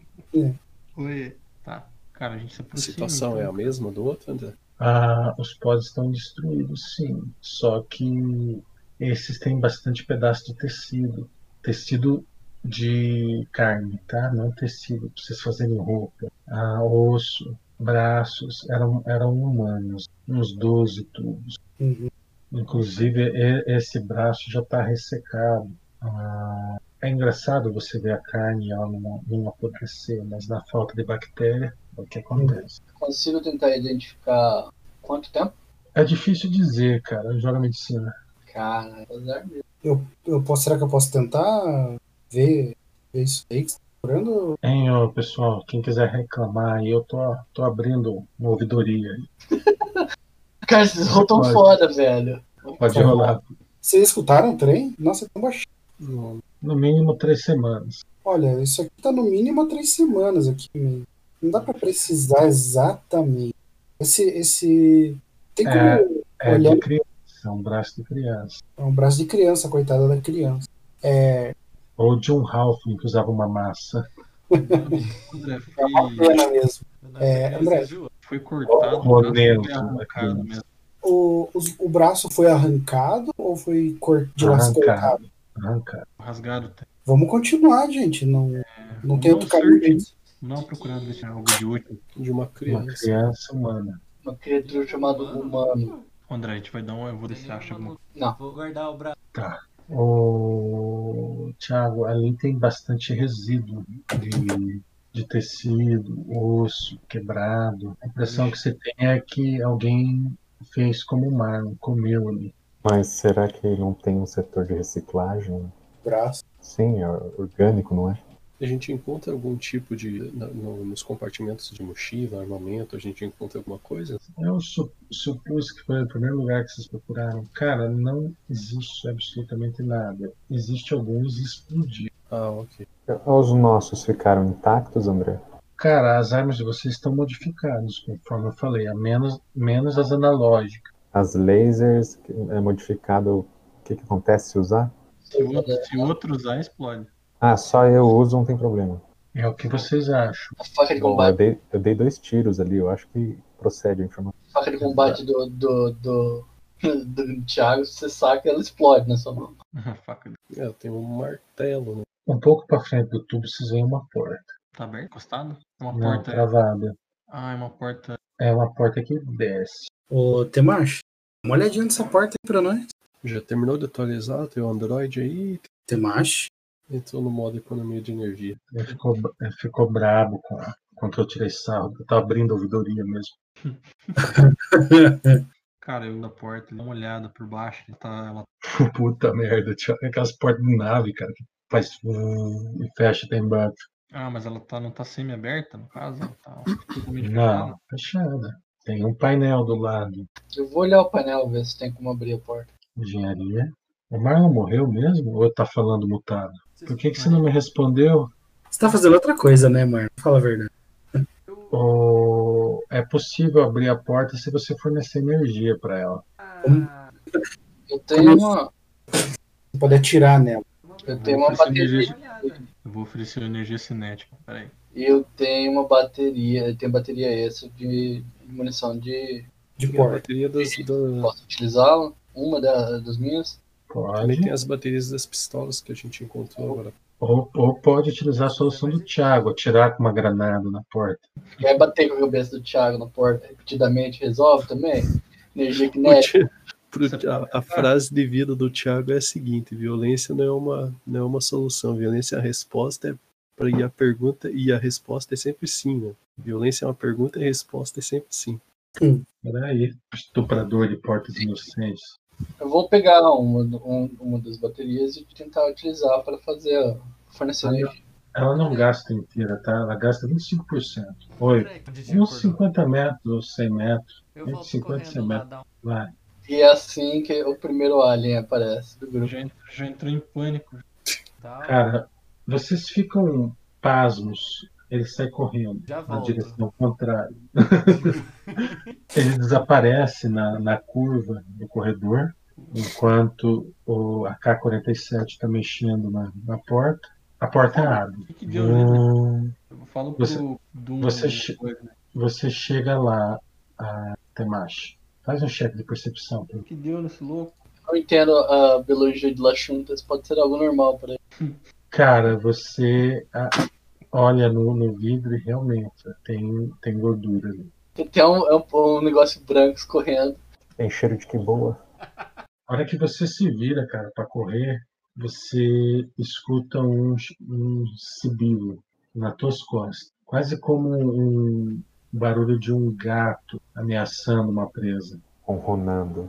H: Oi. Tá. Cara, a gente se
E: A
H: aproxima.
E: situação
H: então.
E: é a mesma do outro, André?
A: Ah, os pods estão destruídos, sim. Só que esses têm bastante pedaço de tecido. Tecido de carne, tá? Não tecido pra vocês fazerem roupa. Ah, osso, braços, eram, eram humanos. Uns 12 tubos.
C: Uhum.
A: Inclusive, e- esse braço já está ressecado. Ah, é engraçado você ver a carne e ela não, não apodrecer, mas na falta de bactéria, é o que acontece.
D: Consigo tentar identificar quanto tempo?
A: É difícil dizer, cara. Joga medicina.
D: Cara, azar mesmo.
C: Eu posso, será que eu posso tentar ver, ver isso aí que você tá procurando?
A: Hein, ô, pessoal, quem quiser reclamar aí, eu tô, tô abrindo uma ouvidoria. aí.
D: Cara, vocês voltam
A: Pode.
D: foda, velho.
A: Pode rolar.
C: Vocês escutaram o trem? Nossa, é tão baixinho. Não.
A: No mínimo três semanas.
C: Olha, isso aqui tá no mínimo há três semanas aqui. mesmo. Não dá pra precisar exatamente. Esse. esse... Tem como.
A: É, É de
C: Olhando-
A: criança, é um braço de criança.
C: É um braço de criança, coitada da criança. É.
A: Ou John Halfling, que usava uma massa.
H: André, foi,
C: É uma pena mesmo. É, André,
H: foi cortado.
A: Ô,
H: o braço
A: Deus,
H: foi arrancado mesmo.
C: o, os- o braço foi arrancado ou foi cor, de laço cortado?
A: Arrancado. Arrancado.
H: Rasgado até.
C: Vamos continuar, gente. Não, não tem
H: Não
C: outro caminho.
H: surge.
C: disso.
H: Não procurando deixar algo de útil.
E: De uma
A: Uma
E: criança.
A: criança humana.
D: Uma criatura chamada humano.
H: André, a gente vai dar um. Eu vou descer, acha alguma
J: Vou guardar o braço.
A: Ô, Thiago, ali tem bastante resíduo de, de tecido, osso quebrado. A impressão que você tem é que alguém fez como o Marlon, comeu ali.
B: Mas será que não tem um setor de reciclagem?
C: Braço.
B: Sim, é orgânico, não é?
E: A gente encontra algum tipo de. na- no- nos compartimentos de mochila, armamento, a gente encontra alguma coisa?
A: Eu su- supus que foi o primeiro lugar que vocês procuraram. Cara, não existe absolutamente nada. Existe alguns explodidos.
E: Ah, ok.
B: Os nossos ficaram intactos, André?
A: Cara, as armas de vocês estão modificadas, conforme eu falei, a menos, menos as analógicas.
B: As lasers que é modificado. O que, que acontece se usar?
H: Se outro, se outro usar, explode.
B: Ah, só eu uso, não tem problema.
A: É o que vocês acham.
D: A faca de
B: Bom, eu,
D: combate,
B: dei, eu dei dois tiros ali, eu acho que procede a informação.
D: a faca de combate do, do, do, do Thiago, você saca ela explode na sua mão.
H: A faca.
E: É, tem um martelo, né?
A: Um pouco pra frente do tubo vocês veem uma porta.
H: Tá aberto? Encostado? É uma
A: Não, tá-
H: porta.
A: travada.
H: Ah, é uma porta.
A: É uma porta que desce.
C: Ô, Temacho, dá uma olhadinha nessa porta aí pra nós.
E: Já terminou de atualizar teu Android aí?
C: Temacho?
E: Entrou no modo economia de energia.
A: Ele ficou, ele ficou brabo com, com que eu tirei sarro. Eu tava abrindo a ouvidoria mesmo.
H: Cara, eu da porta, dá uma olhada por baixo. Ela tá, ela
A: Puta merda, tio. Aquelas portas de nave, cara, que faz hum, e fecha tem embaixo.
H: Ah, mas ela tá, não tá semi-aberta, no caso? Ela tá totalmente fechada.
A: Não, fechada. Tem um painel do lado.
D: Eu vou olhar o painel, ver se tem como abrir a porta.
A: Engenharia. O Marlon morreu mesmo? Ou tá falando mutado? Por que, que você não me respondeu?
C: Você tá fazendo outra coisa, né, Marlon? Fala a verdade.
A: Ou é possível abrir a porta se você fornecer energia pra ela?
D: Eu tenho uma.
C: Você pode atirar nela.
H: assim?
D: Eu tenho uma bateria.
H: Eu vou oferecer energia cinética, peraí.
D: E eu tenho uma bateria. Eu tenho bateria extra de munição de.
C: De
E: A bateria das, da...
D: Posso utilizá-la? Uma da- das minhas?
A: Pode.
E: Também tem as baterias das pistolas que a gente encontrou agora.
A: Ou, ou pode utilizar a solução do Thiago, atirar com uma granada na porta.
D: Vai bater com a cabeça do Thiago na porta repetidamente, resolve também? Energia
E: O
D: cinética.
E: Thi- pro- a, a frase de vida do Thiago é a seguinte: violência não é uma, não é uma solução, violência é a resposta, é pra, e a pergunta e a resposta é sempre sim. Né? Violência é uma pergunta e a resposta é sempre sim.
A: Peraí, estuprador de portas inocentes.
D: Eu vou pegar uma, um- uma das baterias e tentar utilizar para fazer ó, fornecer energia.
A: Ela não gasta inteira, tá? Ela gasta 25%. Oi, uns 50 metros, 100 metros.
J: Eu
A: Entre
J: volto
A: 50 e 100
J: correndo lá,
A: metros.
J: dá um...
A: Vai.
D: E é assim que o primeiro alien aparece do grupo.
H: Já, en- já entrou em pânico.
J: Tá,
A: Cara, vocês ficam pasmos. Ele sai correndo
J: Já
A: na
J: volto.
A: direção contrária. ele desaparece na, na curva do corredor, enquanto o AK-47 está tá mexendo na, na porta. A porta é abre.
H: O que, Ah, que deu, né?
A: Hum,
H: Eu falo pro
A: Você-
H: Doom.
A: você che-
H: depois, né?
A: Você chega lá, a Temashi. Faz um cheque de percepção.
H: O que deu nesse louco?
D: Eu entendo a biologia de Lachuntas, pode ser algo normal para ele.
A: Cara, você ah, olha no, no vidro e realmente tem, tem gordura ali.
D: Tem até um, é um, um negócio branco escorrendo.
B: Tem cheiro de que boa.
A: A hora que você se vira, cara, pra correr, você escuta um, ch- um sibilo nas tuas costas. Quase como um barulho de um gato ameaçando uma presa.
B: Ronronando.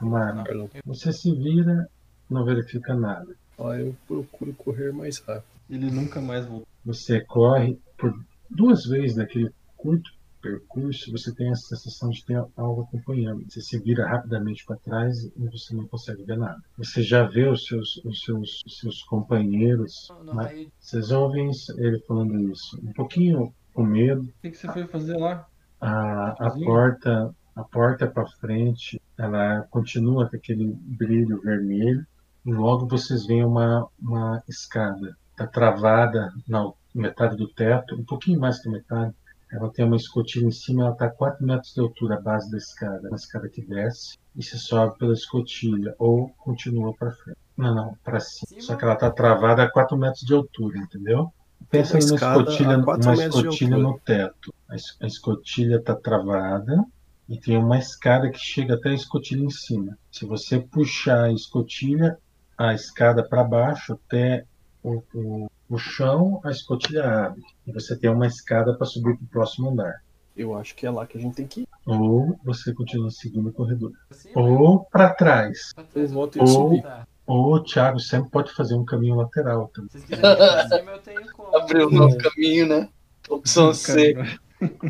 A: Marlon,
E: Marlon.
A: você se vira, não verifica nada.
E: Ó, eu procuro correr mais rápido.
H: Ele nunca mais voltou.
A: Você corre por duas vezes naquele curto percurso, você tem a sensação de ter algo acompanhando. Você se vira rapidamente para trás e você não consegue ver nada. Você já vê os seus, os seus, os seus companheiros,
J: não, não,
A: né?
J: aí
A: Vocês ouvem isso- ele falando isso, um pouquinho com medo.
H: O que, que você foi fazer lá?
A: A, a
H: Sozinho?
A: porta, a porta para frente, ela continua com aquele brilho vermelho. E logo vocês veem uma, uma escada. Está travada na metade do teto, um pouquinho mais que metade. Ela tem uma escotilha em cima, ela está a 4 metros de altura, a base da escada. Uma escada que desce e se sobe pela escotilha, ou continua para frente. Não, não, para cima. Só que ela está travada a 4 metros de altura, entendeu? Pensa
E: Uma
A: numa
E: escada
A: escotilha,
E: a quatro
A: uma
E: metros de
A: escotilha
E: altura.
A: no teto. A es- a escotilha está travada e tem uma escada que chega até a escotilha em cima. Se você puxar a escotilha, a escada para baixo até o, o, o chão, a escotilha abre. E você tem uma escada para subir para o próximo andar.
E: Eu acho que é lá que a gente tem que ir.
A: Ou você continua seguindo o corredor.
J: assim,
A: Ou para trás.
J: pra
E: Eu
J: trás,
E: volto e
A: Ou-
E: subir.
J: tá.
A: Ou o Thiago sempre pode fazer um caminho lateral também.
J: Se vocês quiserem ir pra cima, eu tenho como.
D: Abriu um novo caminho, né? Opção C.
H: Cara,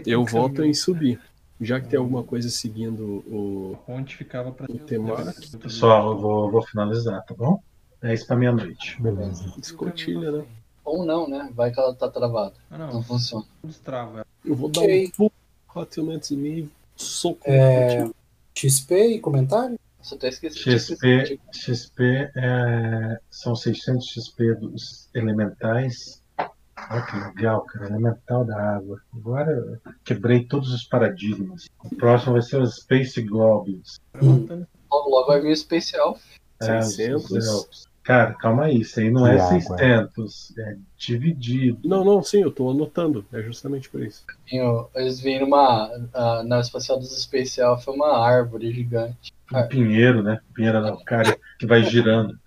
E: Eu volto em subir. Já que tem alguma coisa seguindo o.
H: a ponte ficava pra
E: O Temar.
A: Pessoal, eu vou, vou finalizar, tá bom? 10 para meia-noite.
B: Beleza.
E: Escotilha, né?
D: Ou não, né? Vai que ela tá travada.
H: Ah,
D: Não
H: não,
D: funciona.
H: destrava ela.
E: Eu vou dar
C: Ok.
E: um pulo, 4 metros e meio, soco.
C: É, XP e comentário?
D: Você até esqueceu.
A: XP, XP é, são 600 XP dos elementais. Olha que legal, cara. Elemental da água. Agora eu quebrei todos os paradigmas. O próximo vai ser os Space Goblins.
C: hum.
H: Era matando.
D: Logo, logo vai vir o especial.
A: É, os- os
E: 600.
A: elfos. Cara, calma aí, isso aí não é
E: Diabo, é.
A: 600, é dividido.
E: Não, não, sim, eu tô anotando. É justamente por isso.
D: Tinha- Eles viram uma. A nave espacial dos especial foi uma árvore gigante.
A: Um pinheiro, né? Pinheiro araucária que vai girando.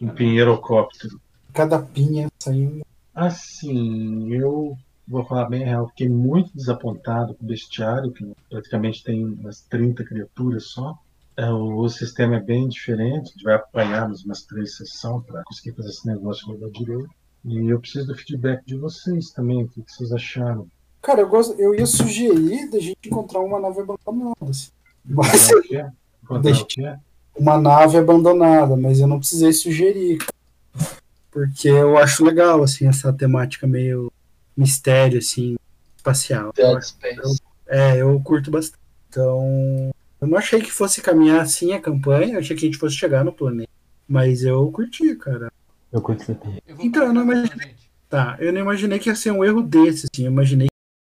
A: um pinheirocóptero.
P: Cada pinha saindo.
A: Assim, eu vou falar bem a real, fiquei muito desapontado com o bestiário, que praticamente tem umas 30 criaturas só. É, O, o sistema é bem diferente, a gente vai apanhar mais umas três sessões para conseguir fazer esse negócio rodar direito. E eu preciso do feedback de vocês também, o que que vocês acharam?
C: Cara, eu, gosto, eu ia sugerir da gente encontrar uma nave abandonada. assim. Mas
A: Encontrar o quê? Encontrar o quê?
C: uma nave abandonada, mas eu não precisei sugerir. cara. Porque eu acho legal, assim, essa temática meio mistério, assim, espacial.
D: Dead Space.
C: É, eu curto bastante. Então, eu não achei que fosse caminhar assim a campanha, eu achei que a gente fosse chegar no planeta. Mas eu curti, cara.
Q: Eu curti também.
C: Então, eu não imaginei. Tá, eu não imaginei que ia ser um erro desse, assim. Eu imaginei